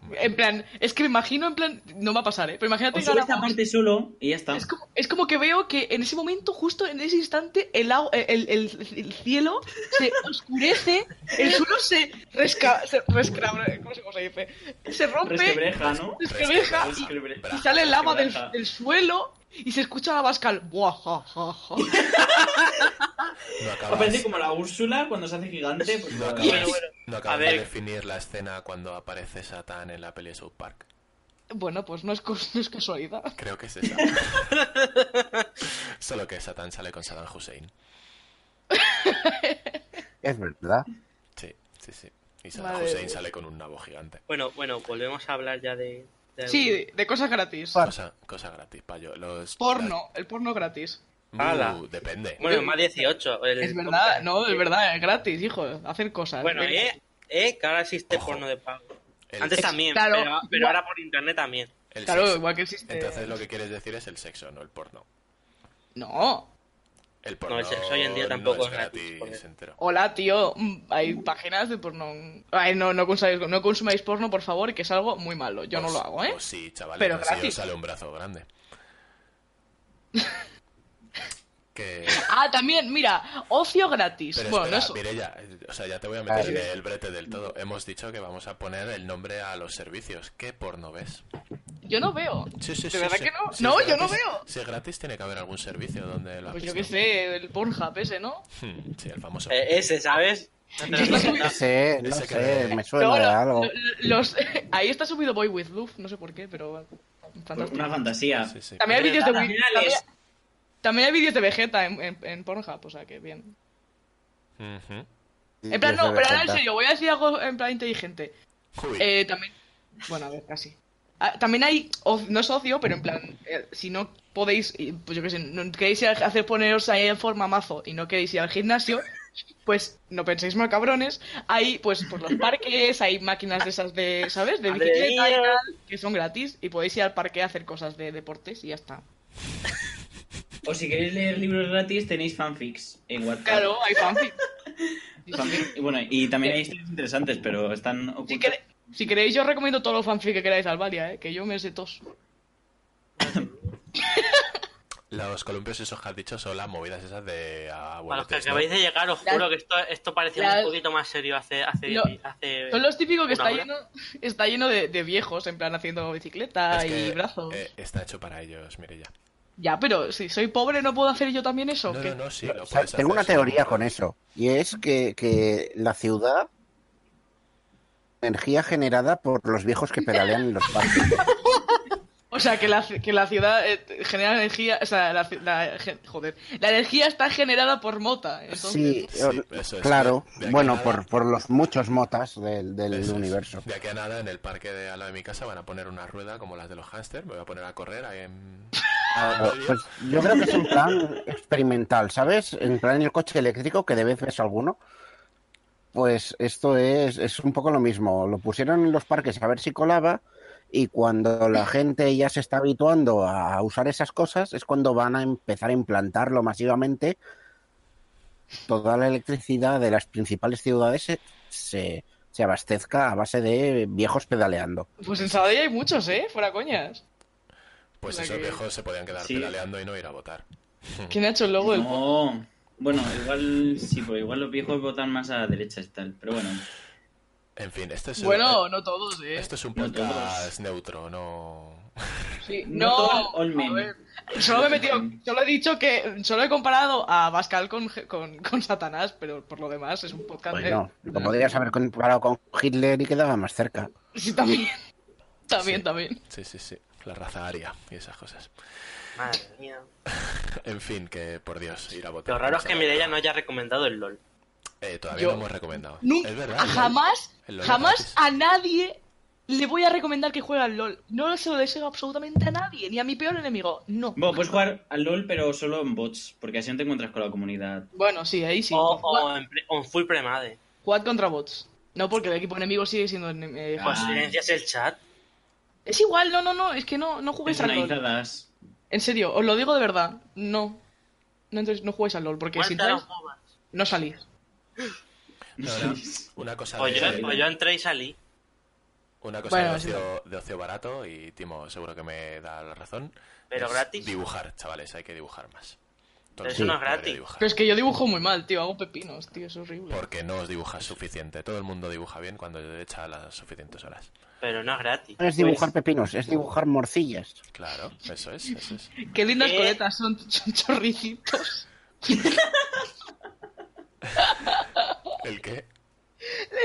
Speaker 6: porque- En plan, es que me imagino, en plan, no va a pasar, ¿eh? Pero
Speaker 4: O
Speaker 6: imagínate que
Speaker 4: sube
Speaker 6: ahora-
Speaker 4: esta parte solo y ya está.
Speaker 6: Es como, es como que veo que en ese momento, justo en ese instante, el, au- el, el- el cielo se oscurece, el suelo se resca... Se rescra- ¿Cómo se cómo se dice? Se rompe,
Speaker 4: Resquebreja, ¿no?
Speaker 6: resquebreja y,
Speaker 4: Resquebreja.
Speaker 6: y sale lava del,
Speaker 4: Resquebraja.
Speaker 6: del suelo y se escucha a Pascal. Buah, ja, ja, ja.
Speaker 2: No acabas,
Speaker 4: Parece como la Úrsula cuando se hace gigante. pues,
Speaker 2: no acabas-
Speaker 5: Bueno, bueno.
Speaker 2: no acabas
Speaker 5: A
Speaker 2: de
Speaker 5: ver.
Speaker 2: definir la escena cuando aparece Satán en la peli de South Park.
Speaker 6: Bueno, pues no es, cos- no es casualidad.
Speaker 2: Creo que es esa. Solo que Satán sale con Saddam Hussein.
Speaker 7: Es verdad.
Speaker 2: Sí, sí, sí. Y Saddam
Speaker 6: Madre
Speaker 2: Hussein
Speaker 6: mía.
Speaker 2: sale con un nabo gigante.
Speaker 5: Bueno, bueno, volvemos a hablar ya de. de
Speaker 6: Sí, de cosas gratis.
Speaker 2: Cosa, cosa gratis, payo. Los,
Speaker 6: Porno, el porno gratis.
Speaker 2: las-
Speaker 5: Ala.
Speaker 2: Uh, depende.
Speaker 5: Bueno, más 18. el-
Speaker 6: Es verdad, no, es verdad, es gratis, hijo, hacer cosas.
Speaker 5: Bueno, eh, eh, que ahora existe
Speaker 2: Ojo.
Speaker 5: porno de pago.
Speaker 2: El-
Speaker 5: Antes también,
Speaker 6: claro.
Speaker 5: pero, pero ahora por internet también.
Speaker 2: el
Speaker 6: Claro,
Speaker 2: sexo.
Speaker 6: igual eh, que existe.
Speaker 2: Entonces lo que quieres decir es el sexo, no el porno.
Speaker 6: No,
Speaker 2: El porno
Speaker 5: el sexo hoy en día
Speaker 2: no
Speaker 5: tampoco
Speaker 2: es
Speaker 5: es gratis,
Speaker 2: gratis
Speaker 5: joder.
Speaker 2: entero.
Speaker 6: Hola, tío. mm, Hay páginas de porno. Ay, no, no consumáis, no consumáis porno, por favor, que es algo muy malo. Yo no
Speaker 2: Pues-
Speaker 6: lo hago, ¿eh?
Speaker 2: pues sí, chavales,
Speaker 6: Pero
Speaker 2: pero si os
Speaker 6: gratis.
Speaker 2: sale un brazo grande. que...
Speaker 6: Ah, también, mira, ocio gratis.
Speaker 2: Pero
Speaker 6: bueno,
Speaker 2: espera,
Speaker 6: eso.
Speaker 2: Mireia, o sea, ya te voy a meter
Speaker 7: Ay.
Speaker 2: en el brete del todo. Hemos dicho que vamos a poner el nombre a los servicios. ¿Qué porno ves?
Speaker 6: Yo no veo.
Speaker 2: Sí, sí,
Speaker 6: ¿De
Speaker 2: sí,
Speaker 6: verdad
Speaker 2: sí.
Speaker 6: que no?
Speaker 2: Si
Speaker 6: no,
Speaker 2: es
Speaker 6: yo no
Speaker 2: gratis-
Speaker 6: veo.
Speaker 2: Si es gratis, tiene que haber algún servicio donde lo has
Speaker 6: Pues yo qué
Speaker 2: visto.
Speaker 6: sé, el Pornhub ese, ¿no?
Speaker 2: Hmm, sí, el famoso.
Speaker 5: Eh, ese, ¿sabes? No te lo
Speaker 6: Está subido-
Speaker 7: No sé, no
Speaker 2: Ese que
Speaker 7: sé,
Speaker 2: de-
Speaker 7: me suena
Speaker 6: No,
Speaker 7: de
Speaker 6: lo-
Speaker 7: algo.
Speaker 6: lo- los- ahí está subido Boy with Love, no sé por qué, pero fantástico.
Speaker 4: Pues Una fantasía.
Speaker 2: Sí, sí.
Speaker 6: También hay vídeos de
Speaker 4: Pero
Speaker 6: Win-
Speaker 4: también
Speaker 6: también,
Speaker 4: es-
Speaker 6: también hay vídeos de Vegeta en, en, en Pornhub, o sea que bien.
Speaker 2: Ujú.
Speaker 6: En plan, no,
Speaker 7: Desde
Speaker 6: pero ahora en
Speaker 7: Vegeta.
Speaker 6: serio, voy a decir algo en plan inteligente.
Speaker 2: Uy,
Speaker 6: Eh, también. Bueno, a ver, casi. Ah, también hay. of- No es ocio, pero en plan. eh, si no podéis. eh, Pues yo qué sé, no queréis ir a hacer poneros ahí en forma mazo y no queréis ir al gimnasio. Pues no penséis mal, cabrones. Hay, pues, por los parques, hay máquinas de esas de, ¿sabes? De
Speaker 5: Madre
Speaker 6: bicicleta y
Speaker 5: mía.
Speaker 6: tal, que son gratis y podéis ir al parque a hacer cosas de deportes y ya está.
Speaker 4: O si queréis leer libros gratis, tenéis fanfics en WhatsApp.
Speaker 6: Claro, hay fanfic.
Speaker 4: Fanfic- y bueno, y también hay historias interesantes, pero están
Speaker 6: Si,
Speaker 4: ocultas.
Speaker 6: quere- si queréis, yo os recomiendo todos los fanfic que queráis, Alvaria, ¿eh? que yo me sé todos.
Speaker 2: Los columpios esos que has dicho son las movidas esas de
Speaker 5: Para los que
Speaker 2: abueletes, ¿no?
Speaker 5: acabéis de llegar, os
Speaker 6: Las-
Speaker 5: juro que esto, esto parecía
Speaker 6: las-
Speaker 5: un poquito más serio hace. hace,
Speaker 6: Lo-
Speaker 2: Eh,
Speaker 5: hace-
Speaker 6: Son los típicos que
Speaker 5: Una
Speaker 6: está
Speaker 5: hora.
Speaker 6: lleno, está lleno de, de viejos, en plan haciendo bicicleta
Speaker 2: Es que,
Speaker 6: y brazos.
Speaker 2: eh, está hecho para ellos, Mirella.
Speaker 6: Ya, pero si soy pobre, ¿no puedo hacer yo también eso?
Speaker 2: No,
Speaker 6: ¿Qué?
Speaker 2: no, no, sí, lo
Speaker 7: O sea,
Speaker 2: puedes
Speaker 7: tengo
Speaker 2: hacer,
Speaker 7: una
Speaker 2: sí.
Speaker 7: teoría con eso, y es que, que la ciudad... Energía generada por los viejos que pedalean en los parques.
Speaker 6: O sea, que la, ci- que la ciudad eh, genera energía. O sea, la, ci- la- gen- joder. La energía está generada por mota. entonces-
Speaker 7: Sí,
Speaker 2: Sí,
Speaker 7: o-
Speaker 2: eso es.
Speaker 7: claro.
Speaker 2: De aquí a
Speaker 7: Bueno,
Speaker 2: nada.
Speaker 7: por, por los muchos motas del, del
Speaker 2: Eso es.
Speaker 7: universo.
Speaker 2: De aquí a nada, en el parque de al lado de mi casa van a poner una rueda como las de los hámster. Me voy a poner a correr ahí en.
Speaker 7: Ah, Pues yo creo que es un plan experimental, ¿sabes? En plan el coche eléctrico, que de vez ves alguno. Pues esto es, es un poco lo mismo. Lo pusieron en los parques a ver si colaba y cuando la gente ya se está habituando a usar esas cosas es cuando van a empezar a implantarlo masivamente. Toda la electricidad de las principales ciudades se, se- se abastezca a base de viejos pedaleando.
Speaker 6: Pues en Sabadell hay muchos, ¿eh? Fuera coñas.
Speaker 2: Pues
Speaker 6: La
Speaker 2: esos
Speaker 6: que-
Speaker 2: viejos se podían quedar
Speaker 4: Sí.
Speaker 2: pedaleando y no ir a votar. Hmm.
Speaker 6: ¿Quién ha hecho el logo del
Speaker 4: No. Bueno, igual sí, pues igual los viejos votan más a la derecha y tal. Pero bueno,
Speaker 2: En fin, esto es.
Speaker 6: Bueno,
Speaker 2: eh,
Speaker 6: no todos, ¿eh?
Speaker 2: esto es un
Speaker 4: no todos.
Speaker 2: podcast neutro, no.
Speaker 6: Sí,
Speaker 4: no
Speaker 6: no,
Speaker 4: todos, all
Speaker 6: a
Speaker 4: men.
Speaker 6: ver, solo me he metido, solo he dicho que, solo he comparado a Pascal con, con, con Satanás, pero por lo demás es un podcast de-
Speaker 7: Bueno, Pues lo podrías haber comparado con Hitler y quedaba más cerca.
Speaker 6: Sí, también, también,
Speaker 2: Sí.
Speaker 6: también.
Speaker 2: Sí, sí, sí. La raza aria y esas cosas.
Speaker 5: Madre mía.
Speaker 2: En fin, que por Dios, ir a votar.
Speaker 5: Lo raro es
Speaker 2: vamos a
Speaker 5: que
Speaker 2: votar.
Speaker 5: Mireia no haya recomendado el LOL.
Speaker 2: Eh, todavía
Speaker 6: Yo-
Speaker 2: no hemos recomendado.
Speaker 6: Nunca,
Speaker 2: es verdad. ¿eh?
Speaker 6: a
Speaker 2: ¿no?
Speaker 6: jamás,
Speaker 2: El LOL
Speaker 6: jamás
Speaker 2: gratis.
Speaker 6: a nadie le voy a recomendar que juegue al LOL. No se lo deseo absolutamente a nadie, ni a mi peor enemigo, no.
Speaker 4: bueno, puedes jugar al LOL, pero solo en bots, porque así no te encuentras con la comunidad.
Speaker 6: Bueno, sí, ahí sí.
Speaker 5: O,
Speaker 6: Jugad-
Speaker 5: o en pre- o en full premade.
Speaker 6: Jugad contra bots. No, porque el equipo enemigo sigue siendo... enem- eh,
Speaker 4: Ah.
Speaker 5: Pues silencias el chat.
Speaker 6: Es igual, no, no, no, es que no, no juguéis al LOL.
Speaker 4: Personalizadas.
Speaker 6: En serio, os lo digo de verdad. No. No, entréis- no juguéis al LOL, porque si
Speaker 5: Cuéntanos,
Speaker 6: entráis,
Speaker 5: bobas.
Speaker 6: no salís.
Speaker 2: No, no, una cosa
Speaker 5: O yo,
Speaker 2: de,
Speaker 5: o yo entré y salí.
Speaker 2: una cosa
Speaker 6: Bueno,
Speaker 2: de,
Speaker 6: sí.
Speaker 2: ocio, de ocio barato y Timo seguro que me da la razón.
Speaker 5: Pero
Speaker 2: es
Speaker 5: gratis.
Speaker 2: Dibujar, chavales, hay que dibujar más. Todo
Speaker 5: Pero
Speaker 2: el
Speaker 5: eso
Speaker 2: mundo
Speaker 5: no es
Speaker 2: debería
Speaker 5: gratis.
Speaker 2: dibujar.
Speaker 6: Pero es que yo dibujo muy mal, tío. Hago pepinos, tío. Es horrible.
Speaker 2: Porque no os dibujas suficiente. Todo el mundo dibuja bien cuando le echa las suficientes horas.
Speaker 5: Pero no es gratis.
Speaker 4: Pues
Speaker 7: No es dibujar pepinos, es dibujar morcillas.
Speaker 2: Claro, eso es, eso es.
Speaker 6: Qué lindas
Speaker 5: Eh.
Speaker 6: coletas son, son chorricitos.
Speaker 2: ¿El qué?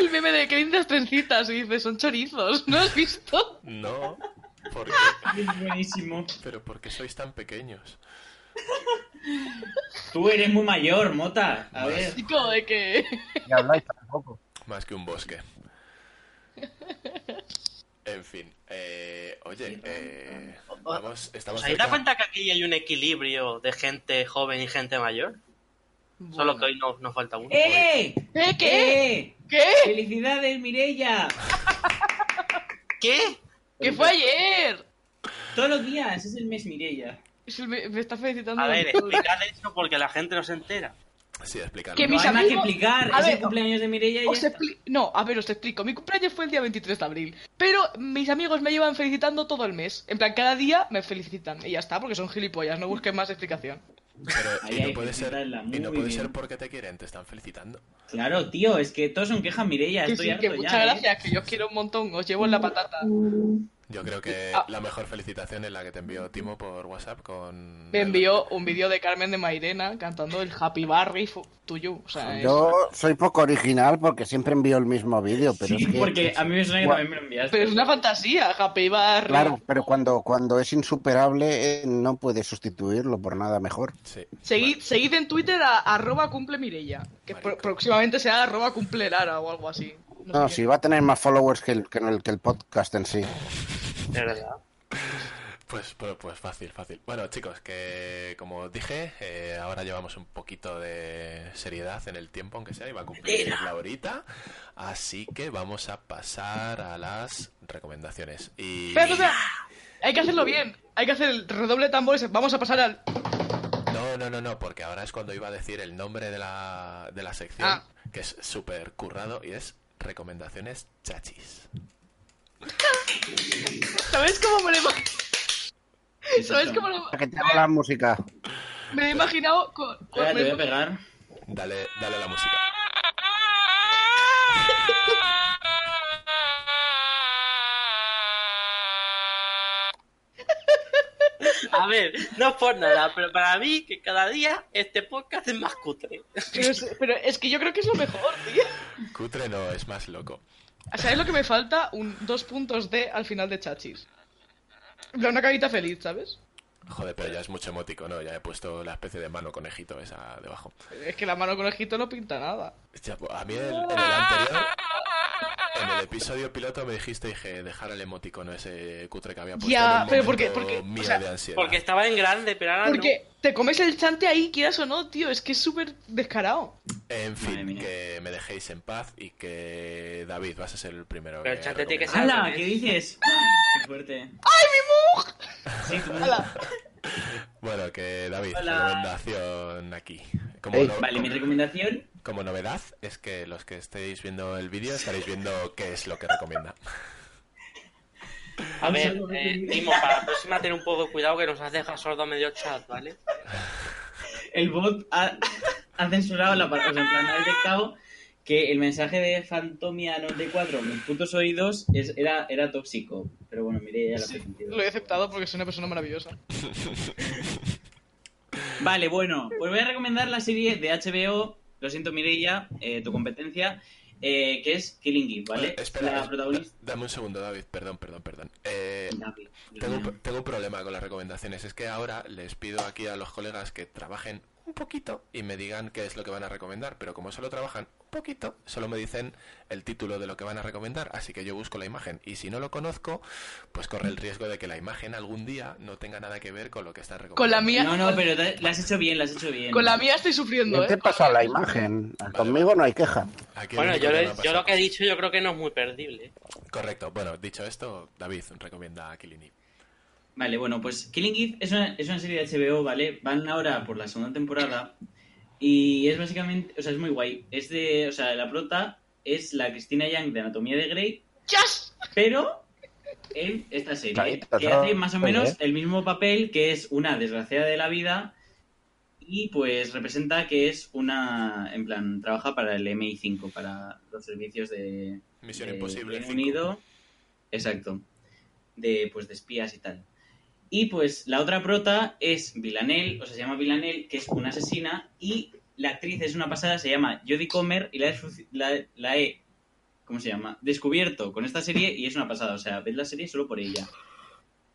Speaker 6: El meme de qué lindas trencitas y dice, son chorizos. ¿No has visto?
Speaker 2: No. ¿Por qué?
Speaker 4: Es buenísimo.
Speaker 2: Pero ¿por qué sois tan pequeños?
Speaker 4: Tú eres muy mayor, Mota. A
Speaker 2: Bueno,
Speaker 4: ver.
Speaker 6: Chico, de que...
Speaker 7: Y habláis tampoco.
Speaker 2: Más que un bosque. En fin. eh, oye, eh, vamos, estamos
Speaker 5: ¿Os habéis dado
Speaker 2: cerca.
Speaker 5: cuenta que aquí hay un equilibrio de gente joven y gente mayor? Solo que hoy no- nos falta uno.
Speaker 4: ¡Eh!
Speaker 6: ¿Eh, ¿Qué?
Speaker 4: ¡Eh!
Speaker 6: ¿Qué?
Speaker 4: ¡Felicidades, Mirella!
Speaker 5: ¿Qué?
Speaker 6: ¿Qué fue ayer?
Speaker 4: Todos los días es el mes Mirella.
Speaker 6: Es el Me, me está felicitando.
Speaker 5: A ver,
Speaker 6: la doctora.
Speaker 5: explicad eso porque la gente no se entera.
Speaker 2: Sí, explícalo.
Speaker 6: Que
Speaker 4: No
Speaker 6: mis
Speaker 4: hay más que
Speaker 6: amigos-
Speaker 4: explicar.
Speaker 6: A
Speaker 4: Es
Speaker 6: ver,
Speaker 4: el cumpleaños de Mirella y
Speaker 6: Os
Speaker 4: ya está.
Speaker 6: expli- No, a ver, os explico. Mi cumpleaños fue el día 23 de abril. Pero mis amigos me llevan felicitando todo el mes. En plan, cada día me felicitan. Y ya está, porque son gilipollas. No busquen más explicación.
Speaker 2: Pero,
Speaker 4: Ahí
Speaker 2: y no
Speaker 4: hay
Speaker 2: puede
Speaker 4: que
Speaker 2: ser,
Speaker 4: quitarla,
Speaker 2: y no
Speaker 4: muy
Speaker 2: puede
Speaker 4: bien.
Speaker 2: ser porque te quieren, te están felicitando.
Speaker 4: Claro, tío, es que todos son quejas Mirella.
Speaker 6: Que
Speaker 4: Estoy
Speaker 6: sí,
Speaker 4: harto
Speaker 6: que
Speaker 4: ya.
Speaker 6: muchas
Speaker 4: ¿eh?
Speaker 6: gracias, que yo os quiero un montón. Os llevo en la patata.
Speaker 2: Yo creo que
Speaker 6: Ah.
Speaker 2: la mejor felicitación es la que te envió Timo por WhatsApp con...
Speaker 6: Me
Speaker 2: el-
Speaker 6: envió un vídeo de Carmen de Mairena cantando el Happy Barry Fu- to You. O sea,
Speaker 4: Ah,
Speaker 6: es-
Speaker 7: Yo soy poco original porque siempre envío el mismo vídeo, pero
Speaker 4: Sí,
Speaker 7: es que...
Speaker 4: porque a mí me suena que
Speaker 7: Gua-
Speaker 4: también me lo enviaste.
Speaker 6: Pero es una fantasía, Happy Barry.
Speaker 7: Claro, pero cuando, cuando es insuperable eh, no puedes sustituirlo por nada mejor.
Speaker 2: Sí.
Speaker 6: Seguid, seguid en Twitter a arroba cumple Mirella. Que pro-
Speaker 2: Marica.
Speaker 6: próximamente será arroba cumple Lara o algo así. No sé
Speaker 7: No,
Speaker 6: qué.
Speaker 7: si va a tener más followers que el, que el, que el podcast en sí.
Speaker 5: De verdad.
Speaker 2: Pues, pues, pues fácil, fácil. Bueno, chicos, que como dije, eh, ahora llevamos un poquito de seriedad en el tiempo, aunque sea, y va a cumplir la horita. Así que vamos a pasar a las recomendaciones. Y...
Speaker 6: Espera, espera. Hay que hacerlo bien. Hay que hacer el redoble de tambores. Vamos a pasar al.
Speaker 2: No, no, no, no, porque ahora es cuando iba a decir el nombre de la, de la sección,
Speaker 6: Ah.
Speaker 2: que es súper currado y es recomendaciones chachis.
Speaker 6: ¿Sabes cómo me lo he ima-
Speaker 4: ¿Qué es
Speaker 6: ¿Sabes
Speaker 4: esto?
Speaker 6: cómo lo-
Speaker 7: ¿Para que te hago la música?
Speaker 6: me lo he imaginado? Con... con-
Speaker 4: Espera, te voy
Speaker 6: me-
Speaker 4: a pegar.
Speaker 2: Dale, dale la música.
Speaker 5: A ver, no es por nada, pero para mí que cada día este podcast es más cutre.
Speaker 6: Pero es, pero es que yo creo que es lo mejor, tío.
Speaker 2: Cutre no, es más loco.
Speaker 6: ¿Sabes lo que me falta? Un, dos puntos de al final de Chachis. En plan, Una carita feliz, ¿sabes?
Speaker 2: Joder, pero ya es mucho emotico, ¿no? Ya he puesto la especie de mano conejito esa debajo.
Speaker 6: Es que la mano conejito no pinta nada.
Speaker 2: Ya, pues, A mí en, en el
Speaker 4: Ah.
Speaker 2: anterior, en el episodio piloto me dijiste dije dejar el emoticono ese cutre que había puesto.
Speaker 6: Ya,
Speaker 2: en un
Speaker 6: pero porque-
Speaker 2: momento
Speaker 6: porque- o
Speaker 2: mío
Speaker 6: sea,
Speaker 2: de ansiedad.
Speaker 5: Porque estaba en grande, pero
Speaker 4: Ah,
Speaker 5: ahora
Speaker 6: Porque te comes el chante ahí, quieras o no, tío. Es que es súper descarado.
Speaker 2: En
Speaker 4: Madre
Speaker 2: fin,
Speaker 4: mía.
Speaker 2: que me dejéis en paz y que David vas a ser el primero.
Speaker 5: Pero
Speaker 2: que
Speaker 5: chate, tiene que
Speaker 2: recomienda.
Speaker 5: ser-
Speaker 4: ¡Hala! ¿Qué dices? ¡Qué fuerte! ¡Ay, mi mug! Sí, tu mug.
Speaker 6: Hala.
Speaker 2: Bueno, que David,
Speaker 4: Hola.
Speaker 2: recomendación aquí. Como,
Speaker 7: Ey.
Speaker 2: no-
Speaker 4: Vale, mi
Speaker 2: como-
Speaker 4: recomendación
Speaker 2: como novedad es que los que estéis viendo el vídeo estaréis viendo qué es lo que recomienda.
Speaker 5: no. A ver, eh, Timo, para la próxima ten un poco de cuidado que nos has dejado sordo a medio chat, ¿vale?
Speaker 4: el bot ha, ha censurado la parte, o sea, en plan, ha detectado que el mensaje de Fantomia 94, mis putos oídos, es, era, era tóxico. Pero bueno, mire, ya lo, ha permitido.
Speaker 6: Lo he aceptado porque soy una persona maravillosa.
Speaker 4: Vale, bueno, pues voy a recomendar la serie de HBO, lo siento Mireia, eh, tu competencia, eh, que es Killing Eve, ¿vale?
Speaker 2: Eh, espera,
Speaker 4: la
Speaker 2: es-
Speaker 4: protagonista...
Speaker 2: da- dame un segundo, David, perdón, perdón, perdón. Eh,
Speaker 4: David, Dios
Speaker 2: tengo, un,
Speaker 4: mío.
Speaker 2: pro- tengo un problema con las recomendaciones. Es que ahora les pido aquí a los colegas que trabajen un poquito y me digan qué es lo que van a recomendar. Pero como solo trabajan un poquito, solo me dicen el título de lo que van a recomendar. Así que yo busco la imagen. Y si no lo conozco, pues corre el riesgo de que la imagen algún día no tenga nada que ver con lo que están recomendando.
Speaker 6: Con la mía,
Speaker 4: No, no, pero te- la has hecho bien, la has hecho bien.
Speaker 6: con la mía estoy sufriendo,
Speaker 7: ¿Qué te
Speaker 6: ¿eh?
Speaker 7: pasa la imagen? Conmigo no hay queja.
Speaker 2: Aquí el
Speaker 5: Bueno,
Speaker 2: único
Speaker 5: yo,
Speaker 2: que
Speaker 5: le-
Speaker 2: no ha
Speaker 5: yo
Speaker 2: pasado
Speaker 5: lo que he dicho yo creo que no es muy perdible. eh,
Speaker 2: Correcto. Bueno, dicho esto, David recomienda a Killing Eve.
Speaker 4: Vale, bueno, pues Killing Eve es una, es una serie de HBO, ¿vale? Van ahora por la segunda temporada y es básicamente, o sea, es muy guay. Es de, o sea, la prota es la Cristina Young de Anatomía de Grey,
Speaker 6: ¡Yes!
Speaker 4: pero en esta serie,
Speaker 7: Clarita,
Speaker 4: que
Speaker 7: ¿no?
Speaker 4: hace más o
Speaker 7: Muy
Speaker 4: menos
Speaker 7: bien.
Speaker 4: el mismo papel que es una desgraciada de la vida y pues representa que es una, en plan, trabaja para el MI5, para los servicios de,
Speaker 2: Misión
Speaker 4: de
Speaker 2: Imposible.
Speaker 4: Reino
Speaker 2: 5.
Speaker 4: Unido. Exacto. De, pues, de espías y tal. Y pues la otra prota es Villanelle, o sea, se llama Villanelle, que es una asesina, y la actriz es una pasada, se llama Jodie Comer, y la he, suci- la, la he- ¿cómo se llama? Descubierto con esta serie y es una pasada, o sea, ved la serie solo por ella.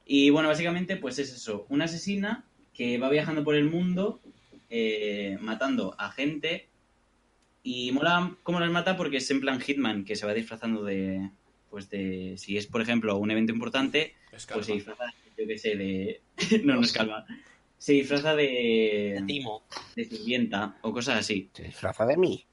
Speaker 4: Y bueno, básicamente pues es eso, una asesina que va viajando por el mundo eh, matando a gente y mola cómo las mata porque es en plan Hitman, que se va disfrazando de, pues de, si es por ejemplo un evento importante,
Speaker 2: Es
Speaker 4: pues se
Speaker 2: calma.
Speaker 4: disfraza, yo qué sé, de... no, no es calma. Se disfraza de...
Speaker 5: Timo.
Speaker 4: de sirvienta o cosas así.
Speaker 7: Se disfraza de mí.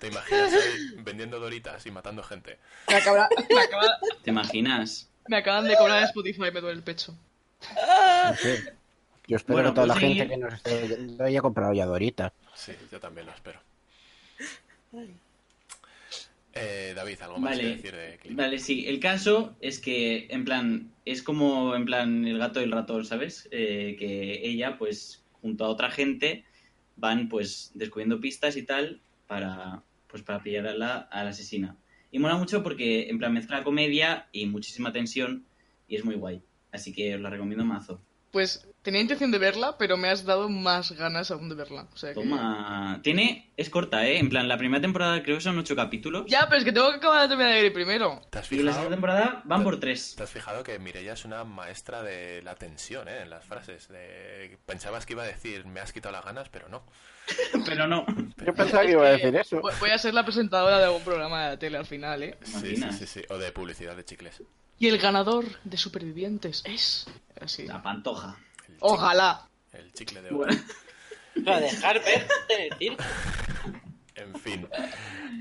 Speaker 2: ¿Te imaginas ahí vendiendo doritas y matando gente?
Speaker 6: Me, acaba- me acaba-
Speaker 4: ¿Te imaginas?
Speaker 6: me acaban de cobrar Spotify, me duele el pecho.
Speaker 7: No sé. Yo espero
Speaker 4: Bueno,
Speaker 7: que toda
Speaker 4: pues
Speaker 7: la
Speaker 4: sí.
Speaker 7: gente que nos esté oyendo haya comprado ya Dorita.
Speaker 2: Sí, yo también lo espero. Eh, David, ¿algo más que
Speaker 4: Vale,
Speaker 2: decir de Clint?
Speaker 4: vale, sí. El caso es que, en plan, es como, en plan, el gato y el ratón, ¿sabes? Eh, que ella, pues, junto a otra gente, van, pues, descubriendo pistas y tal para, pues, para pillar a la, a la asesina. Y mola mucho porque, en plan, mezcla comedia y muchísima tensión y es muy guay. Así que os la recomiendo mazo.
Speaker 6: Pues tenía intención de verla, pero me has dado más ganas aún de verla. O sea que-
Speaker 4: Toma. Tiene. Es corta, ¿eh? En plan, la primera temporada creo que son ocho capítulos.
Speaker 6: Ya, pero es que tengo que acabar de terminar de ver primero.
Speaker 2: ¿Te has
Speaker 4: Y la segunda
Speaker 2: fijado?
Speaker 4: temporada van por tres.
Speaker 2: ¿Te has fijado que Mireia es una maestra de la tensión, eh? En las frases. De... Pensabas que iba a decir, me has quitado las ganas, pero no.
Speaker 4: Pero no.
Speaker 7: Yo pensaba que iba a decir eso.
Speaker 6: Voy voy a ser la presentadora de algún programa de la tele al final, ¿eh?
Speaker 2: Sí, sí,
Speaker 4: imaginas?
Speaker 2: sí, sí. O de publicidad de chicles.
Speaker 6: Y el ganador de Supervivientes es... Así.
Speaker 4: La pantoja.
Speaker 2: El,
Speaker 6: Ojalá.
Speaker 2: chicle- el chicle de oro.
Speaker 4: Bueno,
Speaker 5: Pero dejar ver, de decir.
Speaker 2: En fin.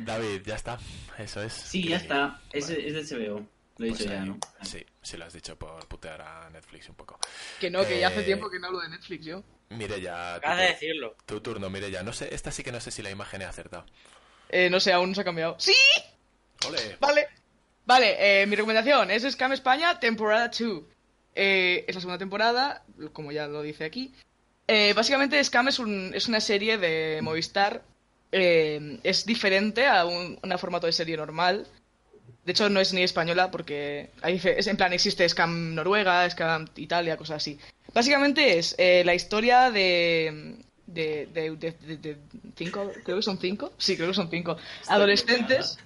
Speaker 2: David, ya está. Eso es.
Speaker 4: sí, ya
Speaker 2: Clint.
Speaker 4: está. Es,
Speaker 2: Vale.
Speaker 4: es de HBO. Lo he
Speaker 2: Pues
Speaker 4: dicho ya,
Speaker 2: ahí-
Speaker 4: ¿no?
Speaker 2: Sí, sí lo has dicho por putear a Netflix un poco.
Speaker 6: Que no, que ya hace
Speaker 2: Eh,
Speaker 6: tiempo que no hablo de Netflix yo.
Speaker 2: Mireia, tu,
Speaker 5: Acabas de
Speaker 2: tur-
Speaker 5: decirlo.
Speaker 2: tu turno, Mireia. No sé, esta sí que no sé si la imagen he acertado.
Speaker 6: Eh, no sé, aún no se ha cambiado. ¡Sí!
Speaker 2: ¡Ole!
Speaker 6: Vale. Vale, eh, mi recomendación es Scam España, temporada 2. Eh, es la segunda temporada, como ya lo dice aquí. Eh, básicamente, Scam es, un- es una serie de Movistar. eh, es diferente a un, una formato de serie normal. De hecho, no es ni española porque ahí dice, es, en plan existe Scam Noruega, Scam Italia, cosas así. Básicamente es eh, la historia de de, de, de- de- de cinco, creo que son cinco, sí, creo que son cinco, adolescentes.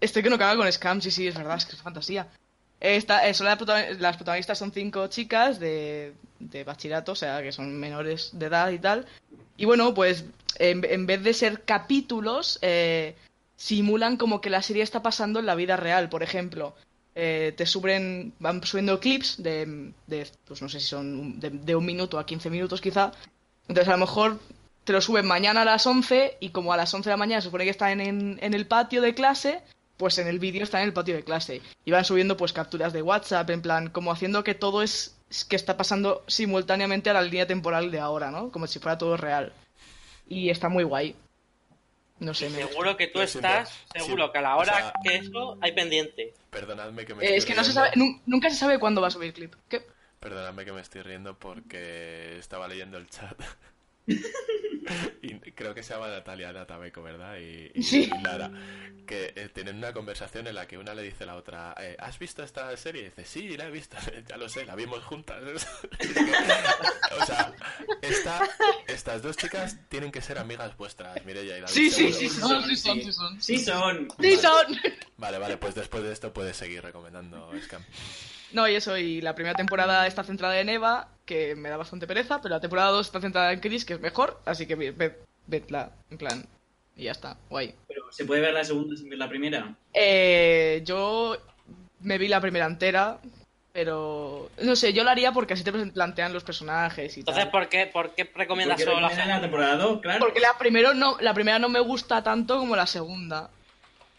Speaker 6: Estoy que no caga con Scam, sí, sí, es verdad, es que es fantasía. Esta, eh, son la prota- las protagonistas son cinco chicas de, de bachillerato, o sea, que son menores de edad y tal. Y bueno, pues en, en vez de ser capítulos, eh, simulan como que la serie está pasando en la vida real. Por ejemplo, eh, te suben, van subiendo clips de, de, pues no sé si son un- de, de un minuto a 15 minutos quizá. Entonces a lo mejor te lo suben mañana a las 11 y como a las 11 de la mañana se supone que están en, en el patio de clase, pues en el vídeo están en el patio de clase. Y van subiendo pues capturas de WhatsApp, en plan, como haciendo que todo es es que está pasando simultáneamente a la línea temporal de ahora, ¿no? Como si fuera todo real. Y está muy guay. No sé, me gusta.
Speaker 5: Seguro que tú
Speaker 2: Yo siempre-
Speaker 5: estás, seguro
Speaker 2: siempre-
Speaker 5: que a la
Speaker 2: o
Speaker 5: hora
Speaker 2: sea-
Speaker 5: que eso hay pendiente.
Speaker 2: Perdonadme que me estoy
Speaker 6: Eh, es que no se
Speaker 2: riendo.
Speaker 6: sabe, nun- nunca se sabe cuándo va a subir clip. ¿Qué?
Speaker 2: Perdonadme que me estoy riendo porque estaba leyendo el chat. y creo que se llama Natalia Natabeco, ¿verdad? Y, y-
Speaker 6: Sí.
Speaker 2: y Lara. Que eh, tienen una conversación en la que una le dice a la otra, eh, ¿has visto esta serie? Y dice, sí, la he visto, ya lo sé, la vimos juntas. Es que, o sea, esta- estas dos chicas tienen que ser amigas vuestras, Mireia y David.
Speaker 6: Sí, sí,
Speaker 2: seguro.
Speaker 6: sí, sí, son, sí, son, sí, son.
Speaker 4: Sí, son.
Speaker 6: Sí, son.
Speaker 2: Vale, vale, pues después de esto puedes seguir recomendando Scam.
Speaker 6: No, y eso, y la primera temporada está centrada en Eva, que me da bastante pereza, pero la temporada 2 está centrada en Chris, que es mejor, así que ve- ve- vedla, en plan, y ya está, guay.
Speaker 4: Pero ¿se puede ver la segunda sin ver la primera?
Speaker 6: Eh, yo me vi la primera entera, pero no sé, yo la haría porque así te plantean los personajes y
Speaker 5: Entonces,
Speaker 6: tal.
Speaker 5: ¿por qué, por qué recomiendas
Speaker 4: Porque
Speaker 5: solo la
Speaker 4: recomiendan la temporada 2, claro.
Speaker 6: Porque la, primero no, la primera no me gusta tanto como la segunda.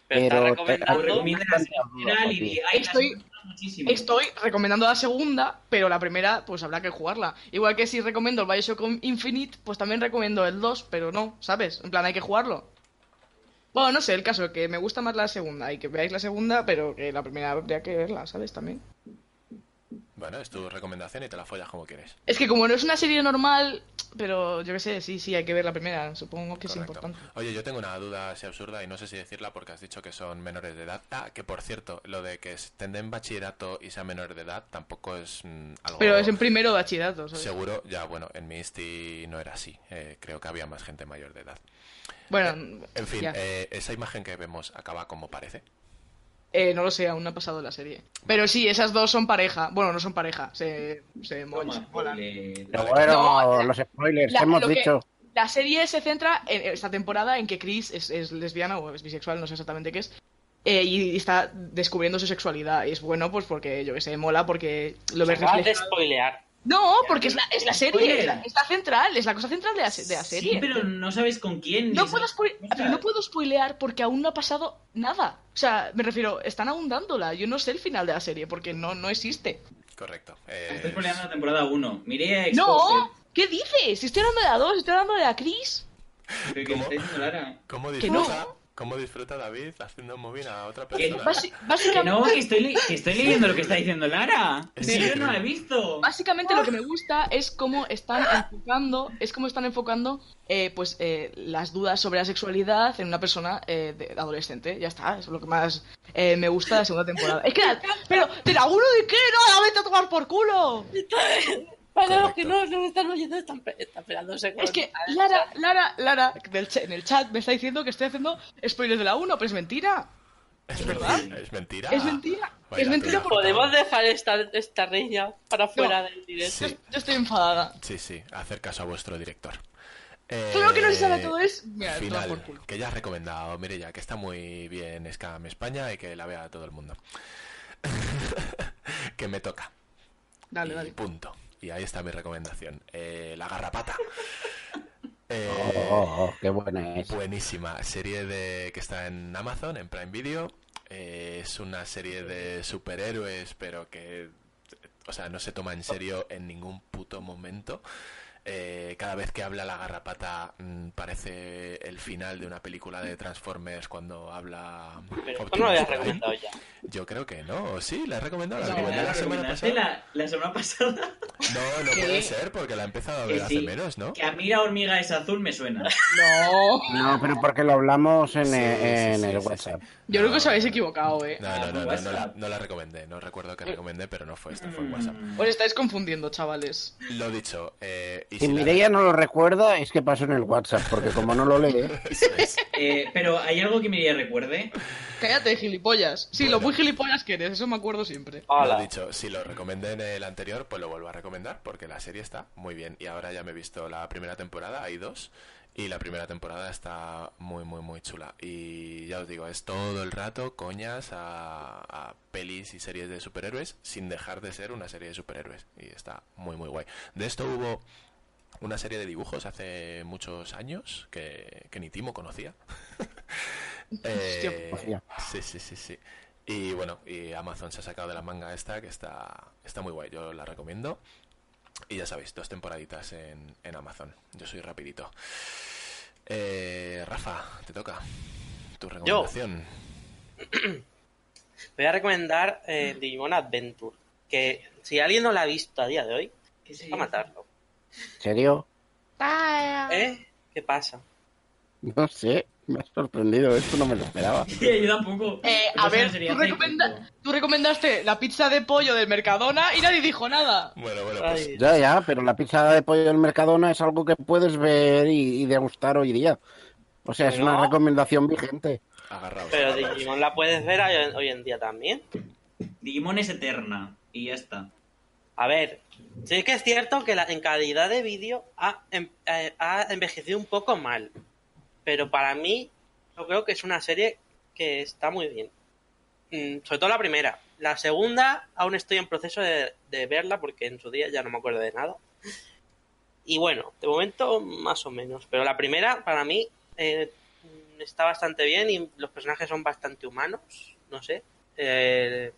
Speaker 5: Pero estás
Speaker 7: Pero-
Speaker 4: Pues
Speaker 5: recomendando.
Speaker 4: recomiendan la general y di, ay, la
Speaker 6: Estoy-
Speaker 4: segunda muchísimo.
Speaker 6: Estoy recomendando la segunda, pero la primera, pues habrá que jugarla. Igual que si recomiendo el Bioshock Infinite, pues también recomiendo el 2, pero no, ¿sabes? En plan, hay que jugarlo. Bueno, no sé, el caso es que me gusta más la segunda y que veáis la segunda, pero que la primera habría que verla, ¿sabes? También.
Speaker 2: Bueno, es tu recomendación y te la follas como quieres.
Speaker 6: Es que como no es una serie normal, pero yo qué sé, sí, sí, hay que ver la primera, supongo que
Speaker 2: Correcto.
Speaker 6: es importante.
Speaker 2: Oye, yo tengo una duda así absurda y no sé si decirla porque has dicho que son menores de edad. Ah, que por cierto, lo de que estén en bachillerato y sean menores de edad tampoco es mm, algo
Speaker 6: Pero es en primero de bachillerato, ¿sabes?
Speaker 2: seguro. Ya, bueno, en mi Insti no era así. Eh, creo que había más gente mayor de edad.
Speaker 6: Bueno,
Speaker 2: En fin,
Speaker 6: ya.
Speaker 2: eh, esa imagen que vemos acaba como parece.
Speaker 6: Eh, no lo sé, aún no ha pasado la serie. Pero sí, esas dos son pareja. Bueno, no son pareja, se, se
Speaker 4: Toma, pues,
Speaker 6: molan, se molan.
Speaker 4: ole.
Speaker 7: Pero bueno,
Speaker 6: No,
Speaker 7: los spoilers,
Speaker 6: la-
Speaker 7: hemos
Speaker 6: lo que-
Speaker 7: dicho.
Speaker 6: La serie se centra en esta temporada en que Chris es, es lesbiana o es bisexual, no sé exactamente qué es, eh, y está descubriendo su sexualidad. Y es bueno, pues porque, yo que sé, mola porque lo ves
Speaker 5: Acabas de
Speaker 6: reflejado.
Speaker 5: spoilear.
Speaker 6: No, porque es la, es la serie,
Speaker 4: Spoiler.
Speaker 6: es la, es la central, es la cosa central de la, se- de la
Speaker 4: Sí,
Speaker 6: serie.
Speaker 4: pero no sabes con quién.
Speaker 6: No
Speaker 4: ni
Speaker 6: puedo,
Speaker 4: sabes-
Speaker 6: spoil-
Speaker 4: o sea,
Speaker 6: pero no puedo spoilear porque aún no ha pasado nada. O sea, me refiero, están aún dándola. Yo no sé el final de la serie porque no, no existe.
Speaker 2: Correcto. eh,
Speaker 4: Estoy peleando la temporada 1. Miré a
Speaker 6: ¡No! ¿Qué dices? Estoy hablando de la 2, estoy hablando de la Chris.
Speaker 4: Exposed, pero que me está diciendo Lara.
Speaker 2: ¿Cómo
Speaker 6: Que no.
Speaker 2: disfruta, cómo disfruta David haciendo un móvil a otra
Speaker 4: Que-
Speaker 2: persona?
Speaker 6: Basi-
Speaker 4: Que
Speaker 6: básicamente.
Speaker 4: no, que estoy, le- que estoy leyendo lo que está diciendo Lara.
Speaker 2: Es
Speaker 4: Sí, yo
Speaker 2: increíble.
Speaker 4: no la he visto.
Speaker 6: Básicamente lo que me gusta es cómo están enfocando, es cómo están enfocando eh, pues eh, las dudas sobre la sexualidad en una persona eh, de- adolescente. Ya está, es lo que más eh, me gusta de la segunda temporada. Es que, la- pero te la uno de qué, no, la vete a tomar por culo.
Speaker 5: Para
Speaker 2: los que no-
Speaker 5: nos están oyendo, están, esperándose.
Speaker 6: Es que Lara, Lara, Lara, del cha- en el chat me está diciendo que estoy haciendo spoilers de la 1, pero es mentira.
Speaker 2: Es
Speaker 6: ¿verdad?
Speaker 2: mentira. Es mentira.
Speaker 6: Es mentira.
Speaker 2: Vaya
Speaker 6: es mentira
Speaker 2: tela.
Speaker 6: porque
Speaker 5: podemos dejar esta, esta riña para fuera
Speaker 6: No.
Speaker 5: del directo.
Speaker 2: Sí.
Speaker 6: yo estoy enfadada.
Speaker 2: Sí, sí, hacer caso a vuestro director. Eh,
Speaker 6: Todo lo que no se sabe todo es. Mira, toma por
Speaker 2: final,
Speaker 6: culo.
Speaker 2: que ya has recomendado, Mireya, que está muy bien Scam España y que la vea todo el mundo. que me toca.
Speaker 6: Dale,
Speaker 2: y
Speaker 6: dale.
Speaker 2: punto. Y ahí está mi recomendación. Eh, la garrapata. Eh,
Speaker 7: Oh, oh, oh, qué buena es.
Speaker 2: Pues, Buenísima. Serie de que está en Amazon, en Prime Video. Eh, es una serie de superhéroes, pero que. O sea, no se toma en serio en ningún puto momento. Eh, cada vez que habla la garrapata mm, parece el final de una película de Transformers cuando habla.
Speaker 5: Pero esto
Speaker 2: Optimus
Speaker 5: no lo habías
Speaker 2: Prime.
Speaker 5: recomendado ya.
Speaker 2: Yo creo que no. Sí, la he recomendado. La
Speaker 4: No,
Speaker 2: recomendé
Speaker 4: la
Speaker 2: la semana
Speaker 4: recomendaste
Speaker 2: pasada.
Speaker 4: la, la semana pasada.
Speaker 2: No, no
Speaker 6: ¿Qué?
Speaker 2: puede ser, porque la he empezado a ver
Speaker 4: Que
Speaker 2: hace
Speaker 4: sí.
Speaker 2: menos, ¿no?
Speaker 4: Que a mí la hormiga es azul me suena.
Speaker 6: No.
Speaker 7: No, pero porque lo hablamos en,
Speaker 2: Sí,
Speaker 7: en
Speaker 2: sí, sí,
Speaker 7: el
Speaker 2: sí,
Speaker 7: WhatsApp.
Speaker 2: sí.
Speaker 6: Yo creo que os habéis equivocado, eh.
Speaker 2: No, no, no, no,
Speaker 4: WhatsApp.
Speaker 2: no la, no la recomendé. No recuerdo que recomendé, pero no fue esta, fue
Speaker 5: Mm.
Speaker 4: Mm.
Speaker 2: en WhatsApp.
Speaker 6: Os estáis confundiendo, chavales.
Speaker 2: Lo dicho, eh, y
Speaker 7: Si
Speaker 2: la-
Speaker 7: Mireia no lo recuerda, es que pasó en el WhatsApp, porque como no lo lee,
Speaker 2: Eso es.
Speaker 4: Eh, pero hay algo que Mireia recuerde.
Speaker 6: Cállate, gilipollas. Sí, lo
Speaker 2: Bueno.
Speaker 6: muy gilipollas que eres, eso me acuerdo siempre.
Speaker 2: Lo
Speaker 5: Hola.
Speaker 2: dicho, si lo recomendé en el anterior, pues lo vuelvo a recomendar porque la serie está muy bien. Y ahora ya me he visto la primera temporada, hay dos. Y la primera temporada está muy, muy, muy chula. Y ya os digo, es todo el rato coñas a, a pelis y series de superhéroes sin dejar de ser una serie de superhéroes. Y está muy, muy guay. De esto hubo una serie de dibujos hace muchos años que, que ni Timo conocía. Eh,
Speaker 7: Hostia.
Speaker 2: sí, sí, sí, sí. Y bueno, y Amazon se ha sacado de la manga esta, que está, está muy guay, yo la recomiendo. Y ya sabéis, dos temporaditas en, en Amazon. Yo soy rapidito. Eh, Rafa, te toca. Tu recomendación.
Speaker 5: Voy a recomendar eh, Digimon Adventure. Que si alguien no la ha visto a día de hoy,
Speaker 4: ¿Qué se
Speaker 5: va a matarlo.
Speaker 7: ¿en serio?
Speaker 6: Ah.
Speaker 5: ¿Eh? ¿Qué pasa?
Speaker 7: No sé, me ha sorprendido, esto no me lo esperaba.
Speaker 4: Sí, yo tampoco.
Speaker 6: Eh,
Speaker 4: Pero
Speaker 6: a
Speaker 4: eso
Speaker 6: ver,
Speaker 4: sería
Speaker 6: tú,
Speaker 4: técnico.
Speaker 6: recomenda- tú recomendaste la pizza de pollo del Mercadona y nadie dijo nada.
Speaker 2: Bueno, bueno, pues
Speaker 5: Ay,
Speaker 7: Ya, ya, pero la pizza de pollo del Mercadona es algo que puedes ver y, y degustar hoy día. O sea, es una
Speaker 5: No.
Speaker 7: recomendación
Speaker 2: eh,
Speaker 7: vigente.
Speaker 2: agarraos.
Speaker 5: pero
Speaker 2: agarraos.
Speaker 5: Digimon la puedes ver hoy- hoy en día también.
Speaker 4: Digimon es eterna. Y ya está.
Speaker 5: A ver, sí que es cierto que la, en calidad de vídeo ha, em- eh, ha envejecido un poco mal. Pero para mí, yo creo que es una serie que está muy bien. Mm, sobre todo la primera. La segunda aún estoy en proceso de, de verla porque en su día ya no me acuerdo de nada. Y bueno, de momento más o menos. Pero la primera para mí eh, está bastante bien y los personajes son bastante humanos. No sé. Eh,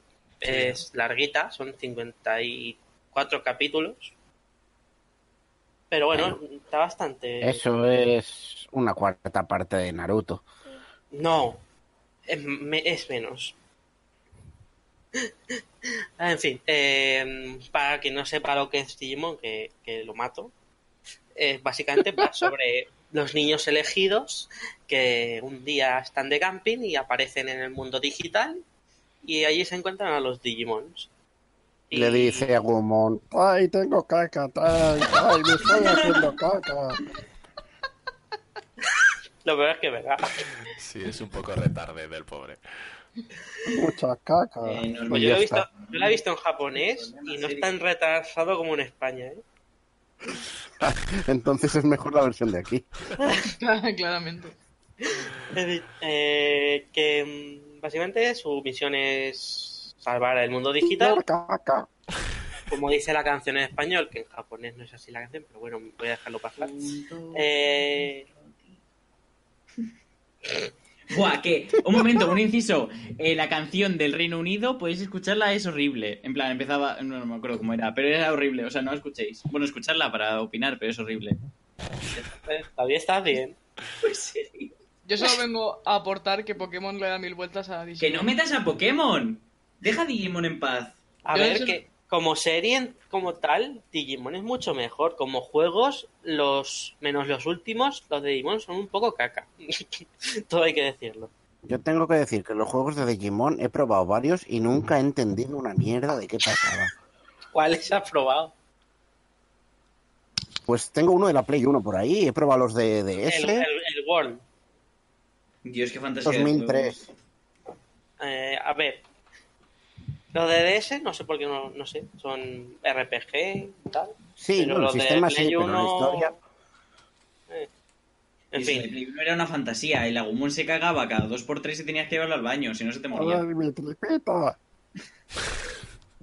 Speaker 5: es larguita, son 54 capítulos. Pero bueno, está bastante...
Speaker 7: Eso es una cuarta parte de Naruto.
Speaker 5: No, es, me- es menos. Ah, en fin, eh, para quien no sepa lo que es Digimon, que, que lo mato, eh, básicamente va sobre los niños elegidos que un día están de camping y aparecen en el mundo digital y allí se encuentran a los Digimons. Y-
Speaker 7: Le dice a Gumon, ay, tengo caca, ay, ay, me estoy haciendo caca.
Speaker 5: Lo peor es que, ¿verdad?
Speaker 2: Sí, es un poco retarde del pobre.
Speaker 7: Mucha caca.
Speaker 4: Eh, no,
Speaker 5: Pues
Speaker 7: Y
Speaker 5: yo, lo
Speaker 7: ya
Speaker 5: he visto,
Speaker 7: está.
Speaker 5: yo la he visto en japonés y no es tan retrasado como en España. ¿eh?
Speaker 7: Entonces es mejor la versión de aquí.
Speaker 6: Claramente.
Speaker 5: Es decir, eh, que mm, básicamente su misión es salvar el mundo digital,
Speaker 7: Caca.
Speaker 5: como dice la canción en español, que en japonés no es así la canción, pero bueno, voy a dejarlo pasar. Eh,
Speaker 4: Buah, que. Un momento, un inciso. Eh, la canción del Reino Unido, podéis escucharla, es horrible. En plan, empezaba. No, no me acuerdo cómo era, pero era horrible. O sea, no la escuchéis. Bueno, escucharla para opinar, pero es horrible.
Speaker 5: eh, todavía está bien.
Speaker 4: Pues
Speaker 6: Yo solo vengo a aportar que Pokémon le da mil vueltas a Digimon.
Speaker 4: Que no metas a Pokémon. Deja a Digimon en paz.
Speaker 5: A
Speaker 6: Yo
Speaker 5: ver,
Speaker 6: eso-
Speaker 5: que como serie en- como tal, Digimon es mucho mejor. Como juegos, los menos los últimos, los de Digimon son un poco caca. Todo hay que decirlo.
Speaker 7: Yo tengo que decir que los juegos de Digimon he probado varios y nunca he entendido una mierda de qué pasaba.
Speaker 5: ¿Cuáles has probado?
Speaker 7: Pues tengo uno de la Play 1 por ahí, he probado los de DS,
Speaker 5: El, el, el World.
Speaker 4: Dios, qué fantasía. de
Speaker 7: 2003.
Speaker 4: juegos.
Speaker 5: Eh, a ver. Los de DS, no sé por qué, no, no sé. Son RPG y tal.
Speaker 7: Sí,
Speaker 5: pero
Speaker 7: no, el
Speaker 5: los de
Speaker 7: sistema
Speaker 5: Play
Speaker 7: sí, pero la
Speaker 5: uno-
Speaker 7: historia...
Speaker 5: En
Speaker 4: Y si el
Speaker 5: fin,
Speaker 4: Play uno era una fantasía. El Agumon se cagaba cada dos por tres y tenías que llevarlo al baño, si no se te moría.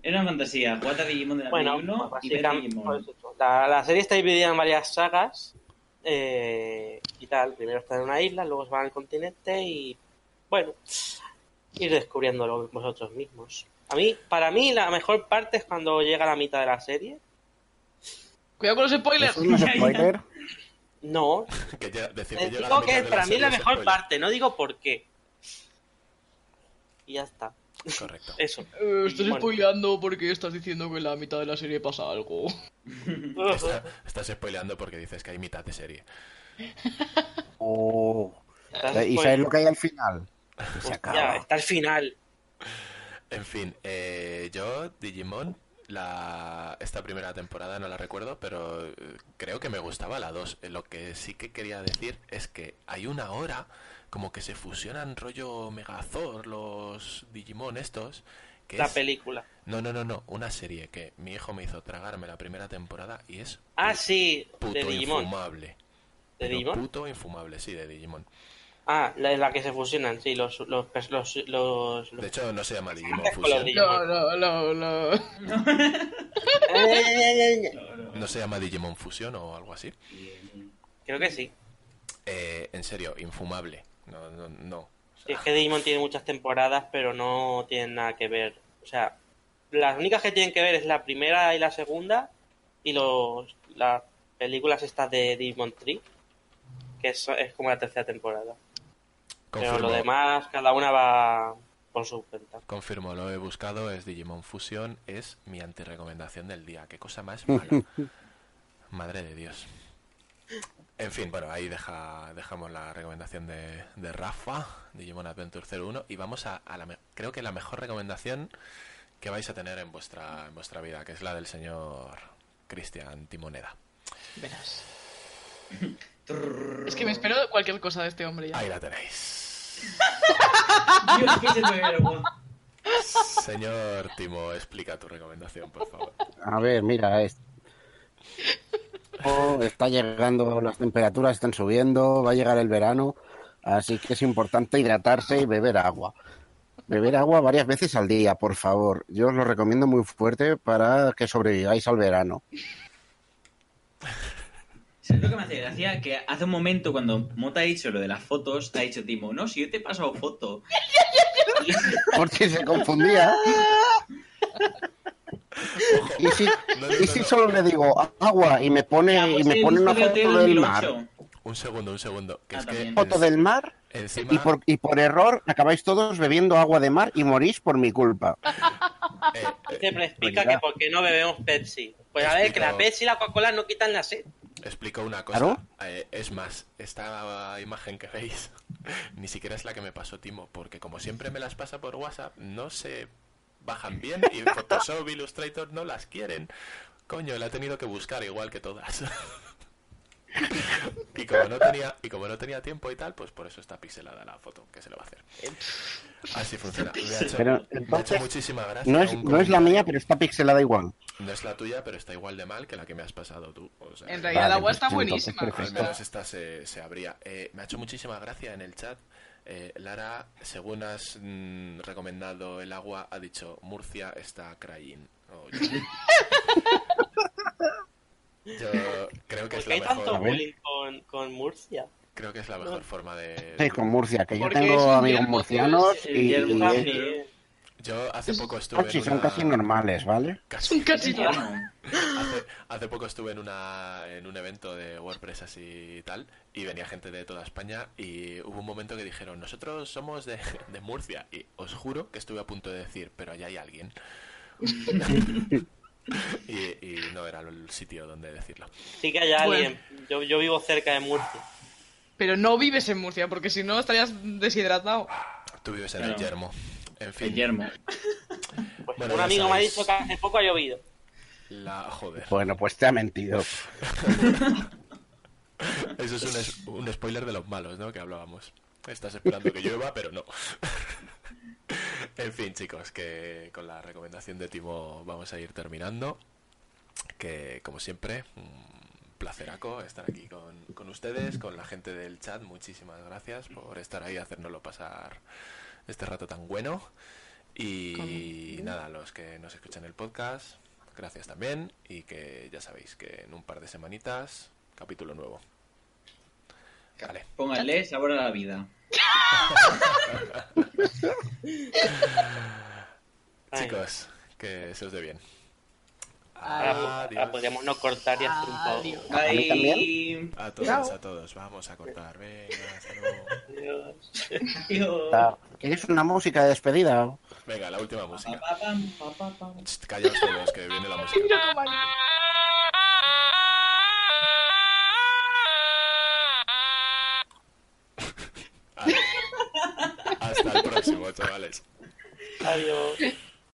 Speaker 4: Era una fantasía. Jugate a Digimon de la
Speaker 5: bueno,
Speaker 4: Play 1 y ver
Speaker 5: básicamente,
Speaker 4: Digimon.
Speaker 5: pues eso. la, la serie está dividida en varias sagas eh, y tal. Primero están en una isla, luego se van al continente y, bueno, ir descubriéndolo vosotros mismos. A mí, para mí, la mejor parte es cuando llega la mitad de la serie.
Speaker 6: Cuidado con los spoilers.
Speaker 7: ¿Eso no es spoiler?
Speaker 5: No,
Speaker 2: Que llega- decir que
Speaker 5: Eh,
Speaker 2: llega a la
Speaker 5: digo
Speaker 2: mitad
Speaker 5: que
Speaker 2: de
Speaker 5: para mí
Speaker 2: serie
Speaker 5: la
Speaker 2: es
Speaker 5: mejor
Speaker 2: spoiler.
Speaker 5: parte, no digo por qué. Y ya está.
Speaker 2: Correcto.
Speaker 5: Eso.
Speaker 6: Eh, estás
Speaker 5: Bueno.
Speaker 6: spoileando porque estás diciendo que en la mitad de la serie pasa algo.
Speaker 2: Está- estás spoileando porque dices que hay mitad de serie.
Speaker 7: Oh.
Speaker 5: Estás
Speaker 7: ¿Y
Speaker 5: spoil-
Speaker 7: sabes lo que hay al final? Que se
Speaker 5: Hostia,
Speaker 7: acaba.
Speaker 5: está al final.
Speaker 2: En fin, eh, yo, Digimon, la, esta primera temporada no la recuerdo, pero eh, creo que me gustaba la 2. Lo que sí que quería decir es que hay una hora como que se fusionan rollo Megazord los Digimon estos. Que
Speaker 5: La
Speaker 2: es-
Speaker 5: película.
Speaker 2: No, no, no, no, una serie que mi hijo me hizo tragarme la primera temporada y es
Speaker 5: Ah, sí,
Speaker 2: puto
Speaker 5: de Digimon.
Speaker 2: infumable.
Speaker 5: ¿De
Speaker 2: Pero
Speaker 5: Digimon?
Speaker 2: Puto infumable, sí, de Digimon.
Speaker 5: Ah, la, la que se fusionan, sí, los. los, los, los, los-
Speaker 2: De hecho, no se llama Digimon
Speaker 5: Con los
Speaker 2: Fusion.
Speaker 5: Digimon.
Speaker 6: No, no, no, no.
Speaker 5: Eh,
Speaker 2: No se llama Digimon Fusion o algo así.
Speaker 5: Creo que sí.
Speaker 2: Eh, en serio, infumable. No, no, no.
Speaker 5: Sí, es que Digimon tiene muchas temporadas, pero no tienen nada que ver. O sea, las únicas que tienen que ver es la primera y la segunda y los las películas estas de Digimon Tree, que es, es como la tercera temporada. Pero
Speaker 2: Confirmo,
Speaker 5: lo demás, cada una va por su cuenta.
Speaker 2: confirmo, lo he buscado, es Digimon Fusion, es mi antirecomendación del día. Qué cosa más mala. Madre de Dios. En fin, bueno, ahí deja, dejamos la recomendación de, de Rafa, Digimon Adventure 01, y vamos a, a la me- creo que la mejor recomendación que vais a tener en vuestra, en vuestra vida, que es la del señor Cristian Timoneda.
Speaker 6: Verás. Es que me espero cualquier cosa de este hombre ya.
Speaker 2: Ahí la tenéis.
Speaker 4: Dios, que se me ve, guau.
Speaker 2: Señor Timo, explica tu recomendación, por favor.
Speaker 7: A ver, mira, es- Oh, está llegando, las temperaturas están subiendo, va a llegar el verano, así que es importante hidratarse y beber agua. Beber agua varias veces al día, por favor. Yo os lo recomiendo muy fuerte para que sobreviváis al verano.
Speaker 4: ¿Sabes lo que me hace gracia? Que hace un momento cuando Mota ha dicho lo de las fotos, ha dicho Timo, no, si yo te he pasado foto.
Speaker 7: Porque se confundía. Y si,
Speaker 2: No, no,
Speaker 7: y
Speaker 2: no,
Speaker 7: si
Speaker 2: no.
Speaker 7: solo le digo agua y me pone, y me pone una foto del mar,
Speaker 2: Un segundo, un segundo. Que
Speaker 4: Ah,
Speaker 2: es que
Speaker 4: también.
Speaker 7: foto del mar,
Speaker 2: en- encima,
Speaker 7: y por, y por error acabáis todos bebiendo agua de mar y morís por mi culpa.
Speaker 4: Ah.
Speaker 2: eh, eh,
Speaker 5: Siempre explica que
Speaker 7: Venga.
Speaker 5: por qué no bebemos Pepsi. Pues a ver, que la
Speaker 2: Explica-
Speaker 5: Pepsi y la Coca-Cola no quitan la sed.
Speaker 2: explico una cosa.
Speaker 7: ¿Claro?
Speaker 2: Eh, es más, esta imagen que veis ni siquiera es la que me pasó Timo, porque como siempre me las pasa por WhatsApp, no se bajan bien y Photoshop Illustrator no las quieren. Coño, la he tenido que buscar igual que todas. y como no tenía y como no tenía tiempo y tal, pues por eso está pixelada la foto que se le va a hacer. Así funciona. Me ha hecho,
Speaker 7: Pero,
Speaker 2: me ha hecho
Speaker 7: entonces,
Speaker 2: muchísima gracia
Speaker 7: No es,
Speaker 2: un
Speaker 7: no es la
Speaker 2: comentario.
Speaker 7: mía, pero está pixelada igual.
Speaker 2: No es la tuya, pero está igual de mal que la que me has pasado tú. O sea,
Speaker 6: En realidad
Speaker 7: Vale,
Speaker 6: la agua
Speaker 7: pues
Speaker 6: está
Speaker 7: entonces
Speaker 6: buenísima.
Speaker 2: al
Speaker 7: perfecto.
Speaker 2: menos esta se, se abría. Eh, me ha hecho muchísima gracia en el chat. eh, Lara, según has mm, recomendado el agua, ha dicho Murcia está crying. Oh, yo... Yo creo que es
Speaker 5: Porque
Speaker 2: la
Speaker 5: hay tanto
Speaker 2: mejor,
Speaker 5: bullying con, con Murcia.
Speaker 2: creo que es la mejor forma
Speaker 7: Sí,
Speaker 2: de.
Speaker 7: con Murcia, que yo
Speaker 6: Porque es
Speaker 7: tengo
Speaker 6: un
Speaker 7: amigos
Speaker 6: yermo,
Speaker 7: murcianos
Speaker 6: tío,
Speaker 7: y,
Speaker 4: yermo
Speaker 7: y-
Speaker 4: fácil.
Speaker 5: También.
Speaker 2: Yo hace poco estuve
Speaker 7: oh, sí,
Speaker 2: en
Speaker 7: son
Speaker 2: una...
Speaker 7: casi normales, ¿vale?
Speaker 6: Es un
Speaker 2: Casi.
Speaker 6: casino.
Speaker 2: Hace, hace poco estuve en una en un evento de WordPress así y tal y venía gente de toda España y hubo un momento que dijeron nosotros somos de, de Murcia y os juro que estuve a punto de decir pero allá hay alguien y, y no era el sitio donde decirlo
Speaker 5: Sí que hay alguien. Yo, yo vivo cerca de Murcia.
Speaker 6: Pero no vives en Murcia, porque si no estarías deshidratado.
Speaker 2: tú vives en el
Speaker 4: Claro.
Speaker 2: yermo en
Speaker 4: El
Speaker 2: fin
Speaker 4: yermo.
Speaker 5: Pues
Speaker 2: Bueno,
Speaker 5: un
Speaker 2: ya
Speaker 5: amigo me ha
Speaker 2: sabéis.
Speaker 5: dicho que hace poco ha llovido.
Speaker 2: la joder
Speaker 7: Bueno, pues te ha mentido.
Speaker 2: eso es un, es- un spoiler de los malos no que hablábamos estás esperando que llueva pero no En fin, chicos, que con la recomendación de Timo vamos a ir terminando. Que, como siempre, un placeraco estar aquí con, con ustedes, con la gente del chat. Muchísimas gracias por estar ahí, hacérnoslo pasar este rato tan bueno. Y nada, los que nos escuchan el podcast, gracias también. Y que ya sabéis que en un par de semanitas, capítulo nuevo. Vale.
Speaker 4: Pónganle sabor a la vida.
Speaker 5: Ay.
Speaker 2: Chicos, que se os dé bien.
Speaker 5: Ahora, pues,
Speaker 2: Adiós.
Speaker 5: ahora podríamos no cortar y hacer un poco.
Speaker 6: Adiós.
Speaker 7: ¿A mí
Speaker 4: Ay,
Speaker 2: A todos, a todos, vamos a cortar. Venga, hasta luego.
Speaker 5: Adiós.
Speaker 4: Dios.
Speaker 7: Ah, ¿Quieres una música de despedida?
Speaker 2: Venga, la última música.
Speaker 4: Pa, pam, pa, pa, pam.
Speaker 2: Chst, Callaos todos, que viene la música. Hasta el próximo, chavales.
Speaker 5: Adiós.